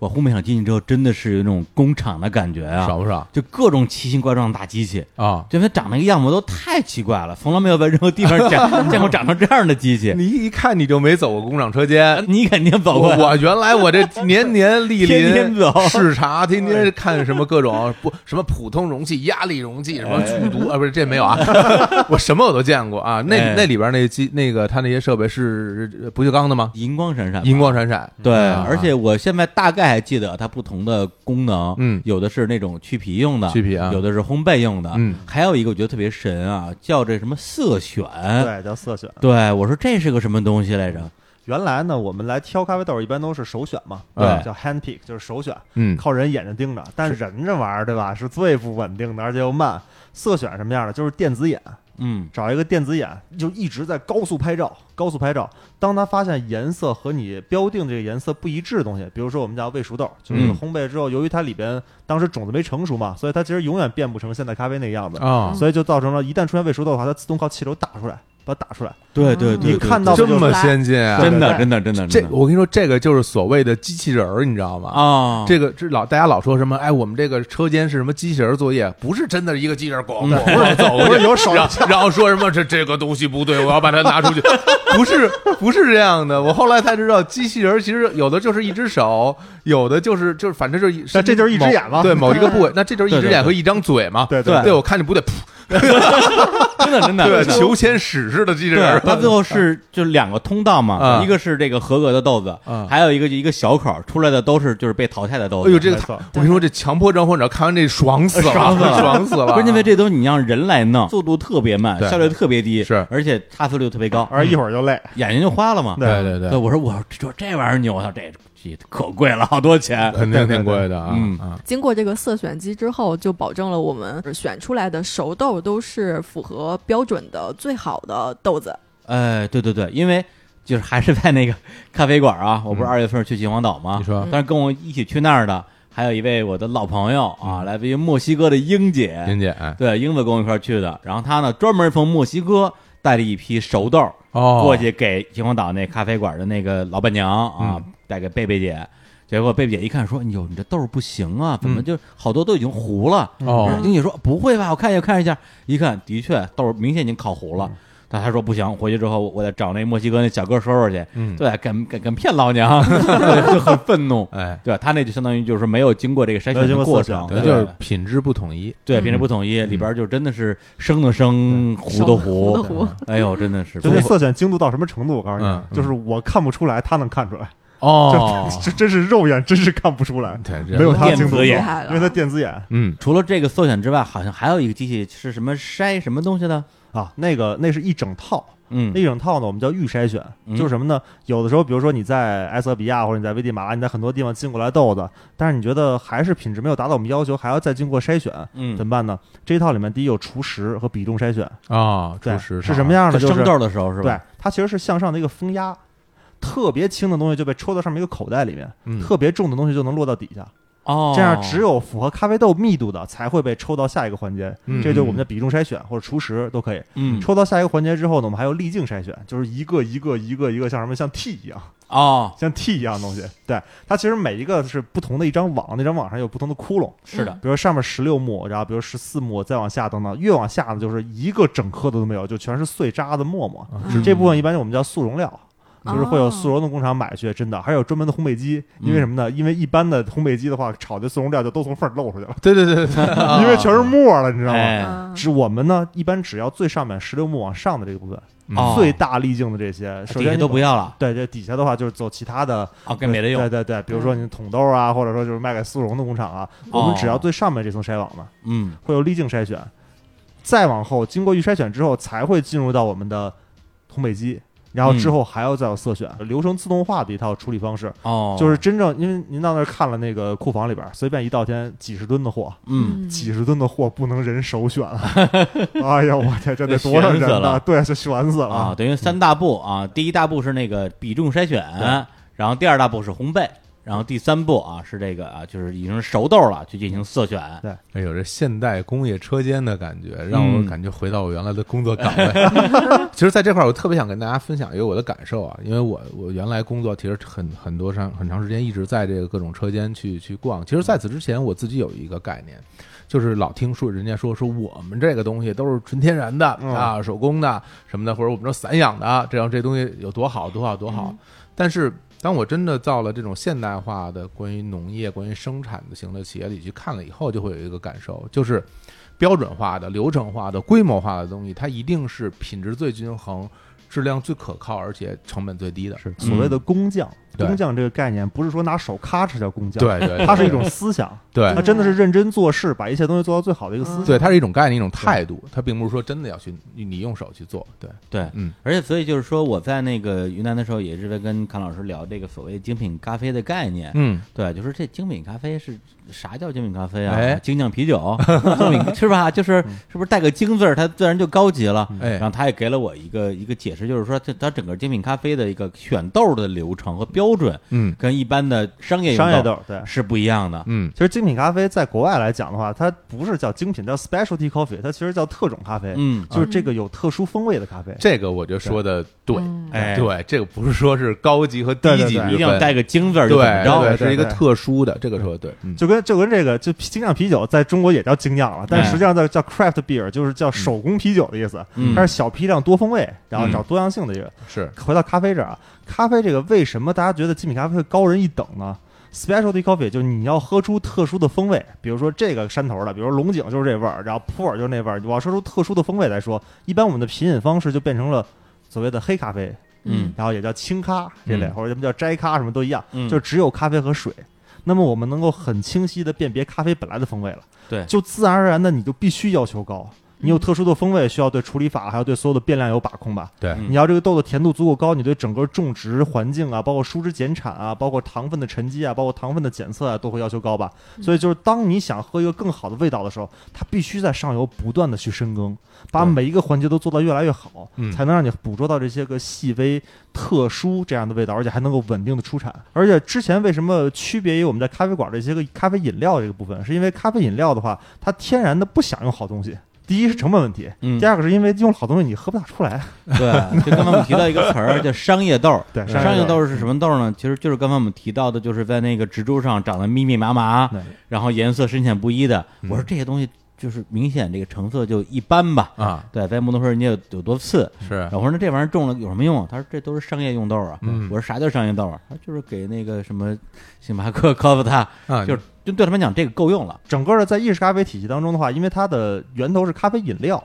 [SPEAKER 1] 我烘焙厂进去之后，真的是有一种工厂的感觉
[SPEAKER 2] 爽
[SPEAKER 1] 啊，
[SPEAKER 2] 不爽
[SPEAKER 1] 就各种奇形怪状的大机器，
[SPEAKER 2] 啊？
[SPEAKER 1] 就它长那个样子都太奇怪了，从来没有在任何地
[SPEAKER 2] [laughs]
[SPEAKER 1] 方见见过长成这样的机器。
[SPEAKER 2] 你一看你就没走过工厂车间，
[SPEAKER 1] 你肯定走过
[SPEAKER 2] 我
[SPEAKER 1] 呀，
[SPEAKER 2] 我原来我这年年莅
[SPEAKER 1] 天天
[SPEAKER 2] 临
[SPEAKER 1] 走哎
[SPEAKER 2] 视察，天天看什么各种不什么普通容器、压力容器、什
[SPEAKER 1] 哎
[SPEAKER 2] 么剧毒啊，不是这没有啊， [laughs] 我什么我都见过啊。那
[SPEAKER 1] 哎
[SPEAKER 2] 那里边那机那个它那些设备是不锈钢的吗？
[SPEAKER 1] 银光闪闪。
[SPEAKER 2] 银光闪闪，
[SPEAKER 1] 对，
[SPEAKER 2] 啊
[SPEAKER 1] 而且我现在大概还记得它不同的功能，
[SPEAKER 2] 嗯
[SPEAKER 1] 有的是那种去皮用的，
[SPEAKER 2] 去皮啊
[SPEAKER 1] 有的是烘焙用的，
[SPEAKER 2] 嗯
[SPEAKER 1] 还有一个我觉得特别神啊，叫这什么色选，
[SPEAKER 3] 对，叫色选。
[SPEAKER 1] 对我说这是个什么东西来着？
[SPEAKER 3] 原来呢，我们来挑咖啡豆儿一般都是手选嘛，啊
[SPEAKER 1] 对
[SPEAKER 3] 叫 hand pick，就是手选，
[SPEAKER 2] 嗯
[SPEAKER 3] 靠人眼睛盯着。但人这玩意儿，对吧，是最不稳定的，而且又慢。色选什么样的？就是电子眼，
[SPEAKER 1] 嗯，
[SPEAKER 3] 找一个电子眼，就一直在高速拍照，高速拍照。当他发现颜色和你标定这个颜色不一致的东西，比如说我们叫未熟豆，就是
[SPEAKER 1] 嗯
[SPEAKER 3] 烘焙之后，由于它里边当时种子没成熟嘛，所以它其实永远变不成现在咖啡那个样子，
[SPEAKER 2] 啊，
[SPEAKER 3] 所以就造成了一旦出现未熟豆的话，它自动靠气流打出来，把它打出来。
[SPEAKER 1] 对对
[SPEAKER 4] 嗯
[SPEAKER 1] 对，
[SPEAKER 3] 你
[SPEAKER 1] 对
[SPEAKER 3] 看到
[SPEAKER 2] 这
[SPEAKER 3] 的就是
[SPEAKER 2] 么先进啊！
[SPEAKER 1] 真的
[SPEAKER 3] 对
[SPEAKER 1] 真的真的
[SPEAKER 2] 这
[SPEAKER 1] 真的
[SPEAKER 2] 我跟你说，这个就是所谓的机器人儿，你知道吗？
[SPEAKER 1] 啊，
[SPEAKER 2] 这个这老大家老说什么？哎，我们这个车间是什么机器人作业？不是真的一个机器人咣 [laughs] 咣咣走过去，有手，然后说什么这这个东西不对，我要把它拿 [laughs] 出去。不是不是这样的，我后来才知道，机器人其实有的就是一只手，有的就是就是反正就是，
[SPEAKER 3] 那这就是一只眼
[SPEAKER 2] 嘛，
[SPEAKER 3] 吗
[SPEAKER 2] 对，某一个
[SPEAKER 3] [laughs]
[SPEAKER 2] 部位，那这就是一只眼和一张嘴嘛。
[SPEAKER 3] 对
[SPEAKER 1] 对
[SPEAKER 2] 对，我看你不得，噗
[SPEAKER 1] 真的真的
[SPEAKER 2] 对，
[SPEAKER 1] 真的
[SPEAKER 2] 求签使似的机器
[SPEAKER 1] 对
[SPEAKER 2] 人，，
[SPEAKER 1] 它最后是就两个通道嘛，
[SPEAKER 2] 啊
[SPEAKER 1] 一个是这个合格的豆子，
[SPEAKER 2] 啊
[SPEAKER 1] 还有一个就一个小口儿出来的都是就是被淘汰的豆子。
[SPEAKER 2] 哎呦，这个
[SPEAKER 3] 没
[SPEAKER 2] 太
[SPEAKER 3] 错
[SPEAKER 2] 我跟你说，这强迫症患者看完这 [laughs] 爽死了，
[SPEAKER 1] 爽死了
[SPEAKER 2] 爽死了，
[SPEAKER 1] 关键为这东西你让人来弄，速度特别慢，
[SPEAKER 2] 对
[SPEAKER 1] 效率特别低，
[SPEAKER 2] 是
[SPEAKER 1] 而且踏色率特别高，
[SPEAKER 3] 而一会儿就累，
[SPEAKER 1] 眼睛就花了嘛。
[SPEAKER 2] 对对对
[SPEAKER 1] 对，。我说我说这这玩意儿牛，我操，这这可贵了，好多钱。
[SPEAKER 2] 肯定挺贵的啊！
[SPEAKER 1] 嗯
[SPEAKER 2] 啊，
[SPEAKER 4] 经过这个色选机之后，就保证了我们呃选出来的熟豆都是符合标准的最好的豆子。
[SPEAKER 1] 哎，对对对，因为就是还是在那个咖啡馆啊，我不是二月份去秦皇岛吗？
[SPEAKER 2] 嗯你说
[SPEAKER 1] 但是跟我一起去那儿的还有一位我的老朋友
[SPEAKER 2] 嗯
[SPEAKER 1] 啊，来自于墨西哥的英姐，
[SPEAKER 2] 林姐，哎
[SPEAKER 1] 对，英子跟我一块儿去的。然后她呢，专门从墨西哥带了一批熟豆儿
[SPEAKER 2] 哦，
[SPEAKER 3] 嗯
[SPEAKER 1] 过去给秦皇岛那咖啡馆的那个老板娘啊，带给贝贝姐。结果贝贝姐一看说：“哎呦，你这豆儿不行啊，
[SPEAKER 3] 嗯
[SPEAKER 1] 怎么就好多都已经糊了？”
[SPEAKER 2] 哦
[SPEAKER 1] 然后经理说：“不会吧，我看一下，看一下。”一看，的确豆儿明显已经烤糊
[SPEAKER 3] 嗯
[SPEAKER 1] 了。但他说不行，回去之后我我得找那墨西哥那小哥说说去。
[SPEAKER 2] 嗯
[SPEAKER 1] 对，敢敢敢骗老
[SPEAKER 3] [laughs]
[SPEAKER 1] 娘，对就很愤怒。
[SPEAKER 2] 哎，
[SPEAKER 1] 对吧？他那就相当于就是没有经过这个筛
[SPEAKER 3] 没有
[SPEAKER 1] 选
[SPEAKER 3] 经
[SPEAKER 1] 的
[SPEAKER 3] 过
[SPEAKER 1] 过
[SPEAKER 3] 色
[SPEAKER 1] 程，
[SPEAKER 3] 选
[SPEAKER 2] 那就是品质不统一。
[SPEAKER 1] 对，平时不统一，里边就真的是生的生，糊的糊，
[SPEAKER 4] 糊的糊
[SPEAKER 1] 哎呦，真的是，
[SPEAKER 3] 就那色选精度到什么程度？我告诉
[SPEAKER 2] 嗯嗯
[SPEAKER 3] 你，就是我看不出来，他能看出来，
[SPEAKER 2] 哦
[SPEAKER 3] [laughs] 这这真是肉眼真是看不出来，
[SPEAKER 2] 对，
[SPEAKER 3] 没有他
[SPEAKER 1] 电
[SPEAKER 3] 精度
[SPEAKER 1] 子
[SPEAKER 3] 高，
[SPEAKER 1] 眼
[SPEAKER 3] 因
[SPEAKER 4] 厉害了
[SPEAKER 3] 为他电子眼
[SPEAKER 2] 嗯，
[SPEAKER 1] 除了这个色选之外，好像还有一个机器是什么筛什么东西的？
[SPEAKER 3] 啊，那个那是一整套，
[SPEAKER 1] 嗯
[SPEAKER 3] 那一整套呢，我们叫预筛选，
[SPEAKER 1] 嗯
[SPEAKER 3] 就是什么呢？有的时候，比如说你在埃塞俄比亚或者你在危地马拉，你在很多地方进过来豆子，但是你觉得还是品质没有达到我们要求，还要再经过筛选，怎
[SPEAKER 1] 嗯，
[SPEAKER 3] 么办呢？这一套里面，第一有除食和比重筛选，
[SPEAKER 2] 啊，
[SPEAKER 3] 对，
[SPEAKER 2] 厨师
[SPEAKER 3] 是什么？样的？
[SPEAKER 1] 就
[SPEAKER 3] 就是
[SPEAKER 1] 生豆的时候是
[SPEAKER 3] 对
[SPEAKER 1] 吧？，
[SPEAKER 3] 它其实是向上的一个风压，特别轻的东西就被抽到上面一个口袋里面，
[SPEAKER 2] 嗯
[SPEAKER 3] 特别重的东西就能落到底下。
[SPEAKER 1] 哦，
[SPEAKER 3] 这样只有符合咖啡豆密度的才会被抽到下一个环节，
[SPEAKER 2] 嗯
[SPEAKER 3] 这就是我们的比重筛选或者除食都可以。
[SPEAKER 1] 嗯
[SPEAKER 3] 抽到下一个环节之后呢，我们还有粒径筛选，就是一个一个一个一个像什么像 T 一样， [laughs]
[SPEAKER 1] 哦，
[SPEAKER 3] 像 T 一样的东西。对，它其实每一个是不同的一张网，那张网上有不同的窟窿，
[SPEAKER 1] 是的，
[SPEAKER 3] 比如上面十六目，然后比如十四目，再往下等等，越往下呢就是一个整颗的都没有，就全是碎渣子沫沫。
[SPEAKER 4] 嗯
[SPEAKER 3] 这部分一般我们叫速溶料。就是会有
[SPEAKER 4] 哦
[SPEAKER 3] 速溶的工厂买去，真的，还有专门的烘焙机，因为什么呢？因为一般的烘焙机的话，炒的速溶料就都从缝儿漏出去了，
[SPEAKER 2] 对对对对，
[SPEAKER 3] 因为全是沫了，你知道吗？
[SPEAKER 1] 哦哎，
[SPEAKER 4] 嗯
[SPEAKER 3] 只我们呢，一般只要最上面十六目往上的这个部分，
[SPEAKER 2] 嗯
[SPEAKER 1] 哦啊
[SPEAKER 3] 最大粒径的这些，首
[SPEAKER 1] 底
[SPEAKER 3] 先
[SPEAKER 1] 下
[SPEAKER 3] 你
[SPEAKER 1] 都不要了，
[SPEAKER 3] 对，这底下的话就是走其他的，
[SPEAKER 1] 哦，给没得
[SPEAKER 3] 对
[SPEAKER 1] 用，嗯
[SPEAKER 3] 对对，比如说你桶豆啊，或者说就是卖给速溶的工厂啊，
[SPEAKER 1] 哦
[SPEAKER 3] 我们只要最上面这层筛网呢，
[SPEAKER 1] 嗯，
[SPEAKER 3] 会有粒径筛选，再往后经过预筛选之后，才会进入到我们的烘焙机，然后之后还要再有色选，流程自动化的一套处理方式，
[SPEAKER 1] 哦，
[SPEAKER 3] 就是真正因为您到那儿看了那个库房里边，随便一道天几十吨的货，
[SPEAKER 1] 嗯，
[SPEAKER 3] 几十吨的货不能人首选啊！哎呀，我天，这得多少人
[SPEAKER 1] 悬死
[SPEAKER 3] 呐
[SPEAKER 1] 了！
[SPEAKER 3] 对，就悬死了
[SPEAKER 1] 啊，！等于三大步啊，第一大步是那个比重筛选，然后第二大步是烘焙。然后第三步啊是这个啊，就是已经是熟豆了，去进行色选。
[SPEAKER 2] 哎呦，这现代工业车间的感觉，让
[SPEAKER 1] 嗯
[SPEAKER 2] 我感觉回到我原来的工作岗位。其实，在这块儿，我特别想跟大家分享一个我的感受啊，因为我我原来工作其实很很多长很长时间一直在这个各种车间去去逛。其实，在此之前，我自己有一个概念，就是老听说人家说说我们这个东西都是纯天然的、
[SPEAKER 3] 嗯
[SPEAKER 2] 啊，手工的什么的，或者我们说散养的，啊这样这东西有多好多好多好。但是当我真的到了这种现代化的关于农业、关于生产的型的企业里去看了以后，就会有一个感受，就是标准化的、流程化的、规模化的东西，它一定是品质最均衡、质量最可靠，而且成本最低的。
[SPEAKER 3] 是所谓的工匠，
[SPEAKER 2] 对
[SPEAKER 3] 工匠这个概念不是说拿手咔哧叫工匠，
[SPEAKER 2] 对对，对
[SPEAKER 3] 它是一种思想，
[SPEAKER 2] 对嗯
[SPEAKER 3] 它真的是认真做事，把一切东西做到最好的一个思想。
[SPEAKER 2] 对，它是一种概念、一种态度，它并不是说真的要去你用手去做。对，
[SPEAKER 1] 对，
[SPEAKER 2] 嗯，
[SPEAKER 1] 而且所以就是说，我在那个云南的时候，也是在跟康老师聊这个所谓精品咖啡的概念。
[SPEAKER 2] 嗯，
[SPEAKER 1] 对，就是这精品咖啡是啥叫精品咖啡啊？
[SPEAKER 2] 哎
[SPEAKER 1] 精酿啤酒，
[SPEAKER 3] [laughs]
[SPEAKER 1] 精品是吧？就是
[SPEAKER 3] 嗯
[SPEAKER 1] 是不是带个“精”字儿，它自然就高级了。
[SPEAKER 2] 哎
[SPEAKER 1] 然，后他也给了我一个一个解释，就是说这它整个精品咖啡的一个选豆的流程和标准，
[SPEAKER 2] 嗯
[SPEAKER 1] 跟一般的商业用
[SPEAKER 3] 商业豆，对。
[SPEAKER 1] 是不一样的。
[SPEAKER 2] 嗯，
[SPEAKER 3] 其实精品咖啡在国外来讲的话，它不是叫精品，叫 specialty coffee，它其实叫特种咖啡，
[SPEAKER 1] 嗯，
[SPEAKER 3] 就是这个有特殊风味的咖啡。
[SPEAKER 2] 这个我觉得说的对，
[SPEAKER 4] 嗯
[SPEAKER 1] 哎，
[SPEAKER 2] 对，这个不是说是高级和低
[SPEAKER 3] 对对
[SPEAKER 2] 级之
[SPEAKER 3] 对
[SPEAKER 2] 分，
[SPEAKER 1] 一定要带个“精”字儿，
[SPEAKER 2] 对
[SPEAKER 1] 就怎么着？
[SPEAKER 2] 对，
[SPEAKER 3] 对
[SPEAKER 2] 是一个
[SPEAKER 3] 对
[SPEAKER 2] 特殊的，这个说的对，嗯
[SPEAKER 3] 就跟就跟这个就精酿啤酒在中国也叫精酿了，但
[SPEAKER 1] 哎
[SPEAKER 3] 实际上叫叫 craft beer，就是叫手工啤酒的意思。
[SPEAKER 1] 嗯
[SPEAKER 3] 它是小批量多风味，然后找多样性的一个。
[SPEAKER 2] 是
[SPEAKER 3] 回到咖啡这儿啊，咖啡这个为什么大家觉得精品咖啡会高人一等呢？Specialty coffee 就是你要喝出特殊的风味，比如说这个山头的，比如说龙井就是这味儿，然后普洱就是那味儿。我要说出特殊的风味来说，一般我们的品饮方式就变成了所谓的黑咖啡，
[SPEAKER 1] 嗯
[SPEAKER 3] 然后也叫清咖这类，
[SPEAKER 2] 嗯
[SPEAKER 3] 或者什么叫摘咖什么都一样，
[SPEAKER 1] 嗯
[SPEAKER 3] 就只有咖啡和水。那么我们能够很清晰的辨别咖啡本来的风味了，
[SPEAKER 1] 对
[SPEAKER 3] 就自然而然的你就必须要求高，你有特殊的风味，需要对处理法还有对所有的变量有把控吧。
[SPEAKER 2] 对，
[SPEAKER 1] 嗯
[SPEAKER 3] 你要这个豆的甜度足够高，你对整个种植环境啊，包括疏枝减产啊，包括糖分的沉积啊，包括糖分的检测啊，都会要求高吧。所以就是当你想喝一个更好的味道的时候，它必须在上游不断的去深耕，把
[SPEAKER 2] 对
[SPEAKER 3] 每一个环节都做到越来越好，
[SPEAKER 2] 嗯
[SPEAKER 3] 才能让你捕捉到这些个细微、特殊这样的味道，而且还能够稳定的出产。而且之前为什么区别于我们在咖啡馆这些个咖啡饮料这个部分，是因为咖啡饮料的话，它天然的不想用好东西。第一是成本问题，
[SPEAKER 1] 嗯
[SPEAKER 3] 第二个是因为用了好东西你喝不大出来，
[SPEAKER 1] 对，就刚才我们提到一个词
[SPEAKER 3] [laughs]
[SPEAKER 1] 儿叫商业豆儿。
[SPEAKER 3] 对
[SPEAKER 2] 嗯
[SPEAKER 1] 商业
[SPEAKER 3] 豆
[SPEAKER 1] 豆儿是什么豆儿呢？其实就是刚才我们提到的，就是在那个植株上长得密密麻麻，
[SPEAKER 3] 对
[SPEAKER 1] 然后颜色深浅不一的。
[SPEAKER 2] 嗯
[SPEAKER 1] 我说这些东西就是明显这个成色就一般吧。
[SPEAKER 2] 啊，
[SPEAKER 1] 对，在摩托车人家有有多次，
[SPEAKER 2] 是
[SPEAKER 1] 然，后我说那这玩意儿种了有什么用啊？他说这都是商业用豆儿啊。
[SPEAKER 2] 嗯
[SPEAKER 1] 我说啥叫商业豆儿啊？他说就是给那个什么星巴克、科夫他，
[SPEAKER 2] 啊，
[SPEAKER 1] 就是就对他们讲这个够用了。
[SPEAKER 3] 整个的在意式咖啡体系当中的话，因为它的源头是咖啡饮料，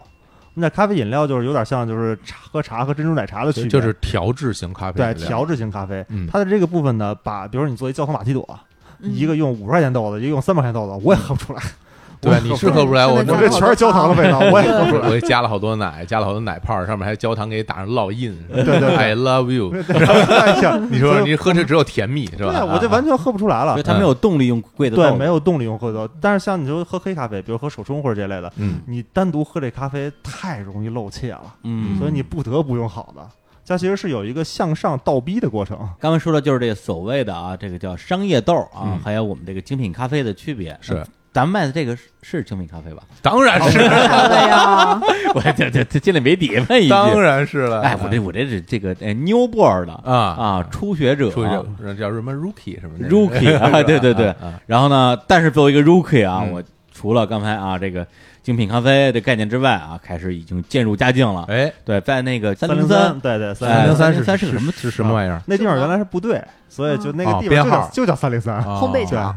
[SPEAKER 3] 那咖啡饮料就是有点像就是茶喝茶和珍珠奶茶的区
[SPEAKER 2] 就
[SPEAKER 3] 别，
[SPEAKER 2] 就是调制型咖啡饮
[SPEAKER 3] 对
[SPEAKER 2] 料，
[SPEAKER 3] 调制型咖啡
[SPEAKER 2] 嗯。
[SPEAKER 3] 它的这个部分呢，把比如说你做一焦糖玛奇朵，
[SPEAKER 4] 嗯
[SPEAKER 3] 一个用五十块钱豆子，一个用三百块钱豆子，我也喝不出来，
[SPEAKER 2] [laughs] 对，你是喝不出来，我
[SPEAKER 4] 我
[SPEAKER 3] 我这全是焦糖的
[SPEAKER 2] [laughs]
[SPEAKER 3] 味道，我也喝不出来。
[SPEAKER 2] 我也加了好多奶，加了好多奶泡，上面还焦糖给打上烙印。
[SPEAKER 3] 对对对
[SPEAKER 2] i love you。
[SPEAKER 3] 哎呀，
[SPEAKER 2] 你说你喝这只有甜蜜是
[SPEAKER 3] 对
[SPEAKER 2] 吧？
[SPEAKER 3] 啊，我这完全喝不出来
[SPEAKER 1] 所
[SPEAKER 3] 了
[SPEAKER 1] 以。他没有动力用贵的豆儿，
[SPEAKER 3] 对，没有动力用喝豆，但是像你说喝黑咖啡，比如喝手冲或者这类的，
[SPEAKER 2] 嗯
[SPEAKER 3] 你单独喝这咖啡太容易漏怯了，
[SPEAKER 1] 嗯，
[SPEAKER 3] 所以你不得不用好的。它其实是有一个向上倒逼的过程。
[SPEAKER 1] 刚刚说的就是这个所谓的啊，这个叫商业豆儿啊，
[SPEAKER 2] 嗯
[SPEAKER 1] 还有我们这个精品咖啡的区别。
[SPEAKER 2] 是
[SPEAKER 1] 那咱们卖的这个是是精品咖啡吧？
[SPEAKER 2] 当然是，
[SPEAKER 4] 对
[SPEAKER 3] 啊
[SPEAKER 4] 呀，
[SPEAKER 1] 我这这这心里没底问一句。
[SPEAKER 2] 当然是了。
[SPEAKER 1] 哎，我这我这是这个哎 newborn 的
[SPEAKER 2] 啊
[SPEAKER 1] 啊，初学者，
[SPEAKER 2] 出去叫什么 rookie 什么的 [laughs]
[SPEAKER 1] rookie 啊，对对对。
[SPEAKER 2] 啊
[SPEAKER 1] 然后呢，但是作为一个 rookie 啊，
[SPEAKER 2] 嗯
[SPEAKER 1] 我除了刚才啊这个精品咖啡的概念之外啊，开始已经渐入佳境了。
[SPEAKER 2] 哎，
[SPEAKER 1] 对，在那个三
[SPEAKER 3] 零
[SPEAKER 1] 三，
[SPEAKER 3] 对对，
[SPEAKER 1] 哎
[SPEAKER 3] 三
[SPEAKER 2] 零
[SPEAKER 3] 零三。
[SPEAKER 2] 是
[SPEAKER 1] 303是什么
[SPEAKER 2] 是什么玩意啊儿？
[SPEAKER 3] 那地方原来是部队，所以就那
[SPEAKER 2] 哦
[SPEAKER 3] 个地
[SPEAKER 2] 编
[SPEAKER 3] 方就
[SPEAKER 2] 号
[SPEAKER 3] 叫就叫三零三。
[SPEAKER 2] 哦
[SPEAKER 4] 烘焙
[SPEAKER 3] 对
[SPEAKER 4] 厂
[SPEAKER 2] 哦，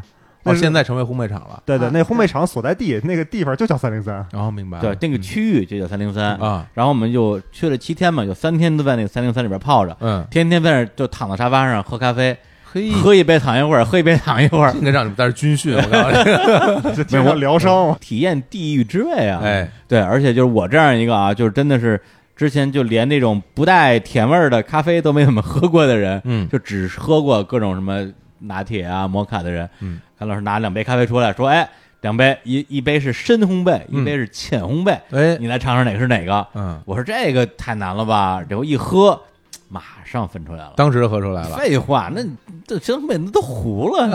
[SPEAKER 3] 那是
[SPEAKER 2] 现在成为烘焙厂了。
[SPEAKER 3] 对对，
[SPEAKER 4] 啊
[SPEAKER 3] 那烘焙厂所在地那个地方就叫三零三。
[SPEAKER 2] 哦，明白了。
[SPEAKER 1] 对，那个区域就叫三零三
[SPEAKER 2] 嗯。啊，
[SPEAKER 1] 然后我们就去了七天嘛，有三天都在那个三零三里边泡着，
[SPEAKER 2] 嗯，
[SPEAKER 1] 天天在那儿就躺在沙发上喝咖啡，
[SPEAKER 2] 嘿，
[SPEAKER 1] 喝一杯躺一会儿，喝一杯躺一会儿，
[SPEAKER 2] 应该让你们在这军训，我告诉你。
[SPEAKER 3] 这听着疗伤嘛，
[SPEAKER 1] 体验地狱之味啊！，
[SPEAKER 2] [laughs] [laughs] 哎，
[SPEAKER 1] 对，而且就是我这样一个啊，就是真的是之前就连那种不带甜味儿的咖啡都没怎么喝过的人，
[SPEAKER 2] 嗯
[SPEAKER 1] 就只喝过各种什么拿铁啊、摩卡的人，
[SPEAKER 2] 嗯，
[SPEAKER 1] 韩老师拿两杯咖啡出来说，哎，两杯一一杯是深烘焙，一
[SPEAKER 2] 嗯
[SPEAKER 1] 杯是浅烘焙，
[SPEAKER 2] 哎，
[SPEAKER 1] 你来尝尝哪个是哪个？
[SPEAKER 2] 嗯，
[SPEAKER 1] 我说这个太难了吧，结果一喝，马上分出来了。
[SPEAKER 2] 当时就喝出来了，啊
[SPEAKER 1] 废话，那这香妹那都糊了，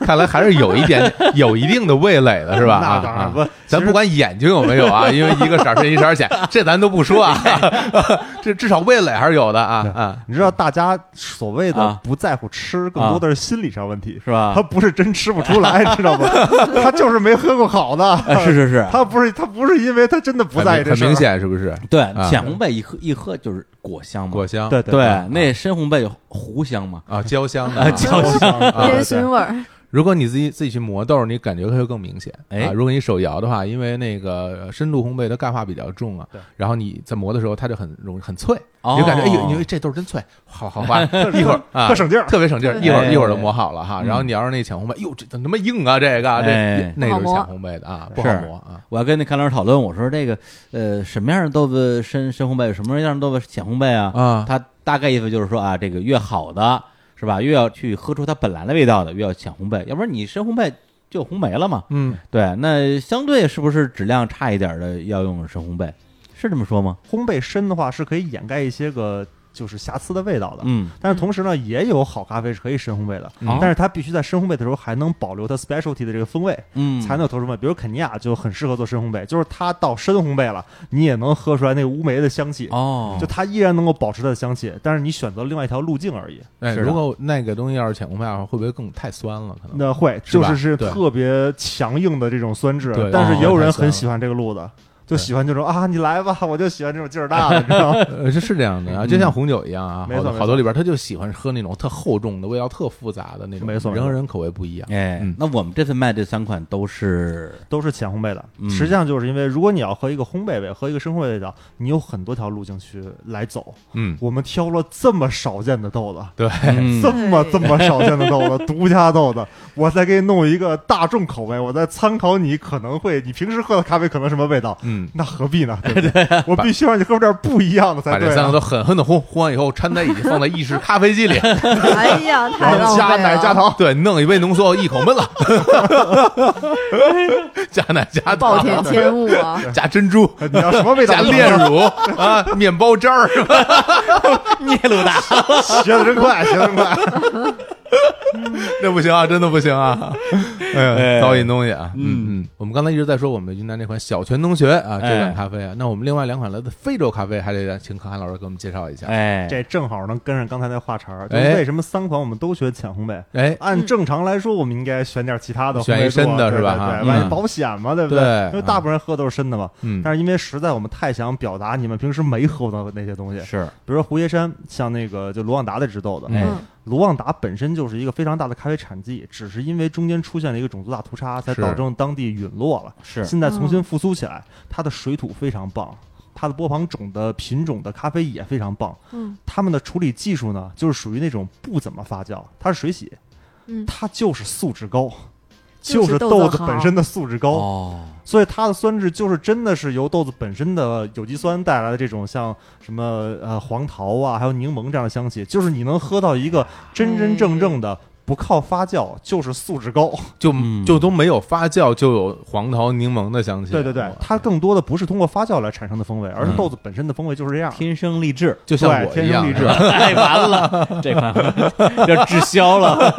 [SPEAKER 2] 看来还是有一点、 [laughs] 有一定的味蕾的，是吧？
[SPEAKER 3] 那当
[SPEAKER 2] 啊
[SPEAKER 3] 然不
[SPEAKER 2] 啊，咱不管眼睛有没有 [laughs] 啊，因为一个色儿深一色儿浅，这咱都不说啊， [laughs] 这至少味蕾还是有的啊啊。
[SPEAKER 3] 你知道大家所谓的
[SPEAKER 1] 啊
[SPEAKER 3] 不在乎吃，更多的是心理上问题。
[SPEAKER 1] 是吧
[SPEAKER 2] [laughs] 啊
[SPEAKER 3] 他？不是真吃不出来，知道吗？他就是没喝过好的
[SPEAKER 1] 啊，。
[SPEAKER 3] [laughs]
[SPEAKER 1] 是是是，
[SPEAKER 3] 他不是他不是因为他真的不在意
[SPEAKER 2] 哎
[SPEAKER 3] 这
[SPEAKER 2] 很
[SPEAKER 3] 事儿
[SPEAKER 2] 明。显，是不是？
[SPEAKER 1] 对
[SPEAKER 2] 啊，
[SPEAKER 1] 浅烘焙一喝一喝就是果香嘛
[SPEAKER 2] 果，香，
[SPEAKER 3] 对
[SPEAKER 1] 对，那深烘焙有糊香嘛，
[SPEAKER 2] 啊，焦香的
[SPEAKER 1] 啊
[SPEAKER 2] 啊，
[SPEAKER 1] 焦
[SPEAKER 3] 我想
[SPEAKER 2] 啊
[SPEAKER 4] 烟熏
[SPEAKER 3] [laughs]
[SPEAKER 4] 味儿，
[SPEAKER 2] 如果你自己自己去磨豆儿，你感觉它会更明显。
[SPEAKER 1] 哎
[SPEAKER 2] 啊，如果你手摇的话，因为那个呃深度烘焙的钙化比较重啊
[SPEAKER 3] 对，
[SPEAKER 2] 然后你在磨的时候，它就很容易很脆，
[SPEAKER 1] 哦
[SPEAKER 2] 你就感觉哎呦，因为这豆儿真脆，好好
[SPEAKER 1] [laughs]
[SPEAKER 2] 滑，一会儿啊
[SPEAKER 3] 特。省劲儿。
[SPEAKER 2] 特别省劲儿，
[SPEAKER 4] 对
[SPEAKER 2] 一会儿
[SPEAKER 1] 哎
[SPEAKER 2] 一会儿就磨好了哈。
[SPEAKER 1] 嗯
[SPEAKER 2] 然后你要是那浅烘焙，哟，这怎么那么硬啊？这个这
[SPEAKER 1] 哎
[SPEAKER 2] 那就是
[SPEAKER 4] 不好
[SPEAKER 2] 浅
[SPEAKER 4] 磨
[SPEAKER 2] 烘焙的啊，不
[SPEAKER 1] 对
[SPEAKER 2] 好
[SPEAKER 1] 是
[SPEAKER 2] 磨啊。
[SPEAKER 1] 我还跟那看老师讨论，我说这个呃，什么样的豆子深深烘焙，什么样的豆子浅烘焙啊？
[SPEAKER 2] 啊
[SPEAKER 1] 他大概意思就是说啊，这个越好的是吧，越要去喝出它本来的味道的，越要浅烘焙，要不然你深烘焙就红没了嘛。
[SPEAKER 2] 嗯，
[SPEAKER 1] 对，那相对是不是质量差一点的要用深烘焙？是这么说吗？
[SPEAKER 3] 烘焙深的话是可以掩盖一些个就是瑕疵的味道的，
[SPEAKER 1] 嗯，
[SPEAKER 3] 但是同时呢，也有好咖啡是可以深烘焙的，
[SPEAKER 1] 嗯
[SPEAKER 3] 但是它必须在深烘焙的时候还能保
[SPEAKER 2] 嗯
[SPEAKER 3] 留它 specialty 的这个风味，
[SPEAKER 1] 嗯，
[SPEAKER 3] 才能有特殊风味。比如肯尼亚就很适合做深烘焙，就是它到深烘焙了，你也能喝出来那个乌梅的香气，
[SPEAKER 1] 哦，
[SPEAKER 3] 就它依然能够保持它的香气，但是你选择另外一条路径而已。
[SPEAKER 2] 哎，
[SPEAKER 1] 是的
[SPEAKER 2] 如果那个东西要是浅烘焙的话，会不会更太酸了？可能
[SPEAKER 3] 那会
[SPEAKER 2] 嗯是
[SPEAKER 3] 就
[SPEAKER 2] 吧
[SPEAKER 3] 是是
[SPEAKER 2] 对
[SPEAKER 3] 特别强硬的这种酸质
[SPEAKER 2] 对，哦
[SPEAKER 3] 但是也有人
[SPEAKER 2] 太酸了
[SPEAKER 3] 很喜欢这个路子，就喜欢这种啊，你来吧，我就喜欢这种劲儿
[SPEAKER 2] [laughs]
[SPEAKER 3] 大的，你知道吗？
[SPEAKER 2] 呃，是是这样的啊，就像红酒一样啊，
[SPEAKER 3] 嗯没
[SPEAKER 2] 好
[SPEAKER 3] 错
[SPEAKER 2] 多
[SPEAKER 3] 没
[SPEAKER 2] 好多
[SPEAKER 3] 错
[SPEAKER 2] 里边他就喜欢喝那种特厚重的味道、特复杂的那种，
[SPEAKER 3] 没错
[SPEAKER 2] 人和
[SPEAKER 3] 没错
[SPEAKER 2] 人口味不一样。
[SPEAKER 1] 哎，
[SPEAKER 2] 嗯
[SPEAKER 1] 那我们这次卖这三款都是
[SPEAKER 3] 都是浅烘焙的。
[SPEAKER 1] 嗯
[SPEAKER 3] 实际上就是因为，如果你要喝一个烘焙味，喝一个深烘焙味道，你有很多条路径去来走。
[SPEAKER 2] 嗯，
[SPEAKER 3] 我们挑了这么少见的豆子。
[SPEAKER 2] 对，
[SPEAKER 1] 嗯
[SPEAKER 3] 这么这么少见的
[SPEAKER 2] [laughs]
[SPEAKER 3] 豆子，独家豆子，我再给你弄一个大众口味，我再参考你可能会，你平时喝的咖啡可能什么味道，
[SPEAKER 2] 嗯，
[SPEAKER 3] 那何必呢？
[SPEAKER 2] [laughs]
[SPEAKER 3] 对不对我必须让你喝出点不一样的才
[SPEAKER 2] 啊把
[SPEAKER 3] 对
[SPEAKER 2] 这
[SPEAKER 3] 啊。
[SPEAKER 2] 三个都狠狠的烘，烘完以后掺在一起，放在意式咖啡
[SPEAKER 3] [laughs]
[SPEAKER 2] 机里，
[SPEAKER 4] 哎呀，太
[SPEAKER 3] 然
[SPEAKER 4] 浪
[SPEAKER 3] 后
[SPEAKER 4] 费
[SPEAKER 3] 加
[SPEAKER 4] 了。
[SPEAKER 3] 奶加糖，
[SPEAKER 2] 对，弄一杯浓缩，一口闷
[SPEAKER 3] [laughs]
[SPEAKER 2] 了，加奶加
[SPEAKER 4] 暴
[SPEAKER 2] 糖，
[SPEAKER 4] 殄天物啊！
[SPEAKER 2] 加珍珠，
[SPEAKER 3] 你要什么味道
[SPEAKER 2] 加
[SPEAKER 3] 都能喝？ [laughs]
[SPEAKER 2] 炼乳啊，面包渣儿是吧？
[SPEAKER 1] 聂鲁达，
[SPEAKER 3] 学的真快，学的真快。
[SPEAKER 2] [laughs] 这不行啊，真的不行啊！ [laughs] 哎
[SPEAKER 1] 哎
[SPEAKER 2] 呀，糟践东西啊！
[SPEAKER 1] 嗯
[SPEAKER 2] 嗯，我们刚才一直在说我们云南那款小泉同学啊，这
[SPEAKER 1] 哎
[SPEAKER 2] 款咖啡啊，那我们另外两款来自非洲咖啡，还得请可汗老师给我们介绍一下。
[SPEAKER 1] 哎，
[SPEAKER 3] 这正好能跟上刚才那话茬儿，就
[SPEAKER 2] 哎
[SPEAKER 3] 为什么三款我们都选浅烘焙？
[SPEAKER 2] 哎，
[SPEAKER 3] 按正常来说，我们应该选点其他的烘焙度啊，
[SPEAKER 2] 选一深的
[SPEAKER 3] 对
[SPEAKER 2] 是吧
[SPEAKER 3] 对
[SPEAKER 2] 哈
[SPEAKER 3] 对，万
[SPEAKER 2] 嗯
[SPEAKER 3] 一保险嘛，对不
[SPEAKER 2] 对
[SPEAKER 3] 因为大部分人喝都是深的嘛。
[SPEAKER 2] 嗯，
[SPEAKER 3] 但是因为实在我们太想表达你们平时没喝到的那些东西，
[SPEAKER 1] 是
[SPEAKER 3] 比如说胡爷山，像那个就卢旺达的直豆的，
[SPEAKER 1] 哎
[SPEAKER 4] 嗯，
[SPEAKER 3] 卢旺达本身就是一个非常大的咖啡产地，只是因为中间出现了一个种族大屠杀，才
[SPEAKER 2] 是
[SPEAKER 3] 导致当地陨落了。
[SPEAKER 1] 是，
[SPEAKER 3] 现在重新复苏起来，它的水土非常棒，它的波旁种的品种的咖啡也非常棒。
[SPEAKER 4] 嗯
[SPEAKER 3] 他们的处理技术呢，就是属于那种不怎么发酵，它是水洗，
[SPEAKER 4] 嗯，
[SPEAKER 3] 它就是素质高，
[SPEAKER 4] 就是是
[SPEAKER 3] 豆
[SPEAKER 4] 豆
[SPEAKER 3] 子
[SPEAKER 4] 子
[SPEAKER 3] 本身的素质高，
[SPEAKER 1] 哦，
[SPEAKER 3] 所以它的酸质就是真的是由豆子本身的有机酸带来的这种像什么呃黄桃啊，还有柠檬这样的香气，就是你能喝到一
[SPEAKER 4] 嗯
[SPEAKER 3] 个真真正正的。不靠发酵就是素质高，
[SPEAKER 2] 就
[SPEAKER 1] 嗯
[SPEAKER 2] 就都没有发酵，就有黄桃、柠檬的香气。
[SPEAKER 3] 对对对
[SPEAKER 2] 哇，
[SPEAKER 3] 它更多的不是通过发酵来产生的风味，而是
[SPEAKER 2] 嗯
[SPEAKER 3] 豆子本身的风味就是这样。
[SPEAKER 1] 天生丽质，
[SPEAKER 2] 就像我
[SPEAKER 3] 对
[SPEAKER 2] 一样，
[SPEAKER 3] 天生丽质
[SPEAKER 1] 哎，完 [laughs] 了，这款要滞销了，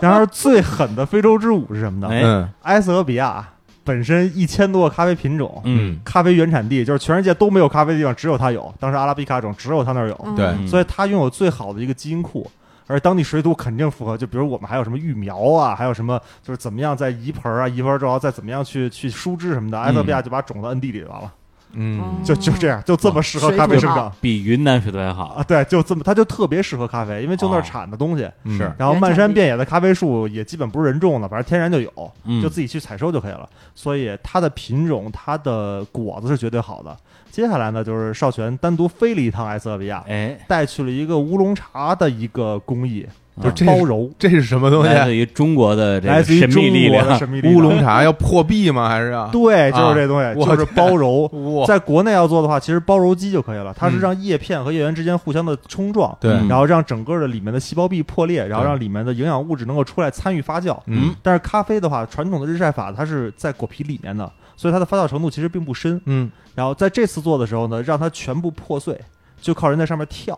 [SPEAKER 3] 然而最狠的非洲之舞是什么呢？
[SPEAKER 1] 哎
[SPEAKER 2] [laughs] 嗯
[SPEAKER 3] 埃塞俄比亚本身一千多个咖啡品种，
[SPEAKER 1] 嗯，
[SPEAKER 3] 咖啡原产地就是全世界都没有咖啡的地方，只有它有。当时阿拉比卡种只有它那儿有，
[SPEAKER 4] 嗯
[SPEAKER 2] 对
[SPEAKER 1] 嗯
[SPEAKER 3] 所以它拥有最好的一个基因库。而当地水土肯定符合，就比如我们还有什么育苗啊，还有什么就是怎么样在移盆啊，移盆之后再怎么样去去疏枝什么的，埃塞俄比
[SPEAKER 1] 嗯
[SPEAKER 3] 亚就把种子摁地里就完了，
[SPEAKER 2] 嗯，
[SPEAKER 3] 就就这样，就这么适合
[SPEAKER 4] 水
[SPEAKER 3] 咖啡
[SPEAKER 4] 土
[SPEAKER 3] 生
[SPEAKER 4] 好
[SPEAKER 3] 长
[SPEAKER 1] 啊比云南水土还好，
[SPEAKER 3] 啊，对，就这么，它就特别适合咖啡，因为
[SPEAKER 1] 哦
[SPEAKER 3] 就那儿产的东西，
[SPEAKER 2] 嗯
[SPEAKER 1] 是
[SPEAKER 3] 然后
[SPEAKER 4] 原
[SPEAKER 3] 漫
[SPEAKER 4] 产
[SPEAKER 3] 山
[SPEAKER 4] 地
[SPEAKER 3] 遍野的咖啡树也基本不是人种的，反正天然就有，
[SPEAKER 1] 嗯
[SPEAKER 3] 就自己去采收就可以了。所以它的品种、它的果子是绝对好的。接下来呢，就是少泉单独飞了一趟埃塞俄比亚，
[SPEAKER 1] 哎，
[SPEAKER 3] 带去了一个乌龙茶的一个工艺，
[SPEAKER 2] 就
[SPEAKER 3] 就
[SPEAKER 2] 啊这
[SPEAKER 3] 是包揉，
[SPEAKER 2] 这是什么东西？啊
[SPEAKER 1] 来自于中国的这
[SPEAKER 3] 来
[SPEAKER 1] 个
[SPEAKER 3] 自于
[SPEAKER 1] 神
[SPEAKER 3] 中
[SPEAKER 1] 秘力
[SPEAKER 3] 国的
[SPEAKER 1] 量，
[SPEAKER 3] 神秘力
[SPEAKER 2] 乌
[SPEAKER 3] 量
[SPEAKER 2] 龙。茶要破壁吗？还是啊？
[SPEAKER 3] 对，就
[SPEAKER 2] 啊
[SPEAKER 3] 是这东西，
[SPEAKER 2] 我
[SPEAKER 3] 就是包揉。
[SPEAKER 2] 哇，
[SPEAKER 3] 在国内要做的话，其实包揉机就可以了，它是
[SPEAKER 2] 嗯
[SPEAKER 3] 让叶片和叶缘之间互相的冲撞，
[SPEAKER 2] 对
[SPEAKER 1] 嗯
[SPEAKER 3] 然后让整个的里面的细胞壁破裂，然后
[SPEAKER 2] 对
[SPEAKER 3] 让里面的营养物质能够出来参与发酵。
[SPEAKER 2] 嗯
[SPEAKER 3] 但是咖啡的话，传统的日晒法它是在果皮里面的，所以它的发酵程度其实并不深。
[SPEAKER 2] 嗯，
[SPEAKER 3] 然后在这次做的时候呢，让它全部破碎，就靠人在上面跳，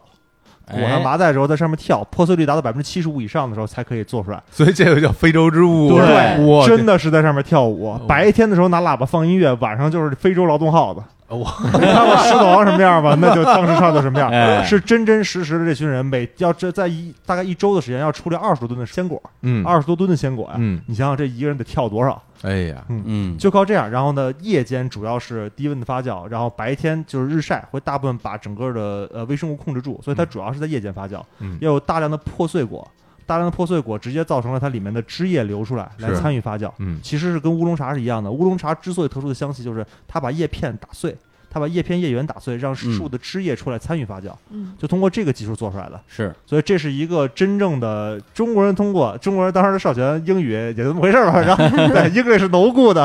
[SPEAKER 3] 裹上
[SPEAKER 1] 哎
[SPEAKER 3] 麻袋之后在上面跳，破碎率达到百分之七十五以上的时候才可以做出来。
[SPEAKER 2] 所以这个叫非洲之物，啊
[SPEAKER 3] 对
[SPEAKER 2] 哇，
[SPEAKER 3] 真的是在上面跳舞
[SPEAKER 2] 哦，
[SPEAKER 3] 白天的时候拿喇叭放音乐，晚上就是非洲劳动号子。
[SPEAKER 2] 哦哇，
[SPEAKER 3] 你看过《狮子王》什么样吧？那就当时唱的什么
[SPEAKER 1] 哎
[SPEAKER 3] 样，是真真实实的。这群人每要这在一大概一周的时间要处理二十多吨的鲜果，
[SPEAKER 2] 嗯，
[SPEAKER 3] 二十多吨的鲜果呀！
[SPEAKER 2] 嗯，
[SPEAKER 3] 你想想这一个人得跳多少？
[SPEAKER 2] 哎呀，
[SPEAKER 1] 嗯，
[SPEAKER 3] 就靠这样，然后呢，夜间主要是低温的发酵，然后白天就是日晒，会大部分把整个的呃微生物控制住，所以它
[SPEAKER 2] 嗯
[SPEAKER 3] 主要是在夜间发酵，
[SPEAKER 2] 嗯
[SPEAKER 3] 也有大量的破碎果，大量的破碎果直接造成了它里面的汁液流出来，来
[SPEAKER 2] 是
[SPEAKER 3] 参与发酵。
[SPEAKER 2] 嗯
[SPEAKER 3] 其实是跟乌龙茶是一样的，乌龙茶之所以特殊的香气，就是它把叶片打碎，它把叶片叶缘打碎，让树的枝叶出来参与发酵，
[SPEAKER 4] 嗯
[SPEAKER 3] 就通过这个技术做出来的。
[SPEAKER 1] 是
[SPEAKER 3] 所以这是一个真正的中国人通过中国人当时的少权英语也就那么回事儿吧，然后对 English no good，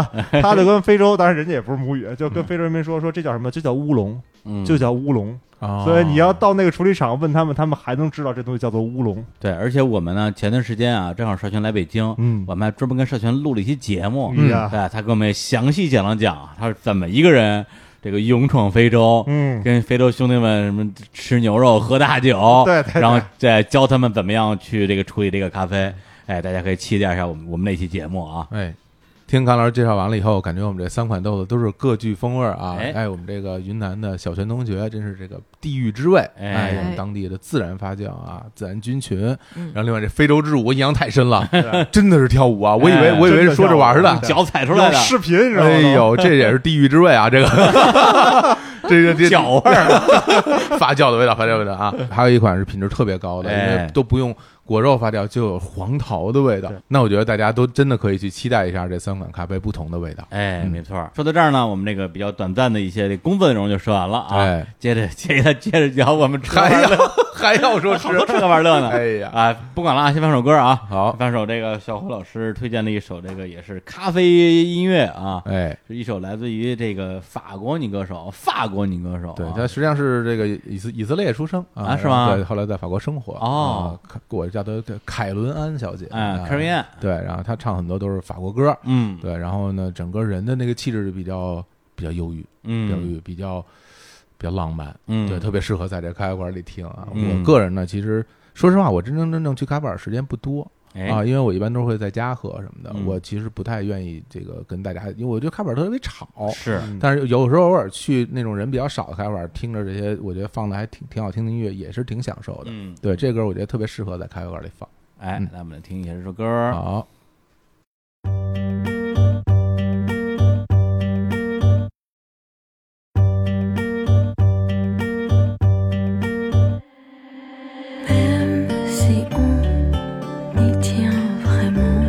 [SPEAKER 3] 他就跟非洲，当然人家也不是母语，就跟非洲人民说说这叫什么？这叫乌龙，
[SPEAKER 1] 嗯
[SPEAKER 3] 就叫乌龙。
[SPEAKER 2] 啊，
[SPEAKER 3] 所以你要到那个处理厂问他们，他们还能知道这东西叫做乌龙。
[SPEAKER 1] 对，而且我们呢，前段时间啊，正好少泉来北京，
[SPEAKER 3] 嗯
[SPEAKER 1] 我们还专门跟少泉录了一期节目，
[SPEAKER 3] 嗯呀
[SPEAKER 1] 对，他给我们详细讲了讲他是怎么一个人这个勇闯非洲，[laughs]
[SPEAKER 3] 嗯
[SPEAKER 1] 跟非洲兄弟们什么吃牛肉、喝大酒，
[SPEAKER 3] 对对对
[SPEAKER 1] 然后再教他们怎么样去这个处理这个咖啡。哎，大家可以期待一下我们我们那期节目啊。
[SPEAKER 2] 哎。听康老师介绍完了以后，感觉我们这三款豆子都是各具风味儿啊！
[SPEAKER 1] 哎
[SPEAKER 2] 哎，我们这个云南的小泉同学真是这个地域之味，
[SPEAKER 1] 哎
[SPEAKER 2] 哎，我们当地的自然发酵啊，自然菌群。
[SPEAKER 4] 嗯
[SPEAKER 2] 然后另外这非洲之舞，我印象太深了，
[SPEAKER 3] 对
[SPEAKER 2] 真的是跳舞啊！我以为
[SPEAKER 1] 哎
[SPEAKER 2] 我以为
[SPEAKER 3] 真
[SPEAKER 2] 是
[SPEAKER 3] 的
[SPEAKER 2] 说着
[SPEAKER 3] 跳舞
[SPEAKER 2] 玩儿的，
[SPEAKER 1] 脚踩出来
[SPEAKER 3] 有
[SPEAKER 1] 的
[SPEAKER 3] 视频，你知道吗？
[SPEAKER 2] 哎呦，这也是地狱之味啊！这个，这个这
[SPEAKER 1] 脚味
[SPEAKER 2] 儿， [laughs] 发酵的味道，发酵的味道啊！还有一款是品质特别高的，因
[SPEAKER 1] 哎
[SPEAKER 2] 为都不用果肉发酵，就有黄桃的味道
[SPEAKER 3] 对。
[SPEAKER 2] 那我觉得大家都真的可以去期待一下这三款咖啡不同的味道。
[SPEAKER 1] 哎，
[SPEAKER 2] 嗯
[SPEAKER 1] 没错儿。说到这儿呢，我们这个比较短暂的一些这工作内容就说完了啊。
[SPEAKER 2] 哎
[SPEAKER 1] 接着接着 [laughs] 接着聊我们吃喝
[SPEAKER 2] 还
[SPEAKER 1] 玩
[SPEAKER 2] 要 [laughs]
[SPEAKER 1] 乐，
[SPEAKER 2] 还要说吃
[SPEAKER 1] 好， [laughs] 多吃喝玩乐呢。
[SPEAKER 2] 哎呀
[SPEAKER 1] 啊，不管了啊，先放首歌啊。
[SPEAKER 2] 好，
[SPEAKER 1] 放首这个小虎老师推荐的一首，这个也是咖啡音乐啊，
[SPEAKER 2] 哎，
[SPEAKER 1] 是一首来自于这个法国女歌手，法国女歌手、啊。
[SPEAKER 2] 对，他实际上是这个以色以色列出生
[SPEAKER 1] 啊是吗
[SPEAKER 2] 对，后来在法国生活
[SPEAKER 1] 哦，
[SPEAKER 2] 啊我叫她凯伦安小姐，
[SPEAKER 1] 哎
[SPEAKER 2] 啊
[SPEAKER 1] c a r i n
[SPEAKER 2] 对，然后她唱很多都是法国歌，
[SPEAKER 1] 嗯
[SPEAKER 2] 对，然后呢，整个人的那个气质就比较比较忧郁，比较忧
[SPEAKER 1] 嗯
[SPEAKER 2] 郁，比较比较浪漫，
[SPEAKER 1] 嗯，
[SPEAKER 2] 对，特别适合在这咖啡馆里听啊。
[SPEAKER 1] 嗯
[SPEAKER 2] 我个人呢，其实说实话，我真真正正去咖啡馆时间不多
[SPEAKER 1] 哎
[SPEAKER 2] 啊，因为我一般都会在家喝什么的，
[SPEAKER 1] 嗯
[SPEAKER 2] 我其实不太愿意这个跟大家，因为我觉得咖啡馆特别吵。
[SPEAKER 1] 是
[SPEAKER 3] 嗯
[SPEAKER 2] 但是有时候偶尔去那种人比较少的咖啡馆，听着这些，我觉得放的还挺挺好听的音乐，也是挺享受的。
[SPEAKER 1] 嗯，
[SPEAKER 2] 对，这歌我觉得特别适合在咖啡馆里放。
[SPEAKER 1] 哎
[SPEAKER 2] 嗯，
[SPEAKER 1] 那我们来听一下这首歌儿。
[SPEAKER 2] 好，。
[SPEAKER 6] Même si on y tient vraiment,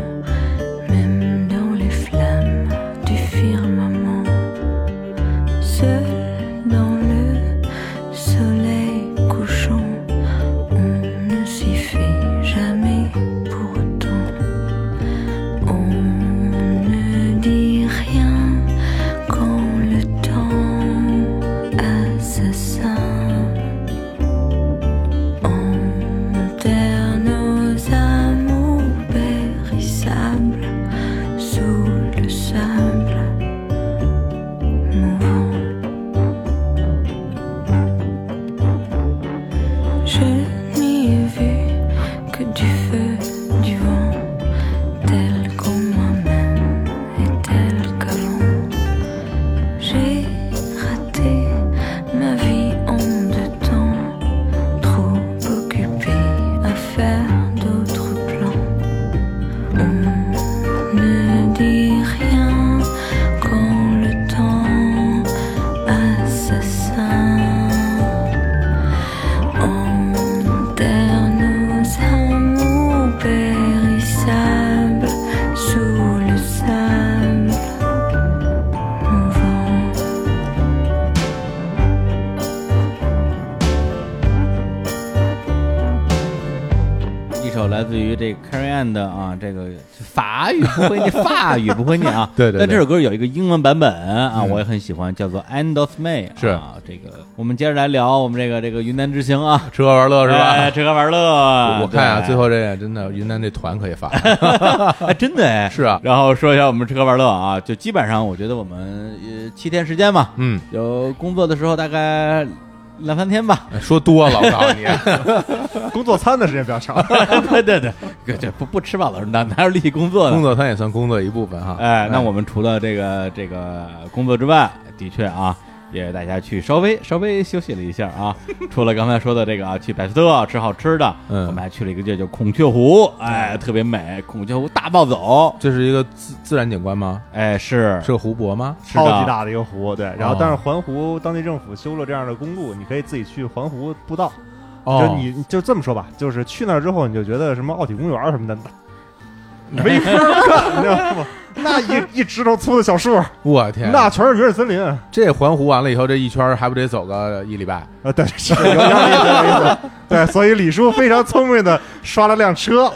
[SPEAKER 6] même dans les flammes du firmament, seul dans le soleil couchant, on ne s'y fait jamais pourtant. On ne dit rien quand le temps assassin. Enterre nos amours périssables sous le sable mouvant. Je n'y ai vu que du feu, du vent, tel qu'on moi-même et tel qu'avant. J'ai raté ma vie en deux temps. Trop occupé à faire d'autres plans. On ne dit rien quand le temps assassin enterre nos amours périssables sous le sable mouvant.
[SPEAKER 1] 一首来自于这 Carrie Anne 的啊，这个法语不会念，法语不会念啊
[SPEAKER 2] [laughs] 对对对
[SPEAKER 1] 但这首歌有一个英文版本啊，
[SPEAKER 2] 嗯
[SPEAKER 1] 我也很喜欢，叫做《End of May》。
[SPEAKER 2] 是
[SPEAKER 1] 啊，这个我们接着来聊我们这个这个云南之行啊，
[SPEAKER 2] 吃喝玩乐是
[SPEAKER 1] 哎
[SPEAKER 2] 吧？
[SPEAKER 1] 吃喝玩乐。
[SPEAKER 2] 我看啊，
[SPEAKER 1] 对
[SPEAKER 2] 最后这个真的云南这团可以发，
[SPEAKER 1] 哎，真的哎，
[SPEAKER 2] [laughs] 是啊
[SPEAKER 1] 然后说一下我们吃喝玩乐啊，就基本上我觉得我们呃七天时间嘛，
[SPEAKER 2] 嗯，
[SPEAKER 1] 有工作的时候大概两三天吧。
[SPEAKER 2] 哎说多了，我告诉
[SPEAKER 1] [laughs]
[SPEAKER 2] 你，
[SPEAKER 3] 工作餐的时间比较长，
[SPEAKER 1] 对对对，这不不吃饱了哪哪有力气工作呢
[SPEAKER 2] 工？作餐也算工作一部分哈。
[SPEAKER 1] 哎，那我们除了这个这个工作之外，的确啊，也大家去稍微稍微休息了一下啊。除了刚才说的这个啊，去百斯特吃好吃的，
[SPEAKER 2] 嗯
[SPEAKER 1] 我们还去了一个地儿叫孔雀湖，哎，特别美，孔雀湖大暴走，
[SPEAKER 2] 这是一个自自然景观吗？
[SPEAKER 1] 哎，是
[SPEAKER 2] 是个湖泊吗？
[SPEAKER 1] 是
[SPEAKER 3] 超
[SPEAKER 1] 的，
[SPEAKER 3] 级大的一个湖，对。然后，但是环湖当地政府修了这样的公路，你可以自己去环湖步道。
[SPEAKER 2] 哦
[SPEAKER 3] 就，你你就这么说吧，就是去那儿之后，你就觉得什么奥体公园什么的，那没法儿看，你知
[SPEAKER 2] [laughs]
[SPEAKER 3] 道吗？那一一指头粗的小树，
[SPEAKER 2] 我天，
[SPEAKER 3] 那全是原始森林。
[SPEAKER 2] 这环湖完了以后，这一圈儿还不得走个一礼拜？
[SPEAKER 3] 啊，对，是有点意思，有点意思。对，所以李叔非常聪明的刷了辆车，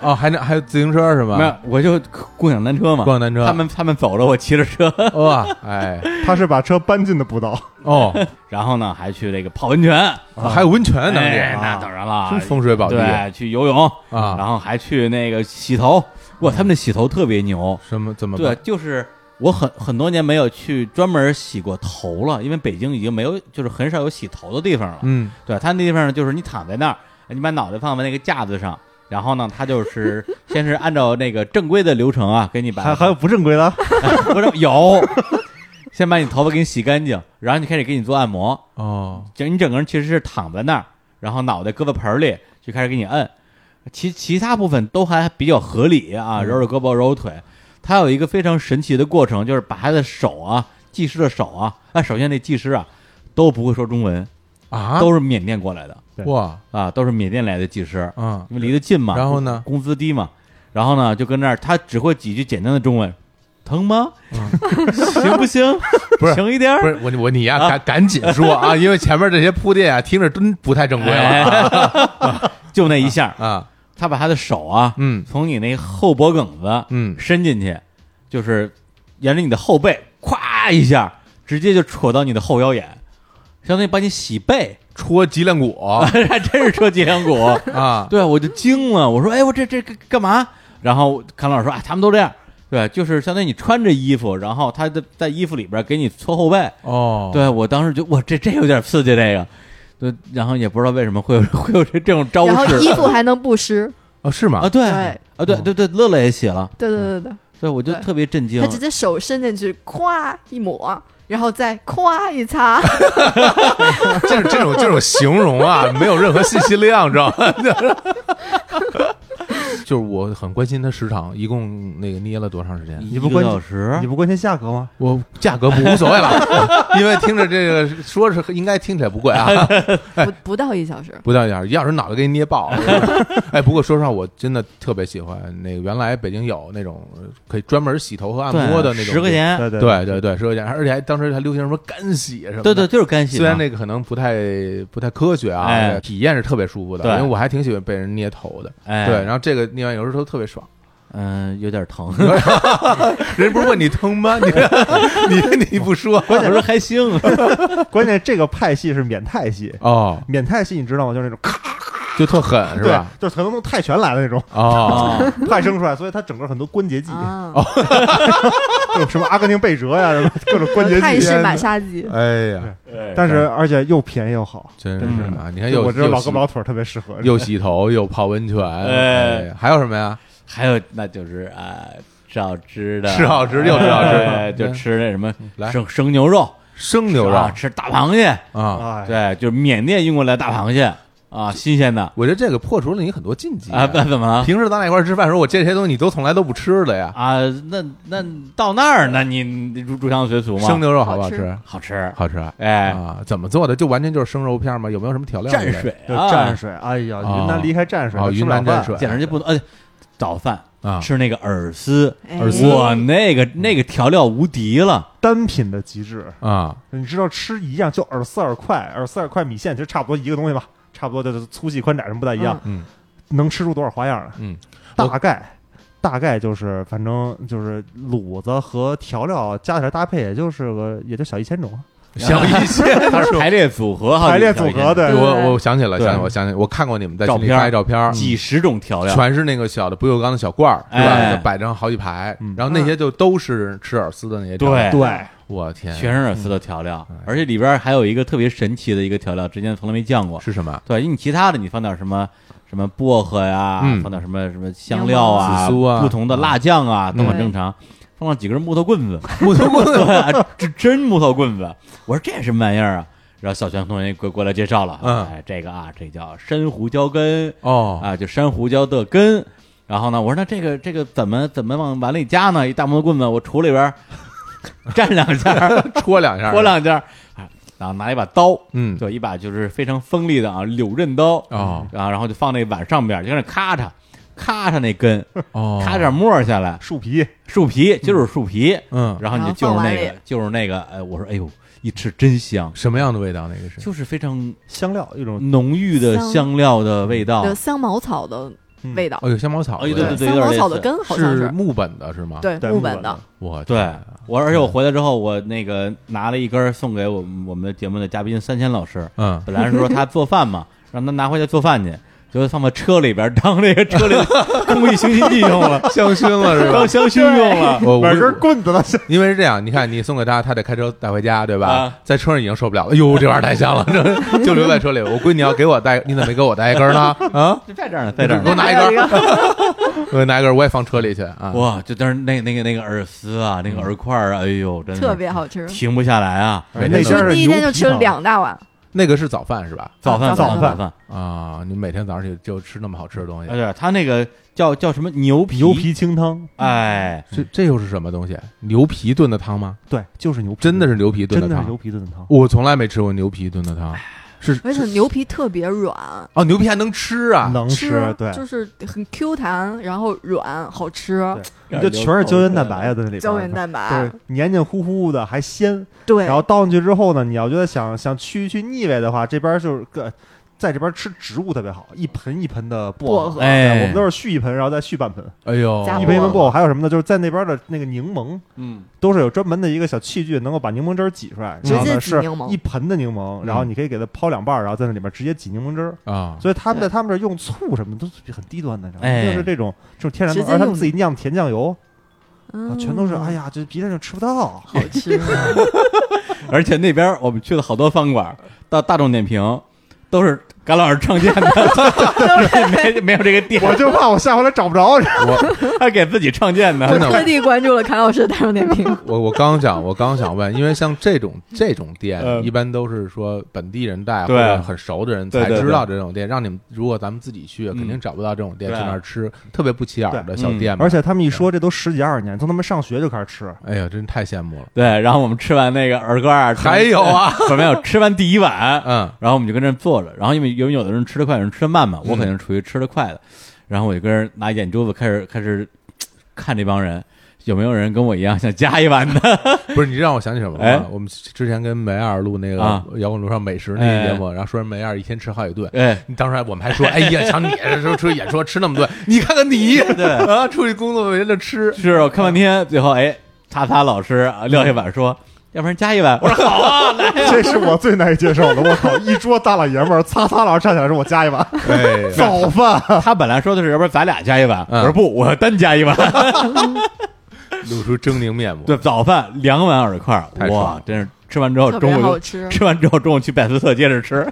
[SPEAKER 2] 哦，还能还有自行车是
[SPEAKER 1] 没
[SPEAKER 2] 吗？
[SPEAKER 1] 有，我就共享单车嘛，
[SPEAKER 2] 共享单车
[SPEAKER 1] 他们他们走着，我骑着车， [laughs]
[SPEAKER 2] 哇，哎，
[SPEAKER 3] 他是把车搬进的步道。
[SPEAKER 1] [laughs]
[SPEAKER 2] 哦，
[SPEAKER 1] 然后呢，还去这个泡温泉，
[SPEAKER 2] 还有温泉能
[SPEAKER 1] 哎，
[SPEAKER 2] 力，
[SPEAKER 1] 那当然了，
[SPEAKER 2] 真风水宝地
[SPEAKER 1] 对，去游泳，然
[SPEAKER 2] 啊！
[SPEAKER 1] 后还去那个洗头，哇，他们的洗头特别牛，
[SPEAKER 2] 什么怎么
[SPEAKER 1] 嗯对
[SPEAKER 2] 办？，
[SPEAKER 1] 就是我很很多年没有去专门洗过头了，因为北京已经没有，就是很少有洗头的地方了。
[SPEAKER 2] 嗯，
[SPEAKER 1] 对，他那地方呢，就是你躺在那儿，你把脑袋放在那个架子上，然后呢，他就是 [laughs] 先是按照那个正规的流程啊，给你把
[SPEAKER 3] 还还有不正规的，
[SPEAKER 1] [laughs] 不是有， [laughs] 先把你头发给你洗干净，然后就开始给你做按摩，
[SPEAKER 2] 哦，
[SPEAKER 1] 就你整个人其实是躺在那儿，然后脑袋搁在盆儿里，就开始给你摁。其其他部分都还比较合理
[SPEAKER 2] 嗯
[SPEAKER 1] 啊，揉揉胳膊，揉揉腿。它有一个非常神奇的过程，就是把他的手啊，技师的手啊，啊，首先那技师啊都不会说中文，
[SPEAKER 2] 啊，
[SPEAKER 1] 都是缅甸过来的
[SPEAKER 2] 哇，
[SPEAKER 1] 啊，都是缅甸来的技师，
[SPEAKER 2] 嗯，
[SPEAKER 1] [laughs] 因为离得近嘛。
[SPEAKER 2] 然后呢
[SPEAKER 1] 工资低嘛，然后呢就跟那儿，他只会几句简单的中文，疼吗？ [laughs] 行不行？
[SPEAKER 2] 嗯不是
[SPEAKER 1] 行一点儿
[SPEAKER 2] 不是我我你呀，赶赶紧说啊，因为前面这些铺垫啊，听着真不太正规了
[SPEAKER 1] 哎 [laughs] 就那一下，
[SPEAKER 2] 啊。
[SPEAKER 1] 他把他的手啊，
[SPEAKER 2] 嗯
[SPEAKER 1] 从你那后脖梗子，
[SPEAKER 2] 嗯
[SPEAKER 1] 伸进去，就是沿着你的后背，咵一下，直接就戳到你的后腰眼，相当于把你洗背，
[SPEAKER 2] 戳脊梁骨
[SPEAKER 1] [laughs] 还真是戳脊梁骨。
[SPEAKER 2] 啊，
[SPEAKER 1] 哦 [laughs] 对，我就惊了，我说，哎，我这这这干嘛？然后康老师说，啊，他们都这样。对，就是相当于你穿着衣服，然后他在在衣服里边给你搓后背，
[SPEAKER 2] [laughs] 哦，
[SPEAKER 1] 对我当时就哇，这这有点刺激，这个。对，然后也不知道为什么会有 [laughs] 会有这这种招
[SPEAKER 4] 然后
[SPEAKER 1] 式
[SPEAKER 4] 衣服还能不湿，
[SPEAKER 2] 哦，是吗？
[SPEAKER 1] 啊，对
[SPEAKER 4] 对
[SPEAKER 1] 啊，对对对，乐乐也写了，
[SPEAKER 4] 对对对对
[SPEAKER 1] 对我就
[SPEAKER 4] 对
[SPEAKER 1] 特别震惊
[SPEAKER 4] 对，他，直接手伸进去，咵一抹，然后再咵一擦，
[SPEAKER 2] 啊这这种这种形容啊，没有任何信息量，知道吗？ [laughs] 就是我很关心它时长，一共那个捏了多长时间？
[SPEAKER 1] 一
[SPEAKER 3] 不
[SPEAKER 1] 个
[SPEAKER 3] 关
[SPEAKER 1] 小时
[SPEAKER 3] 你，不关心价格吗？
[SPEAKER 2] 我价格不无所谓了， [laughs] 因为听着这个说是应该听起来不贵啊，
[SPEAKER 4] 不不到一小时。
[SPEAKER 2] 不到一小时，一小时脑袋给你捏爆。哎，不过说实话，我真的特别喜欢那个，原来北京有那种呃可以专门洗头和按
[SPEAKER 1] 对
[SPEAKER 2] 摩的那种，
[SPEAKER 1] 十块。钱，
[SPEAKER 3] 对对
[SPEAKER 2] 哎对对对，十块钱，而且还当时还流行什么干洗什么的，
[SPEAKER 1] 对对，就是干洗嘛，
[SPEAKER 2] 虽然那个可能不太不太科学啊，
[SPEAKER 1] 啊哎
[SPEAKER 2] 体验是特别舒服的，
[SPEAKER 1] 对
[SPEAKER 2] 因为我还挺喜欢被人捏头的。
[SPEAKER 1] 哎，
[SPEAKER 2] 对，然后这个捏完有时候特别爽。
[SPEAKER 1] 嗯，有点
[SPEAKER 2] [laughs]
[SPEAKER 1] 疼，
[SPEAKER 2] 人不是问你疼吗？ [laughs] 你你你不说
[SPEAKER 1] 关键是还
[SPEAKER 2] [laughs]
[SPEAKER 1] 行，
[SPEAKER 3] 关键这个派系是缅泰系，
[SPEAKER 2] 哦，
[SPEAKER 3] 缅泰系你知道吗？就是那种咔，
[SPEAKER 2] 就特狠是啊
[SPEAKER 3] 对
[SPEAKER 2] 吧？，
[SPEAKER 3] 就是可能从泰拳来的
[SPEAKER 2] [laughs]
[SPEAKER 3] 那种
[SPEAKER 2] 哦，
[SPEAKER 1] 啊，
[SPEAKER 3] 派生出来，所以它整个很多关节技，
[SPEAKER 4] 啊，
[SPEAKER 3] 各种什么阿根廷背折呀，什么各种关节
[SPEAKER 4] 泰
[SPEAKER 3] 技。
[SPEAKER 4] 式马杀鸡，
[SPEAKER 2] 哎呀，
[SPEAKER 3] 但是而且又便宜又好，
[SPEAKER 2] 真
[SPEAKER 3] 真
[SPEAKER 2] 是
[SPEAKER 3] 是
[SPEAKER 2] 啊！你看
[SPEAKER 3] 就
[SPEAKER 2] 又
[SPEAKER 3] 我知道
[SPEAKER 2] 又
[SPEAKER 3] 老胳
[SPEAKER 2] 洗
[SPEAKER 3] 膊老腿儿特别适合。
[SPEAKER 2] 又洗头又泡温泉，
[SPEAKER 1] 哎
[SPEAKER 2] 呀还有什么呀？
[SPEAKER 1] 还有那就是啊，吃好吃的，
[SPEAKER 2] 吃好吃又吃好吃嗯
[SPEAKER 1] 哎就吃那什么
[SPEAKER 2] 来
[SPEAKER 1] 生生牛肉，
[SPEAKER 2] 生牛肉
[SPEAKER 1] 啊吃大螃蟹，
[SPEAKER 2] 啊！
[SPEAKER 3] 哎，
[SPEAKER 1] 对，就是缅甸运过来大螃蟹啊，新鲜的
[SPEAKER 2] 我觉得这个破除了你很多禁忌
[SPEAKER 1] 啊，那怎么了？
[SPEAKER 2] 平时咱俩一块儿吃饭的时候，我这些东西你都从来都不吃的呀。
[SPEAKER 1] 啊，那那到那儿，那你你入入乡随俗吗？
[SPEAKER 2] 生牛肉好不
[SPEAKER 4] 好
[SPEAKER 2] 好
[SPEAKER 4] 吃
[SPEAKER 2] 吃？
[SPEAKER 1] 好吃，
[SPEAKER 2] 好吃啊。
[SPEAKER 1] 哎，
[SPEAKER 2] 啊，怎么做的？就完全就是生肉片吗？有没有什么调料之类
[SPEAKER 1] 蘸
[SPEAKER 2] 的？
[SPEAKER 1] 水
[SPEAKER 3] 就
[SPEAKER 1] 啊，
[SPEAKER 3] 蘸水，哎呀，
[SPEAKER 2] 啊
[SPEAKER 3] 云南离开蘸水
[SPEAKER 2] 啊
[SPEAKER 3] 它吃不了
[SPEAKER 2] 云南蘸
[SPEAKER 3] 饭
[SPEAKER 2] 水
[SPEAKER 1] 简直就不能。呃，早饭
[SPEAKER 2] 啊，
[SPEAKER 1] 吃那个饵丝，
[SPEAKER 4] 哎
[SPEAKER 2] 饵丝
[SPEAKER 1] 哇，那个那个调料无敌了，
[SPEAKER 3] 单品的极致。
[SPEAKER 2] 啊，
[SPEAKER 3] 你知道吃一样就饵四饵块，饵四饵块米线其实差不多一个东西吧，差不多就是粗细宽窄什么不太一样，
[SPEAKER 2] 嗯
[SPEAKER 3] 能吃出多少花样来？
[SPEAKER 2] 嗯，我
[SPEAKER 3] 大概大概就是反正就是卤子和调料加起来搭配，也就是个也就小一千种。
[SPEAKER 2] 小一些。
[SPEAKER 1] [laughs] 它是排列组
[SPEAKER 2] 啊
[SPEAKER 1] 合，
[SPEAKER 3] 排列组合，的，
[SPEAKER 2] 我我想起来，
[SPEAKER 1] 对
[SPEAKER 2] 想起来我想起来，我看过你们在
[SPEAKER 1] 照
[SPEAKER 2] 群里
[SPEAKER 1] 片
[SPEAKER 2] 拍照片儿，嗯
[SPEAKER 1] 几十种调料，
[SPEAKER 2] 全是那个小的不锈钢的小罐儿，对
[SPEAKER 1] 哎
[SPEAKER 2] 吧？摆成好几排，
[SPEAKER 3] 嗯
[SPEAKER 2] 然后那些就都是吃饵丝的那些料。
[SPEAKER 1] 对
[SPEAKER 3] 对，
[SPEAKER 2] 我天，
[SPEAKER 1] 全是饵丝的调料，而且里边还有一个特别神奇的一个调料，之前从来没见过。
[SPEAKER 2] 是什么？
[SPEAKER 1] 对，因为你其他的你放点什么什么薄荷呀，
[SPEAKER 2] 嗯
[SPEAKER 1] 放点什么什么香料啊、
[SPEAKER 2] 紫苏啊嗯
[SPEAKER 1] 不同的辣酱啊，都很
[SPEAKER 4] 对
[SPEAKER 1] 正常。放了几根木头棍
[SPEAKER 2] [laughs]
[SPEAKER 1] 子，木头 [laughs] 棍子，这真木头棍子。我说这是什么玩意儿啊？然后小泉同学过过来介绍了，
[SPEAKER 2] 嗯
[SPEAKER 1] 哎，这个啊，这叫山胡椒根，
[SPEAKER 2] 哦，
[SPEAKER 1] 啊，就山胡椒的根。然后呢，我说那这个这个怎么怎么往碗里加呢？一大木头棍子，我杵里边儿 [laughs] 蘸两下儿，
[SPEAKER 2] [laughs] 戳两下，
[SPEAKER 1] 戳，两下儿， [laughs] 啊然后拿一把刀，
[SPEAKER 2] 嗯，
[SPEAKER 1] 对，一把就是非常锋利的啊柳刃刀
[SPEAKER 2] 哦
[SPEAKER 1] 啊，然后就放那碗上边儿，就在那咔嚓咔嚓那根，
[SPEAKER 2] 哦，
[SPEAKER 1] 咔嚓沫儿下来，
[SPEAKER 3] 树皮
[SPEAKER 1] 树皮就是树皮，
[SPEAKER 2] 嗯，
[SPEAKER 1] 然后你就就是
[SPEAKER 4] 然后放
[SPEAKER 1] 那
[SPEAKER 4] 碗
[SPEAKER 1] 个
[SPEAKER 4] 里
[SPEAKER 1] 就是那个，哎，我说哎呦，一吃真香，
[SPEAKER 2] 什么样的味道？那个是
[SPEAKER 1] 就是非常
[SPEAKER 3] 香料一种
[SPEAKER 1] 浓郁的
[SPEAKER 4] 香
[SPEAKER 1] 香料的味道，
[SPEAKER 4] 有香茅草的味道，
[SPEAKER 2] 哦，有香茅草
[SPEAKER 1] 哎
[SPEAKER 2] 味，
[SPEAKER 1] 哦对对对
[SPEAKER 4] 香
[SPEAKER 1] 有点
[SPEAKER 4] 茅草
[SPEAKER 1] 类似
[SPEAKER 4] 的根好像
[SPEAKER 2] 是
[SPEAKER 4] 是，
[SPEAKER 2] 木本的是吗？，
[SPEAKER 4] 对
[SPEAKER 3] 对
[SPEAKER 4] 木
[SPEAKER 3] 木
[SPEAKER 4] 本
[SPEAKER 3] 本的，
[SPEAKER 2] 我天
[SPEAKER 1] 对我，而且我
[SPEAKER 2] 嗯
[SPEAKER 1] 回来之后，我那个拿了一根儿送给我们我们的节目的嘉宾三千老师，
[SPEAKER 2] 嗯，
[SPEAKER 1] 本来是说他做饭
[SPEAKER 2] [laughs]
[SPEAKER 1] 嘛，让他拿回去做饭去，结果放到车里边儿当那个车里的 [laughs] 空气清新剂用了，
[SPEAKER 2] 香薰了是吧
[SPEAKER 1] 当？ [laughs] 香薰用了。
[SPEAKER 2] [laughs] 我
[SPEAKER 3] 买
[SPEAKER 2] 我
[SPEAKER 3] 根棍子的香
[SPEAKER 2] 因为是这样，你看你送给他，他得开车带回家，对吧？
[SPEAKER 1] 啊
[SPEAKER 2] 在车上已经受不了了，哟，这玩意儿太香了， [laughs] 这就留在车里。我闺女要给我带，你怎么没给我带一根呢？啊，
[SPEAKER 1] 就在这儿呢，在这儿
[SPEAKER 2] 给我
[SPEAKER 1] 呢。
[SPEAKER 2] 拿一根儿， [laughs] 给我拿一根儿，我也放车里去啊。
[SPEAKER 1] 哇，就但是那那个那个饵丝啊，那个饵块儿啊，哎呦，真的
[SPEAKER 4] 特别好吃。
[SPEAKER 1] 停不下来啊！
[SPEAKER 2] 每
[SPEAKER 3] 那
[SPEAKER 2] 天
[SPEAKER 3] 边
[SPEAKER 2] 都
[SPEAKER 3] 儿是
[SPEAKER 4] 第一天
[SPEAKER 3] 牛
[SPEAKER 4] 就
[SPEAKER 3] 皮
[SPEAKER 4] 吃了
[SPEAKER 3] 糖
[SPEAKER 4] 两大碗，
[SPEAKER 2] 那个是早饭是吧？
[SPEAKER 1] 早饭
[SPEAKER 4] 早
[SPEAKER 1] 早饭早
[SPEAKER 4] 饭
[SPEAKER 1] 饭，
[SPEAKER 2] 啊，你每天早上起就吃那么好吃的东
[SPEAKER 1] 哎，
[SPEAKER 2] 西，
[SPEAKER 1] 对，他那个叫叫什么牛皮
[SPEAKER 3] 牛，皮清汤，
[SPEAKER 1] 哎，
[SPEAKER 2] 这这又是什么东西？牛皮炖的汤吗？
[SPEAKER 3] 对，就是牛皮，
[SPEAKER 2] 真的是牛皮
[SPEAKER 3] 真
[SPEAKER 2] 炖的
[SPEAKER 3] 的是
[SPEAKER 2] 汤
[SPEAKER 3] 牛，皮炖的汤，
[SPEAKER 2] 我从来没吃过牛皮炖的汤，是
[SPEAKER 4] 而且
[SPEAKER 2] 是
[SPEAKER 4] 牛皮特别软，
[SPEAKER 2] 哦，牛皮还能吃啊？
[SPEAKER 3] 能吃
[SPEAKER 4] 吃
[SPEAKER 3] 对，
[SPEAKER 4] 就是很 Q 弹，然后软，好吃，
[SPEAKER 3] 你就全是胶原蛋白啊，在那里边儿，
[SPEAKER 4] 胶原蛋白
[SPEAKER 3] 对，，黏黏糊糊的还鲜。
[SPEAKER 4] 对，
[SPEAKER 3] 然后倒进去之后呢，你要觉得想想去去腻味的话，这边就是个在这边吃植物特别好，一盆一盆的薄
[SPEAKER 4] 薄
[SPEAKER 3] 荷。
[SPEAKER 4] 荷
[SPEAKER 3] 我
[SPEAKER 1] 哎
[SPEAKER 3] 们，都是续一盆，然后再续半盆，
[SPEAKER 2] 哎呦，
[SPEAKER 4] 加
[SPEAKER 3] 一
[SPEAKER 4] 倍
[SPEAKER 3] 盆一盆薄荷。还有什么呢？就是在那边的那个柠檬，
[SPEAKER 1] 嗯，
[SPEAKER 3] 都是有专门的一个小器具，能够把柠檬汁儿挤出来。
[SPEAKER 4] 直接
[SPEAKER 3] 然后呢
[SPEAKER 4] 挤
[SPEAKER 3] 是
[SPEAKER 4] 柠檬
[SPEAKER 3] 一盆的柠檬，然后
[SPEAKER 2] 嗯
[SPEAKER 3] 你可以给它剖两半儿，然后在那里面直接挤柠檬汁儿。
[SPEAKER 2] 啊，
[SPEAKER 3] 所以他们在他们这儿用醋什么的都是很低端的，你知道
[SPEAKER 1] 哎
[SPEAKER 3] 吗？就是这种这种天然的
[SPEAKER 4] 直，接
[SPEAKER 3] 而他们
[SPEAKER 4] 用
[SPEAKER 3] 自己酿甜酱油，啊
[SPEAKER 4] 嗯
[SPEAKER 3] 全都是哎，呀，这别人就吃不到。
[SPEAKER 4] 好吃， [laughs]
[SPEAKER 1] 而且那边儿我们去了好多饭馆儿，到大众点评都是甘老师创建 [laughs] 的，没没有这个店，
[SPEAKER 3] 我就怕我下回来找不着。
[SPEAKER 2] 我 [laughs]
[SPEAKER 1] 他给自己创建的，
[SPEAKER 2] 真的
[SPEAKER 4] 特地关注了侃老师的大众点评。
[SPEAKER 2] 我我刚想我刚想问，因为像这种这种店，
[SPEAKER 1] 嗯
[SPEAKER 2] 一般都是说本地人带或
[SPEAKER 1] 对
[SPEAKER 2] 者很熟的人
[SPEAKER 1] 对
[SPEAKER 2] 才
[SPEAKER 1] 对对
[SPEAKER 2] 知道这种店。让你们如果咱们自己去，肯定
[SPEAKER 1] 嗯
[SPEAKER 2] 找不到这种店，
[SPEAKER 1] 对
[SPEAKER 2] 去那儿吃特别不起眼儿的
[SPEAKER 1] 对嗯
[SPEAKER 2] 小店嘛。
[SPEAKER 3] 而且他们一说，这都十几二十年，从他们上学就开始 [laughs] 吃。
[SPEAKER 2] 哎呀，真太羡
[SPEAKER 1] [laughs]
[SPEAKER 2] 慕了。
[SPEAKER 1] 对，然后我们吃完那个儿歌二，
[SPEAKER 2] 还有啊，
[SPEAKER 1] 我没有吃完第一碗，
[SPEAKER 2] 嗯，
[SPEAKER 1] 然后我们就跟那儿坐着，然后因为因为有的人吃得快，有人吃得慢嘛，我肯定是处于吃得快的，然后我就跟人拿眼珠子开始开始嘖看这帮人有没有人跟我一样想加一碗
[SPEAKER 2] [laughs]
[SPEAKER 1] 的，
[SPEAKER 2] 不是你让我想起什么了？
[SPEAKER 1] 哎
[SPEAKER 2] 我们之前跟梅二录那个
[SPEAKER 1] 啊
[SPEAKER 2] 摇滚路上美食那
[SPEAKER 1] 哎
[SPEAKER 2] 期节目，然后说梅二一天吃好几顿。
[SPEAKER 1] 哎，
[SPEAKER 2] 当时还我们还说，哎呀，瞧你说出去演说吃那么顿，你看看你，对啊，出去工作为了
[SPEAKER 1] [laughs]
[SPEAKER 2] 吃，
[SPEAKER 1] 是我看半天，最后哎，擦擦老师啊撂下碗说，
[SPEAKER 2] 嗯
[SPEAKER 1] 要不然加一碗，我说 [laughs] 好啊，来呀，
[SPEAKER 3] 这是我最难以接受的。我靠，一桌大老爷们儿，擦擦老师站起来说：“我加一碗
[SPEAKER 2] 哎，[laughs]
[SPEAKER 3] 早饭。
[SPEAKER 1] 他本来说的是，要不然咱俩加一碗，
[SPEAKER 2] 嗯
[SPEAKER 1] 我说不，我要单加一碗。 [laughs]
[SPEAKER 2] 露出狰狞面目。
[SPEAKER 1] 对，早饭两碗饵块
[SPEAKER 2] 太
[SPEAKER 1] 儿，
[SPEAKER 2] 爽
[SPEAKER 1] 哇
[SPEAKER 2] 了，
[SPEAKER 1] 真是吃完之后
[SPEAKER 4] 特别
[SPEAKER 1] 中午
[SPEAKER 4] 好
[SPEAKER 1] 就
[SPEAKER 4] 吃
[SPEAKER 1] 吃完之后中午去百思特接着
[SPEAKER 2] [laughs]
[SPEAKER 1] 吃。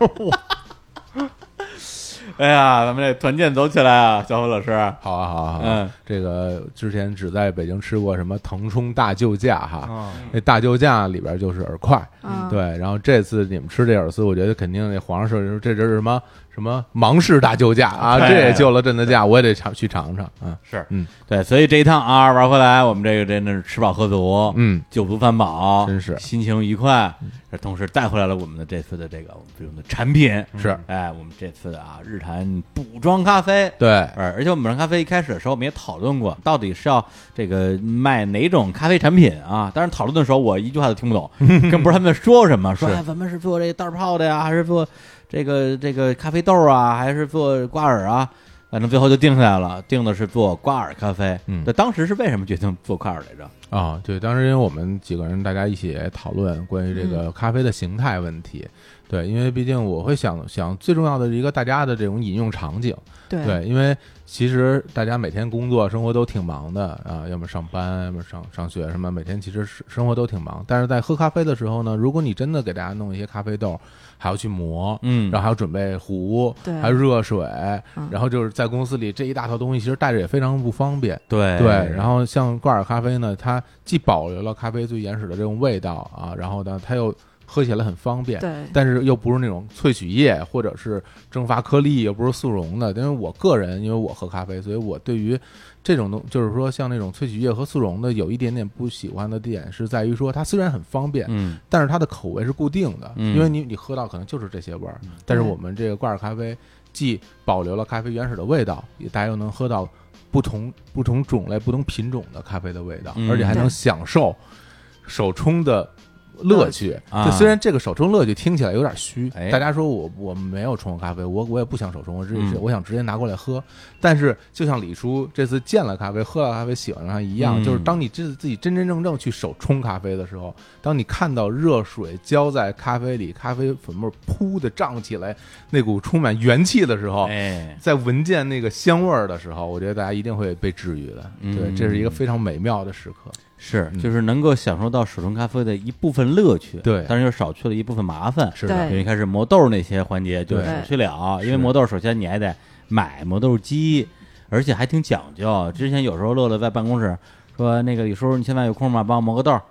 [SPEAKER 1] 哎呀，咱们这团建走起来啊，小虎老师，
[SPEAKER 2] 好啊，好啊，好啊
[SPEAKER 1] 嗯
[SPEAKER 2] 这个之前只在北京吃过什么腾冲大救驾哈，
[SPEAKER 3] 啊
[SPEAKER 2] 那大救驾里边就是饵块，
[SPEAKER 4] 嗯
[SPEAKER 2] 对，然后这次你们吃这饵丝，我觉得肯定那皇上说这这是什么什么芒市大救驾啊，
[SPEAKER 1] 哎
[SPEAKER 2] 这也救了朕的驾，我也得尝去尝尝啊，
[SPEAKER 1] 是
[SPEAKER 2] 嗯
[SPEAKER 1] 对，所以这一趟啊玩回来，我们这个真的是吃饱喝足，
[SPEAKER 2] 嗯，
[SPEAKER 1] 酒足饭饱，
[SPEAKER 2] 真是
[SPEAKER 1] 心情愉快，这同时带回来了我们的这次的这个我们的产品
[SPEAKER 2] 是
[SPEAKER 1] 哎，我们这次的啊日坛补妆咖啡，
[SPEAKER 2] 对，
[SPEAKER 1] 而而且我们咖啡一开始的时候，我们也讨论过，到底是要这个卖哪种咖啡产品啊？当然讨论的时候，我一句话都听不 [laughs] 懂，更不知道他们在说什么。说
[SPEAKER 2] 是
[SPEAKER 1] 哎，咱们是做这袋儿泡的呀，还是做这个这个咖啡豆啊，还是做瓜耳啊？反正最后就定下来了，定的是做瓜耳咖啡。
[SPEAKER 2] 嗯
[SPEAKER 1] 对，当时是为什么决定做瓜耳来着？
[SPEAKER 2] 啊、对，当时因为我们几个人大家一起讨论关于这个咖啡的形态问题，对，因为毕竟我会想想最重要的是一个大家的这种饮用场景，
[SPEAKER 4] 对
[SPEAKER 2] 对，因为其实大家每天工作生活都挺忙的啊，要么上班，要么上上学什么，每天其实是生活都挺忙。但是在喝咖啡的时候呢，如果你真的给大家弄一些咖啡豆，还要去磨，
[SPEAKER 1] 嗯
[SPEAKER 2] 然后还要准备壶，
[SPEAKER 4] 对
[SPEAKER 2] 还有热水，
[SPEAKER 4] 嗯
[SPEAKER 2] 然后就是在公司里这一大套东西，其实带着也非常不方便。
[SPEAKER 1] 对
[SPEAKER 2] 对，然后像挂耳咖啡呢，它既保留了咖啡最原始的这种味道啊，然后呢，它又喝起来很方便，
[SPEAKER 4] 对
[SPEAKER 2] 但是又不是那种萃取液或者是蒸发颗粒，又不是速溶的。因为我个人，因为我喝咖啡，所以我对于这种东，就是说像那种萃取液和速溶的，有一点点不喜欢的点是在于说，它虽然很方便，
[SPEAKER 1] 嗯
[SPEAKER 2] 但是它的口味是固定的，
[SPEAKER 1] 嗯
[SPEAKER 2] 因为你你喝到可能就是这些味儿。但是我们这个挂耳咖啡既保留了咖啡原始的味道，也大家又能喝到不同不同种类、不同品种的咖啡的味道，
[SPEAKER 1] 嗯
[SPEAKER 2] 而且还能
[SPEAKER 4] 对
[SPEAKER 2] 享受手冲的。乐趣，
[SPEAKER 1] 啊
[SPEAKER 2] 就虽然这个手冲乐趣听起来有点虚，
[SPEAKER 1] 哎
[SPEAKER 2] 大家说我我没有冲过咖啡，我我也不想手冲，我只是、
[SPEAKER 1] 嗯
[SPEAKER 2] 我想直接拿过来喝。但是就像李叔这次见了咖啡，喝了咖啡，喜欢上它一样，
[SPEAKER 1] 嗯
[SPEAKER 2] 就是当你自自己真真正正去手冲咖啡的时候，当你看到热水浇在咖啡里，咖啡粉末噗的胀起来，那股充满元气的时候，
[SPEAKER 1] 哎，
[SPEAKER 2] 在闻见那个香味儿的时候，我觉得大家一定会被治愈的。
[SPEAKER 1] 嗯
[SPEAKER 2] 对，这是一个非常美妙的时刻。
[SPEAKER 1] 是就是能够享受到手冲咖啡的一部分乐趣，
[SPEAKER 2] 对
[SPEAKER 1] 但是又少去了一部分麻烦，
[SPEAKER 2] 是
[SPEAKER 4] 对
[SPEAKER 2] 的，
[SPEAKER 1] 因为一开始磨豆儿那些环节就
[SPEAKER 2] 对
[SPEAKER 1] 省去了，
[SPEAKER 2] 是
[SPEAKER 1] 因为磨豆儿首先你还得买磨豆机，而且还挺讲究。之前有时候乐乐在办公室说：“那个李叔，你现在有空吗？帮我磨个豆儿。”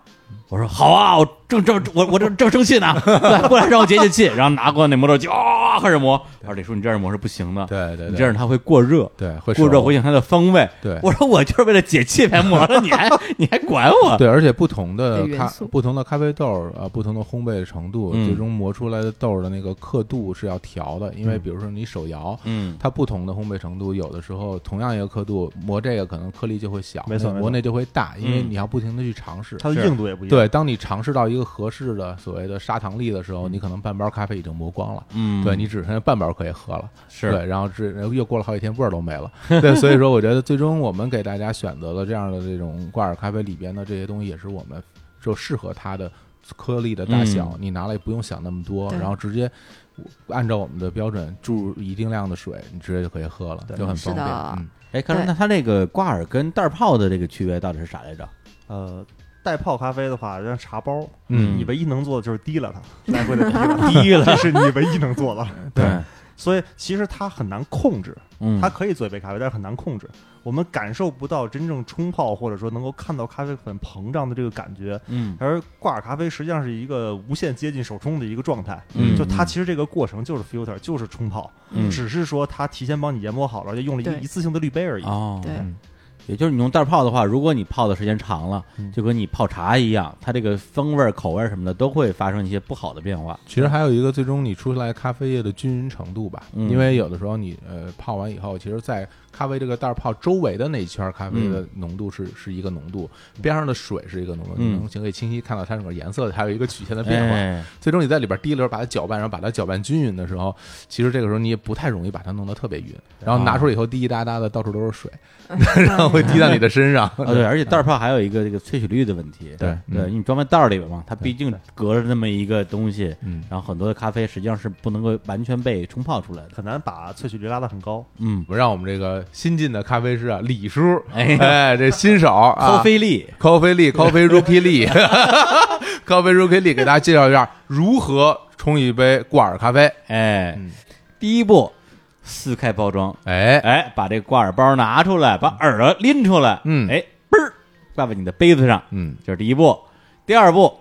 [SPEAKER 1] 我说：“好啊，我正正我我正正生气呢， [laughs] 对，过来让我解解气。”然后拿过那磨豆机啊，开始磨。我说：“李叔，你这样磨是不行的，
[SPEAKER 2] 对对
[SPEAKER 1] 你这样
[SPEAKER 2] 对，
[SPEAKER 1] 它会过热。”
[SPEAKER 2] 对会
[SPEAKER 1] 过热
[SPEAKER 2] 熟
[SPEAKER 1] 会影响它的风味。
[SPEAKER 2] 对
[SPEAKER 1] 我说我就是为了解气才磨的，你还你还管我？
[SPEAKER 2] 对，而且不同的
[SPEAKER 4] 的元
[SPEAKER 2] 咖
[SPEAKER 4] 素
[SPEAKER 2] 不同的咖啡豆儿啊，不同的烘焙程度，
[SPEAKER 1] 嗯
[SPEAKER 2] 最终磨出来的豆儿的那个刻度是要调的，因为比如说你手摇，
[SPEAKER 1] 嗯，
[SPEAKER 2] 它不同的烘焙程度，有的时候同样一个刻度，磨这个可能颗粒就会小，
[SPEAKER 3] 没错
[SPEAKER 2] 那
[SPEAKER 3] 没错
[SPEAKER 2] 磨那就会大，因为
[SPEAKER 1] 嗯
[SPEAKER 2] 你要不停的去尝试。
[SPEAKER 3] 它的硬度也不一样。
[SPEAKER 2] 对，当你尝试到一个合适的所谓的砂糖粒的时
[SPEAKER 3] 嗯
[SPEAKER 2] 候，你可能半包咖啡已经磨光了，
[SPEAKER 1] 嗯
[SPEAKER 2] 对你只剩下半包可以喝了，
[SPEAKER 1] 是
[SPEAKER 2] 对，然后这又过了好几天味儿都没了， [laughs] 对，所以说我觉得最终我们给大家选择了这样的这种挂耳咖啡里边的这些东西，也是我们就适合它的颗粒的大小，你拿来不用想那么多，
[SPEAKER 4] 对
[SPEAKER 2] 然后直接按照我们的标准注入一定量的水，你直接就可以喝了，就很
[SPEAKER 4] 是
[SPEAKER 2] 方
[SPEAKER 4] 的
[SPEAKER 2] 便。嗯，
[SPEAKER 1] 哎，看来
[SPEAKER 4] 对
[SPEAKER 1] 那它这个挂耳跟袋儿泡的这个区别到底是啥来着？
[SPEAKER 3] 呃，带泡咖啡的话，让茶包，
[SPEAKER 2] 嗯
[SPEAKER 3] 你唯一能做的就是提了它，来回的提 [laughs] 了它，
[SPEAKER 1] 低了，
[SPEAKER 3] 这是你唯一能做的。
[SPEAKER 1] [laughs] 对，
[SPEAKER 3] 所以其实它很难控制，
[SPEAKER 1] 嗯，
[SPEAKER 3] 它可以做一杯咖啡，但是很难控制。我们感受不到真正冲泡，或者说能够看到咖啡粉膨胀的这个感觉。
[SPEAKER 1] 嗯
[SPEAKER 3] 而挂耳咖啡实际上是一个无限接近手冲的一个状态，
[SPEAKER 1] 嗯
[SPEAKER 3] 就它其实这个过程就是 filter，就是冲泡，
[SPEAKER 1] 嗯
[SPEAKER 3] 只是说它提前帮你研磨好了，就用了一个
[SPEAKER 4] 对
[SPEAKER 3] 一次性的滤杯而已。
[SPEAKER 2] 啊
[SPEAKER 1] 哦，
[SPEAKER 4] 对
[SPEAKER 3] 嗯
[SPEAKER 1] 也就是你用袋泡的话，如果你泡的时间长了，
[SPEAKER 3] 嗯
[SPEAKER 1] 就跟你泡茶一样，它这个风味儿、口味儿什么的都会发生一些不好的变化。
[SPEAKER 2] 其实还有一个最终你出来咖啡液的均匀程度吧，
[SPEAKER 1] 嗯
[SPEAKER 2] 因为有的时候你呃泡完以后，其实，在咖啡这个袋儿泡周围的那一圈儿咖啡的浓度是、是一个浓度，边上的水是一个浓度，
[SPEAKER 1] 嗯
[SPEAKER 2] 你能可以清晰看到它整个颜色还有一个曲线的呃变化。
[SPEAKER 1] 哎，
[SPEAKER 2] 最终你在里边滴溜儿把它搅拌，然后把它搅拌均匀的时候，其实这个时候你也不太容易把它弄得特别匀，然后拿出来以后滴滴答答的到处都
[SPEAKER 1] [laughs]
[SPEAKER 2] 是水，然后会滴到你的身上。 [laughs]
[SPEAKER 1] 啊，对，而且袋儿泡还有一个这个萃取率的问题。
[SPEAKER 2] 呃
[SPEAKER 1] 对，
[SPEAKER 2] 对嗯
[SPEAKER 1] 因为你装在袋儿里边嘛，它毕竟隔着那么一个东西，
[SPEAKER 2] 嗯
[SPEAKER 1] 然后很多的咖啡实际上是不能够完全被冲泡出来的。
[SPEAKER 3] 很难把萃取率拉得很高，
[SPEAKER 1] 嗯，
[SPEAKER 2] 我们让我们这个新进的咖啡师啊，李叔，
[SPEAKER 1] 哎呀
[SPEAKER 2] 哎，这新手啊
[SPEAKER 1] 咖，啡粒，
[SPEAKER 2] Coffee Lee Coffee Rookie Lee [laughs] Coffee Rookie Lee 给大家介绍一下如何冲一杯挂耳咖啡。
[SPEAKER 1] 哎
[SPEAKER 2] 嗯，
[SPEAKER 1] 第一步，撕开包装，
[SPEAKER 2] 哎，
[SPEAKER 1] 哎，把这挂耳包拿出来，把耳朵拎出来，
[SPEAKER 2] 嗯
[SPEAKER 1] 哎，嘣儿挂在你的杯子上，
[SPEAKER 2] 嗯
[SPEAKER 1] 这是第一步。第二步，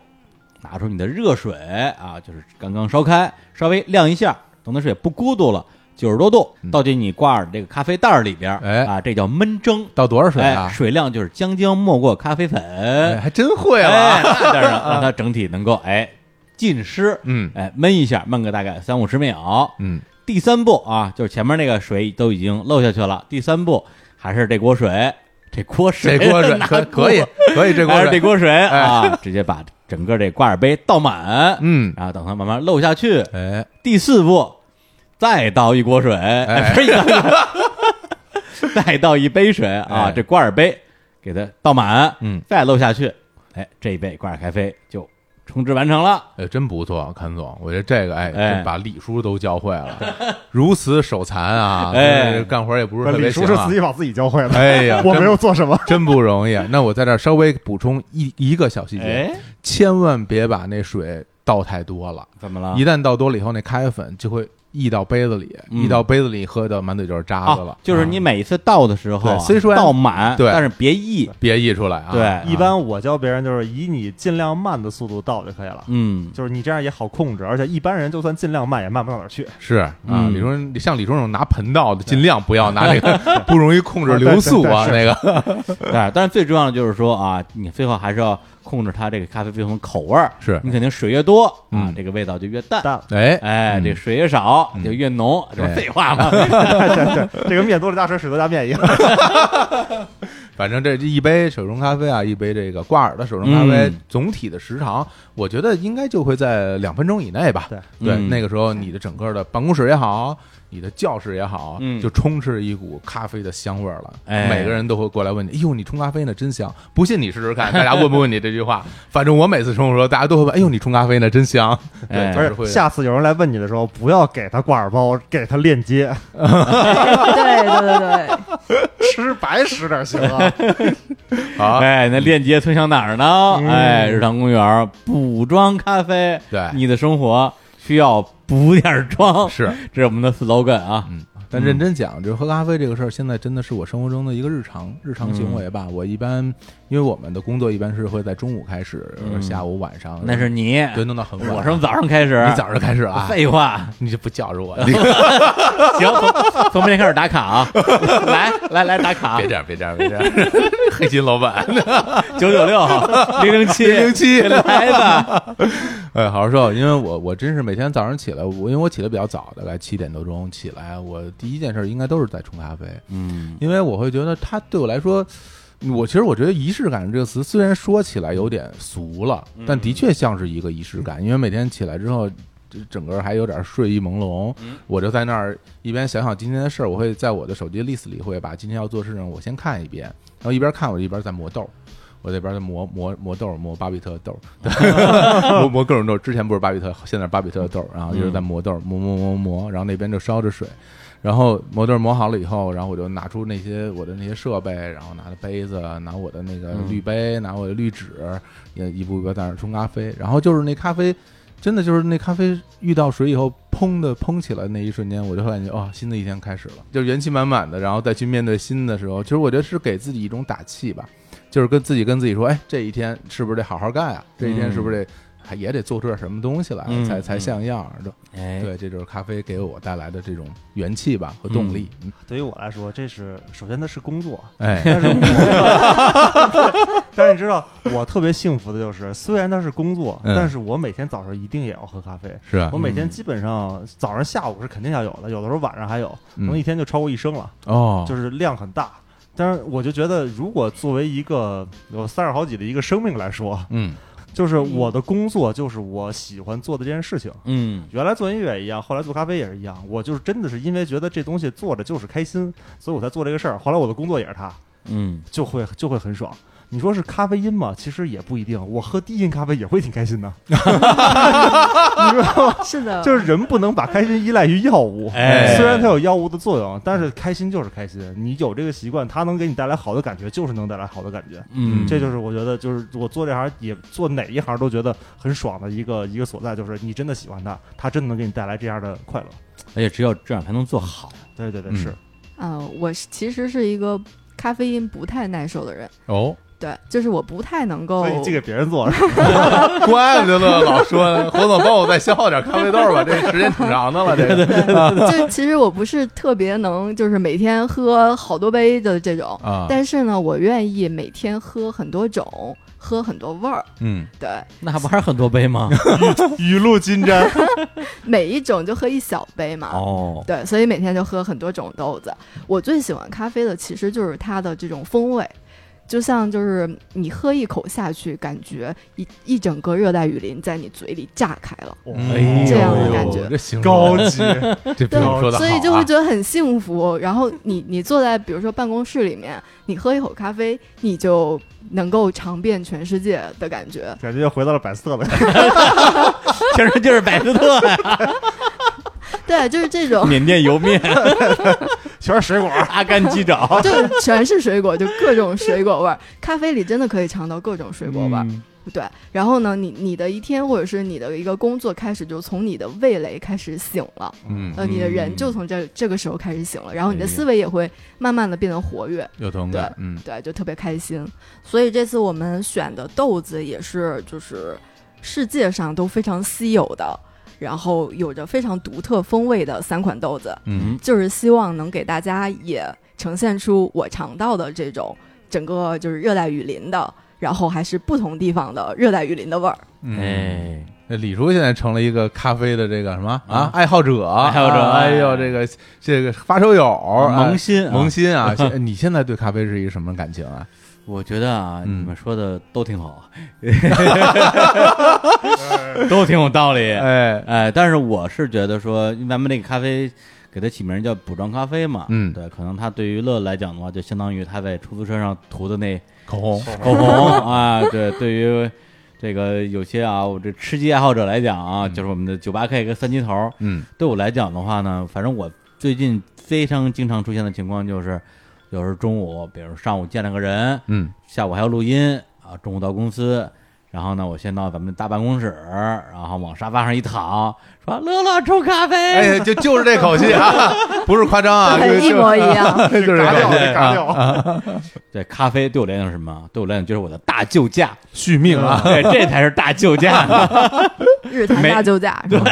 [SPEAKER 1] 拿出你的热水啊，就是刚刚烧开，稍微晾一下，等那水不咕嘟了，九十多度，
[SPEAKER 2] 嗯
[SPEAKER 1] 倒进你挂耳这个咖啡袋儿里边儿，
[SPEAKER 2] 哎
[SPEAKER 1] 啊，这叫焖蒸。
[SPEAKER 2] 倒多少水
[SPEAKER 1] 哎，
[SPEAKER 2] 啊？
[SPEAKER 1] 水量就是将将没过咖啡粉，
[SPEAKER 2] 哎还真会
[SPEAKER 1] 哎，
[SPEAKER 2] [laughs] 了。
[SPEAKER 1] 那当然了让它整体能够哎浸湿，
[SPEAKER 2] 嗯
[SPEAKER 1] 哎焖一下，焖个大概三五十秒。
[SPEAKER 2] 嗯
[SPEAKER 1] 第三步啊，就是前面那个水都已经漏下去了，第三步还是这锅水，这锅
[SPEAKER 2] 这
[SPEAKER 1] 水，[laughs]
[SPEAKER 2] 锅水
[SPEAKER 1] 拿
[SPEAKER 2] 可可以
[SPEAKER 1] 锅
[SPEAKER 2] 可以，这锅
[SPEAKER 1] 还是这
[SPEAKER 2] 水哎
[SPEAKER 1] 锅水啊，直接把整个这挂耳杯倒满，
[SPEAKER 2] 嗯
[SPEAKER 1] 然后等它慢慢漏下去。
[SPEAKER 2] 哎
[SPEAKER 1] 第四步，再倒一锅水，哎 [laughs] 不是一倒一
[SPEAKER 2] [laughs]
[SPEAKER 1] 锅再倒一杯水啊
[SPEAKER 2] 哎，
[SPEAKER 1] 这挂耳杯给它倒满，
[SPEAKER 2] 嗯，
[SPEAKER 1] 再漏下去，哎，这一杯挂耳咖啡就冲制完成了。
[SPEAKER 2] 哎，真不错，阚总，我觉得这个哎，
[SPEAKER 1] 哎
[SPEAKER 2] 这把李叔都教会了，如此手残啊！
[SPEAKER 1] 哎
[SPEAKER 2] 这干活也不是特
[SPEAKER 3] 李
[SPEAKER 2] 别
[SPEAKER 3] 叔
[SPEAKER 2] 行
[SPEAKER 3] 是
[SPEAKER 2] 啊
[SPEAKER 3] 自。己把自己教会的，
[SPEAKER 2] 哎呀，
[SPEAKER 3] 我
[SPEAKER 2] 真
[SPEAKER 3] 没有做什么。
[SPEAKER 2] 真不容易。啊那我在这儿稍微补充一一个小细节，
[SPEAKER 1] 哎，
[SPEAKER 2] 千万别把那水倒太多了。
[SPEAKER 1] 怎么了？
[SPEAKER 2] 一旦倒多了以后，那咖啡粉就会溢到杯子里，
[SPEAKER 1] 嗯
[SPEAKER 2] 溢到杯子里喝的满嘴就是渣子
[SPEAKER 1] 啊
[SPEAKER 2] 了，。
[SPEAKER 1] 就是你每一次倒的时候啊，
[SPEAKER 2] 对虽说
[SPEAKER 1] 倒满，
[SPEAKER 2] 对
[SPEAKER 1] 但是别溢，
[SPEAKER 2] 别溢出来啊！
[SPEAKER 1] 对
[SPEAKER 3] 一般我教别人就是以你尽量慢的速度倒就可以了，
[SPEAKER 1] 嗯，
[SPEAKER 3] 就是你这样也好控制，而且一般人就算尽量慢也慢不到哪儿
[SPEAKER 2] [laughs]
[SPEAKER 3] 去。
[SPEAKER 2] 是啊，
[SPEAKER 1] 嗯
[SPEAKER 2] 李叔像李叔那种拿盆倒的，尽量不要拿那个
[SPEAKER 1] [laughs]
[SPEAKER 2] 不容易控制流速啊，那个
[SPEAKER 1] 对，但是最重要的就是说啊，你最后还是要控制它这个咖啡不同口味儿。
[SPEAKER 2] 是
[SPEAKER 1] 你肯定水越多啊
[SPEAKER 2] 嗯，
[SPEAKER 1] 这个味道就越淡。
[SPEAKER 3] 但
[SPEAKER 2] 哎
[SPEAKER 1] 哎，
[SPEAKER 2] 嗯
[SPEAKER 1] 这水越少就越浓，这不
[SPEAKER 2] 对
[SPEAKER 1] 废话吗？
[SPEAKER 3] 这个面多了加水，水多加面一样。
[SPEAKER 2] 反正这这一杯手冲咖啡啊，一杯这个挂耳的手冲咖啡
[SPEAKER 1] 嗯，
[SPEAKER 2] 总体的时长，我觉得应该就会在两分钟以内吧。
[SPEAKER 3] 对
[SPEAKER 2] 对，
[SPEAKER 1] 嗯
[SPEAKER 2] 那个时候你的整个的办公室也好，你的教室也好，
[SPEAKER 1] 嗯
[SPEAKER 2] 就充斥一股咖啡的香味儿了。
[SPEAKER 1] 哎
[SPEAKER 2] 每个人都会过来问你：“哎呦，你冲咖啡呢，真香！”不信你试试看，大家问不问你这
[SPEAKER 1] [laughs]
[SPEAKER 2] 句话？反正我每次冲的时候，大家都会问：“哎呦，你冲咖啡呢，真香！”
[SPEAKER 1] 哎
[SPEAKER 2] 对，就
[SPEAKER 3] 而
[SPEAKER 2] 是
[SPEAKER 3] 且
[SPEAKER 2] 会
[SPEAKER 3] 下次有人来问你的时候，不要给他挂耳包，给他链接， [laughs]
[SPEAKER 4] 对对对对，
[SPEAKER 3] 吃白食点行啊。
[SPEAKER 2] [laughs] [laughs] 好。
[SPEAKER 1] 哎，那链接推向哪儿呢？
[SPEAKER 3] 嗯
[SPEAKER 1] 哎，日坛公园补装咖啡，
[SPEAKER 2] 对
[SPEAKER 1] 你的生活需要补 [laughs] 点儿装，
[SPEAKER 2] 是，嗯
[SPEAKER 1] 这是我们的 slogan 啊。
[SPEAKER 2] 但认真讲，就是喝咖啡这个事儿，现在真的是我生活中的一个日常日常行为吧。我一般因为我们的工作一般是会在中午开始，呃
[SPEAKER 1] 嗯
[SPEAKER 2] 下午晚上，
[SPEAKER 1] 那是你，
[SPEAKER 2] 对弄到很晚。
[SPEAKER 1] 我从早上开始，
[SPEAKER 2] 你早上开始 [laughs] 啊？
[SPEAKER 1] 废话，
[SPEAKER 2] 你 [laughs] 就不叫着我，
[SPEAKER 1] 行，从从明天开始打卡啊，来来来打卡
[SPEAKER 2] 别，这样，别这样，别这 [laughs] 样，黑心老板，
[SPEAKER 1] 九九六零零七
[SPEAKER 2] 零七，
[SPEAKER 1] 来吧，
[SPEAKER 2] [laughs] 哎，好好说，因为我我真是每天早上起来，我因为我起得比较早，大概七点多钟起来，我第一件事应该都是在冲咖啡，
[SPEAKER 1] 嗯
[SPEAKER 2] 因为我会觉得它对我来说。我其实我觉得“仪式感”这个词虽然说起来有点俗了，但的确像是一个仪式感。因为每天起来之后，这整个还有点睡意朦胧，我就在那儿一边想想今天的事儿，我会在我的手机 list 里会把今天要做的事情我先看一遍，然后一边看我一边在磨豆儿，我这边在磨磨磨豆儿，磨巴比特豆儿，磨磨各种豆儿。之前不是巴比特，现在是巴比特豆儿，然后就是在磨豆儿，磨磨磨磨，然后那边就烧着水。然后模特儿磨好了以后，然后我就拿出那些我的那些设备，然后拿的杯子，拿我的那个
[SPEAKER 1] 嗯
[SPEAKER 2] 滤杯，拿我的滤纸，也一步一步在那儿冲咖啡。然后就是那咖啡，真的就是那咖啡遇到水以后，砰的砰起来那一瞬间，我就会感觉哦，新的一天开始了，就是元气满满的。然后再去面对新的时候，其实我觉得是给自己一种打气吧，就是跟自己跟自己说，哎，这一天是不是得好好干啊？这一天是不是得？还也得做出点什么东西来，
[SPEAKER 1] 嗯
[SPEAKER 2] 才才
[SPEAKER 1] 嗯
[SPEAKER 2] 像样儿的。
[SPEAKER 1] 哎，
[SPEAKER 2] 对，这就是咖啡给我带来的这种元气吧和动力。嗯
[SPEAKER 3] 对于我来说，这是首先它是工作，
[SPEAKER 2] 哎，
[SPEAKER 3] 但是我，但是你知道，我特别幸福的就是，虽然它是工作，
[SPEAKER 2] 嗯
[SPEAKER 3] 但是我每天早上一定也要喝咖啡。
[SPEAKER 2] 是啊
[SPEAKER 3] 我每天基本上早上、下午是肯定要有的，有的时候晚上还有，可能
[SPEAKER 2] 嗯
[SPEAKER 3] 一天就超过一升了，
[SPEAKER 2] 哦，
[SPEAKER 3] 就是量很大。但是我就觉得，如果作为一个有三十好几的一个生命来说，
[SPEAKER 2] 嗯
[SPEAKER 3] 就是我的工作就是我喜欢做的这件事情。
[SPEAKER 1] 嗯
[SPEAKER 3] 原来做音乐也一样，后来做咖啡也是一样。我就是真的是因为觉得这东西做着就是开心，所以我才做这个事儿。后来我的工作也是它，
[SPEAKER 1] 嗯，
[SPEAKER 3] 就会就会很爽。你说是咖啡因吗？其实也不一定，我喝低因咖啡也会挺开心的。 [laughs]
[SPEAKER 4] 是的，
[SPEAKER 3] 就是人不能把开心依赖于药物，
[SPEAKER 1] 哎
[SPEAKER 3] 虽然它有药物的作用，但是开心就是开心。你有这个习惯，它能给你带来好的感觉，就是能带来好的感觉。
[SPEAKER 1] 嗯，
[SPEAKER 3] 这就是我觉得，就是我做这行也做哪一行都觉得很爽的一个一个所在，就是你真的喜欢它，它真的能给你带来这样的快乐。
[SPEAKER 1] 而且只有这样才能做好。
[SPEAKER 3] 对对对，
[SPEAKER 2] 嗯
[SPEAKER 3] 是。
[SPEAKER 4] 啊、我是其实是一个咖啡因不太耐受的人，
[SPEAKER 2] 哦，
[SPEAKER 4] 对，就是我不太能够
[SPEAKER 3] 所以这给别人
[SPEAKER 1] [laughs]
[SPEAKER 3] 做是吧，
[SPEAKER 2] 怪不得老说侯总帮我再消耗点咖啡豆吧，这时间挺长的了，这个
[SPEAKER 4] [laughs] 就其实我不是特别能，就是每天喝好多杯的这种，
[SPEAKER 2] 啊，
[SPEAKER 4] 但是呢，我愿意每天喝很多种，喝很多味儿，
[SPEAKER 2] 嗯
[SPEAKER 4] 对，
[SPEAKER 1] 那不还是很多杯吗？
[SPEAKER 3] 雨露均沾。
[SPEAKER 4] 每一种就喝一小杯嘛。
[SPEAKER 1] 哦，
[SPEAKER 4] 对，所以每天就喝很多种豆子。我最喜欢咖啡的其实就是它的这种风味，就像就是你喝一口下去，感觉一一整个热带雨林在你嘴里炸开了。
[SPEAKER 1] 哎
[SPEAKER 3] [laughs]
[SPEAKER 1] 呦
[SPEAKER 4] 这样的感觉
[SPEAKER 2] 哎呦这形
[SPEAKER 3] 高
[SPEAKER 2] 容
[SPEAKER 3] 级，
[SPEAKER 2] 的这比我说的好
[SPEAKER 4] 所
[SPEAKER 2] 啊
[SPEAKER 4] 以就会觉得很幸福。然后你你坐在比如说办公室里面，你喝一口咖啡，你就能够尝遍全世界的
[SPEAKER 2] [laughs]
[SPEAKER 4] 感觉。
[SPEAKER 3] [laughs] 感觉又回到了百色
[SPEAKER 1] [laughs]
[SPEAKER 3] 了。
[SPEAKER 1] 听着就是百斯特呀，，
[SPEAKER 4] 对，就是这种
[SPEAKER 1] 缅甸油面、 [laughs]
[SPEAKER 3] 全是水果，
[SPEAKER 1] 阿甘鸡爪，
[SPEAKER 4] 就全是水果，就各种水果味儿。咖啡里真的可以尝到各种水果味
[SPEAKER 1] 嗯
[SPEAKER 4] 儿。对，然后呢，你你的一天或者是你的一个工作开始，就从你的味蕾开始醒了，
[SPEAKER 2] 嗯
[SPEAKER 4] 呃，你的人
[SPEAKER 1] 嗯
[SPEAKER 4] 就从这这个时候开始醒了，然后你的
[SPEAKER 1] 哎呀
[SPEAKER 4] 思维也会慢慢的变得活跃。
[SPEAKER 2] 有同感，嗯
[SPEAKER 4] 对，就特别开心。所以这次我们选的豆子也是，就是世界上都非常稀有的，然后有着非常独特风味的三款豆子，
[SPEAKER 2] 嗯
[SPEAKER 4] 就是希望能给大家也呈现出我尝到的这种整个就是热带雨林的，然后还是不同地方的热带雨林的味儿。
[SPEAKER 2] 嗯。
[SPEAKER 1] 哎，
[SPEAKER 2] 那李叔现在成了一个咖啡的这个什么啊
[SPEAKER 1] 啊
[SPEAKER 2] 爱好者，爱
[SPEAKER 1] 好者
[SPEAKER 2] 哎呦，这个这个发烧友，
[SPEAKER 1] 萌
[SPEAKER 2] 哎
[SPEAKER 1] 新啊
[SPEAKER 2] 萌新 [laughs] 啊！现你现在对咖啡是一个什么感情啊？
[SPEAKER 1] 我觉得啊，
[SPEAKER 2] 嗯
[SPEAKER 1] 你们说的都挺好， [laughs] 都挺有道理。
[SPEAKER 2] 哎，
[SPEAKER 1] 哎，但是我是觉得说，因为咱们那个咖啡给它起名叫补妆咖啡嘛，
[SPEAKER 2] 嗯
[SPEAKER 1] 对，可能它对于乐来讲的话，就相当于他在出租车上涂的那
[SPEAKER 2] 口红，
[SPEAKER 1] 口红啊，对，对于这个有些啊，我这吃鸡爱好者来讲啊，就是我们的九八 K 跟三级头，
[SPEAKER 2] 嗯
[SPEAKER 1] 对我来讲的话呢，反正我最近非常经常出现的情况就是，有时候中午，比如上午见了个人，
[SPEAKER 2] 嗯
[SPEAKER 1] 下午还要录音啊，中午到公司，然后呢，我先到咱们大办公室，然后往沙发上一躺，说乐乐冲咖啡，
[SPEAKER 2] 哎，就就是这口气啊，不是夸张
[SPEAKER 4] [laughs]
[SPEAKER 2] 啊，就
[SPEAKER 4] 对
[SPEAKER 2] 是
[SPEAKER 4] 一模一样
[SPEAKER 2] [laughs] 就是
[SPEAKER 3] 嘎掉，
[SPEAKER 2] 这
[SPEAKER 3] 这嘎
[SPEAKER 1] 啊
[SPEAKER 3] 掉。
[SPEAKER 1] 对，咖啡对我来讲是什么？对我来讲就是我的大救驾，
[SPEAKER 2] 续命啊，
[SPEAKER 1] 对，这才是大救驾。
[SPEAKER 4] 日坛
[SPEAKER 1] 没
[SPEAKER 4] 大救驾是吧？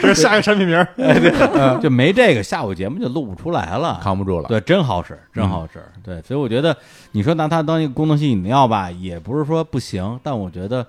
[SPEAKER 3] 这是下一个产品名儿，
[SPEAKER 1] [laughs] 就没这个，下午节目就录不出来了。
[SPEAKER 2] 嗯扛不住了。
[SPEAKER 1] 对，真好
[SPEAKER 2] 嗯
[SPEAKER 1] 使，真好使。对，所以我觉得你说拿它当一个功能性饮料吧，也不是说不行，但我觉得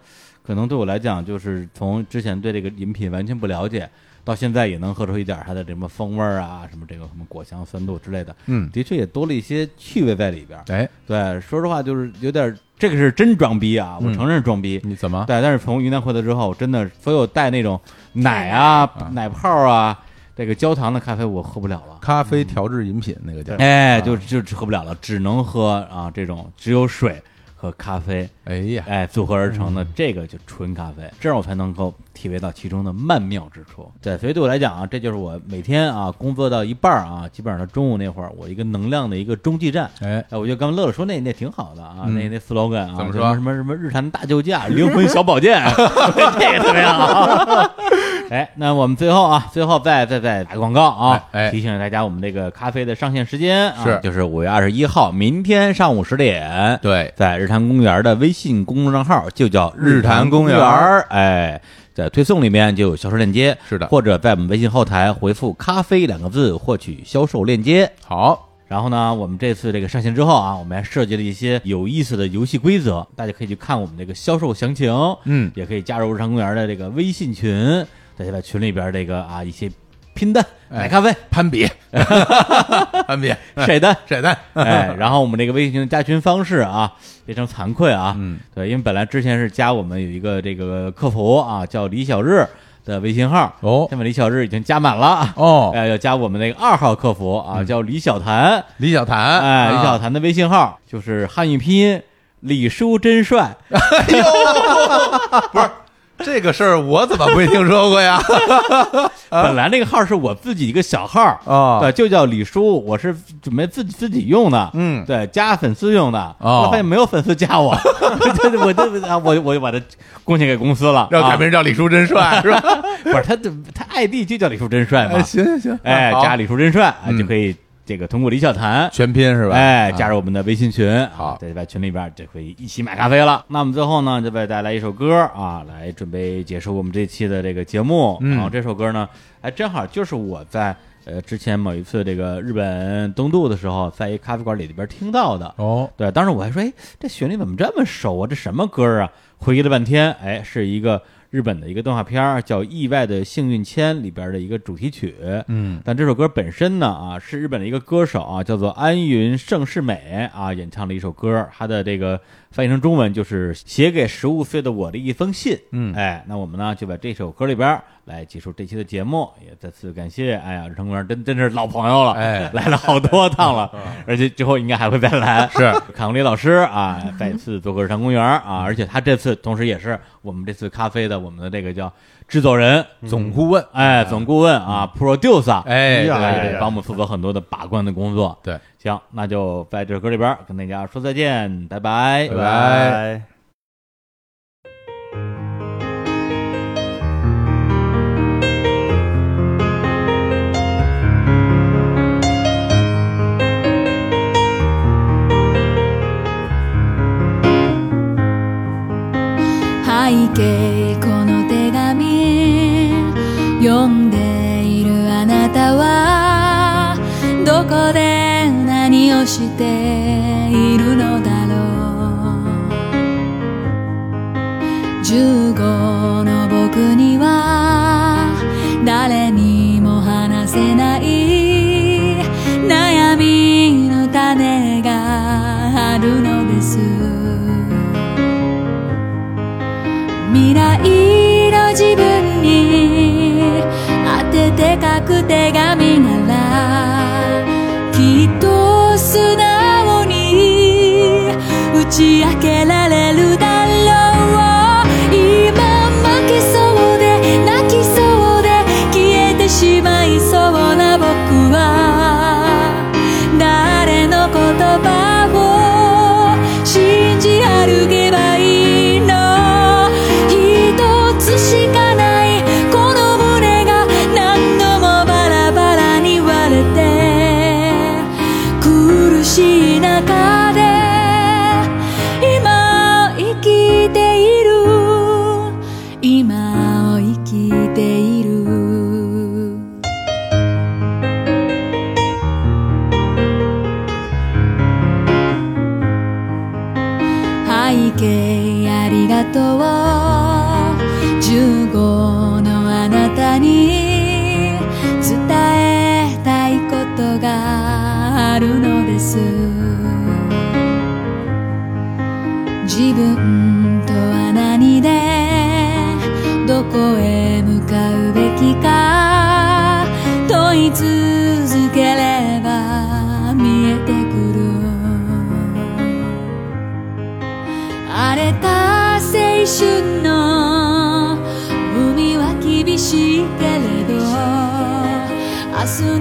[SPEAKER 1] 可能对我来讲，就是从之前对这个饮品完全不了解，到现在也能喝出一点它的什么风味儿啊，什么这个什么果香、酸度之类的，
[SPEAKER 2] 嗯，
[SPEAKER 1] 的确也多了一些趣味在里边儿。
[SPEAKER 2] 哎，
[SPEAKER 1] 对，说实话就是有点儿，这个是真装逼啊，我
[SPEAKER 2] 嗯
[SPEAKER 1] 承认是装逼。
[SPEAKER 2] 你怎么？
[SPEAKER 1] 对，但是从云南回来之后，真的所有带那种奶啊、奶泡啊、这个焦糖的咖啡，我喝不了了。
[SPEAKER 2] 咖啡调制饮品那个叫
[SPEAKER 1] 哎啊哎，就就喝不了了，只能喝啊这种只有水和咖啡，
[SPEAKER 2] 哎呀，
[SPEAKER 1] 哎，组合而成的，
[SPEAKER 2] 嗯
[SPEAKER 1] 这个就纯咖啡，这样我才能够体会到其中的曼妙之处。对，所以对我来讲啊，这就是我每天啊工作到一半儿啊，基本上到中午那会儿，我一个能量的一个中继站。
[SPEAKER 2] 哎，
[SPEAKER 1] 哎，我觉得刚乐乐说那那挺好的啊，
[SPEAKER 2] 嗯
[SPEAKER 1] 那那 slogan 啊，
[SPEAKER 2] 怎么
[SPEAKER 1] 就
[SPEAKER 2] 说
[SPEAKER 1] 什么什么日坛大救
[SPEAKER 2] [laughs]
[SPEAKER 1] 驾，灵魂小宝剑，哎这个怎么样啊？哎，那我们最后啊，最后再再再打个广告啊，
[SPEAKER 2] 哎哎
[SPEAKER 1] 提醒大家我们这个咖啡的上线时间啊，
[SPEAKER 2] 是
[SPEAKER 1] 就是五月二十一号，明天上午十点。
[SPEAKER 2] 对，
[SPEAKER 1] 在日坛公园的微信公众号就叫
[SPEAKER 2] 日坛
[SPEAKER 1] 坛
[SPEAKER 2] 公园
[SPEAKER 1] 园儿，哎，在推送里面就有销售链接，
[SPEAKER 2] 是的
[SPEAKER 1] 或者在我们微信后台回复“咖啡”两个字获取销售链接。
[SPEAKER 2] 好，
[SPEAKER 1] 然后呢，我们这次这个上线之后啊，我们还设计了一些有意思的游戏规则，大家可以去看我们这个销售详情，
[SPEAKER 2] 嗯
[SPEAKER 1] 也可以加入日坛公园的这个微信群，大家在群里边这个啊一些拼单、
[SPEAKER 2] 哎
[SPEAKER 1] 买咖
[SPEAKER 2] [laughs]
[SPEAKER 1] 啡、
[SPEAKER 2] 攀比，攀比，
[SPEAKER 1] 晒单，
[SPEAKER 2] 晒单，
[SPEAKER 1] 哎，然后我们这个微信群的加群方式啊，非常惭愧啊，嗯，对，因为本来之前是加我们有一个这个客服啊，叫李小日的微信号，
[SPEAKER 2] 哦
[SPEAKER 1] 现在李小日已经加满了，
[SPEAKER 2] 哦嗯
[SPEAKER 1] 哎，要加我们那个二号客服啊，叫李小谭，
[SPEAKER 2] 李小谭，
[SPEAKER 1] 哎，李小
[SPEAKER 2] 啊，
[SPEAKER 1] 谭的微信号就是汉语拼音李叔真帅，
[SPEAKER 2] 这个事儿我怎么没听说过 [laughs] 呀？啊
[SPEAKER 1] 本来那个号是我自己一个小号
[SPEAKER 2] 哦
[SPEAKER 1] 对，就叫李叔，我是准备自自己用的，
[SPEAKER 2] 嗯
[SPEAKER 1] 对，加粉丝用的，后
[SPEAKER 2] 哦
[SPEAKER 1] 来发现没有粉丝加我， [laughs] 我就我就啊，我我就把它贡献给公司了，
[SPEAKER 2] 让改
[SPEAKER 1] 啊、
[SPEAKER 2] 名叫李叔真帅是吧？
[SPEAKER 1] 不是他的他 ID 就叫李叔真帅嘛，
[SPEAKER 2] [laughs] 哎，行行行，
[SPEAKER 1] 哎，
[SPEAKER 2] 好
[SPEAKER 1] 加李叔真帅、啊
[SPEAKER 2] 嗯
[SPEAKER 1] 就可以这个通过李小谭。
[SPEAKER 2] 全拼是吧？
[SPEAKER 1] 哎，
[SPEAKER 2] 啊
[SPEAKER 1] 加入我们的微信群，啊
[SPEAKER 2] 好
[SPEAKER 1] 对，在群里边就可以一起买咖啡了。那我们最后呢，就为大家来一首歌啊，来准备结束我们这期的这个节目。
[SPEAKER 2] 嗯
[SPEAKER 1] 然后这首歌呢，哎，正好就是我在呃之前某一次这个日本东渡的时候，在一咖啡馆里里边听到的。
[SPEAKER 2] 哦，
[SPEAKER 1] 对，当时我还说，哎，这旋律怎么这么熟啊？这什么歌啊？回忆了半天，哎，是一个日本的一个动画片儿叫《意外的幸运签》里边的一个主题曲。
[SPEAKER 2] 嗯，
[SPEAKER 1] 但这首歌本身呢，啊，是日本的一个歌手啊，叫做安云盛世美啊，演唱的一首歌。它的这个翻译成中文就是“写给十五岁的我的一封信”。
[SPEAKER 2] 嗯
[SPEAKER 1] 哎，那我们呢就把这首歌里边儿来结束这期的节目，也再次感谢。哎呀，日常公园真真是老朋友了，
[SPEAKER 2] 哎
[SPEAKER 1] 来了好多趟
[SPEAKER 2] [laughs]
[SPEAKER 1] 了，而且之后应该还会再来。
[SPEAKER 2] 是
[SPEAKER 1] [laughs] 卡梅利老师啊，再次做客日常公园啊，而且他这次同时也是我们这次咖啡的我们的这个叫制作人。
[SPEAKER 2] 嗯总顾问，嗯
[SPEAKER 1] 哎，总顾问啊，producer，
[SPEAKER 2] 哎，
[SPEAKER 3] 呀
[SPEAKER 2] 对
[SPEAKER 3] 哎
[SPEAKER 1] 对，
[SPEAKER 3] 呀
[SPEAKER 1] 帮我们负责很多的把关的工作。
[SPEAKER 2] 对，
[SPEAKER 1] 行，那就在这首歌里边儿跟大家说再见，拜拜，
[SPEAKER 2] 拜拜。
[SPEAKER 6] 背景この手紙読んでいるあなたはどこで何をしているのだろう15の僕には誰にも話せない悩みの種があるのです未来の自分に当てて書く手紙ならきっと素直に打ち明けられるだろう今負けそうで泣きそうで消えてしまいそうな僕は誰の言葉を信じ歩けばいいの一つしかないこの胸が何度もバラバラに割れて苦しい中で今を生きている今を生きている背景ありがとう15のあなたに伝えたいことがあるのです自分とは何でどこへ向かうべきか問い続ければ見えてくるしいけれど明日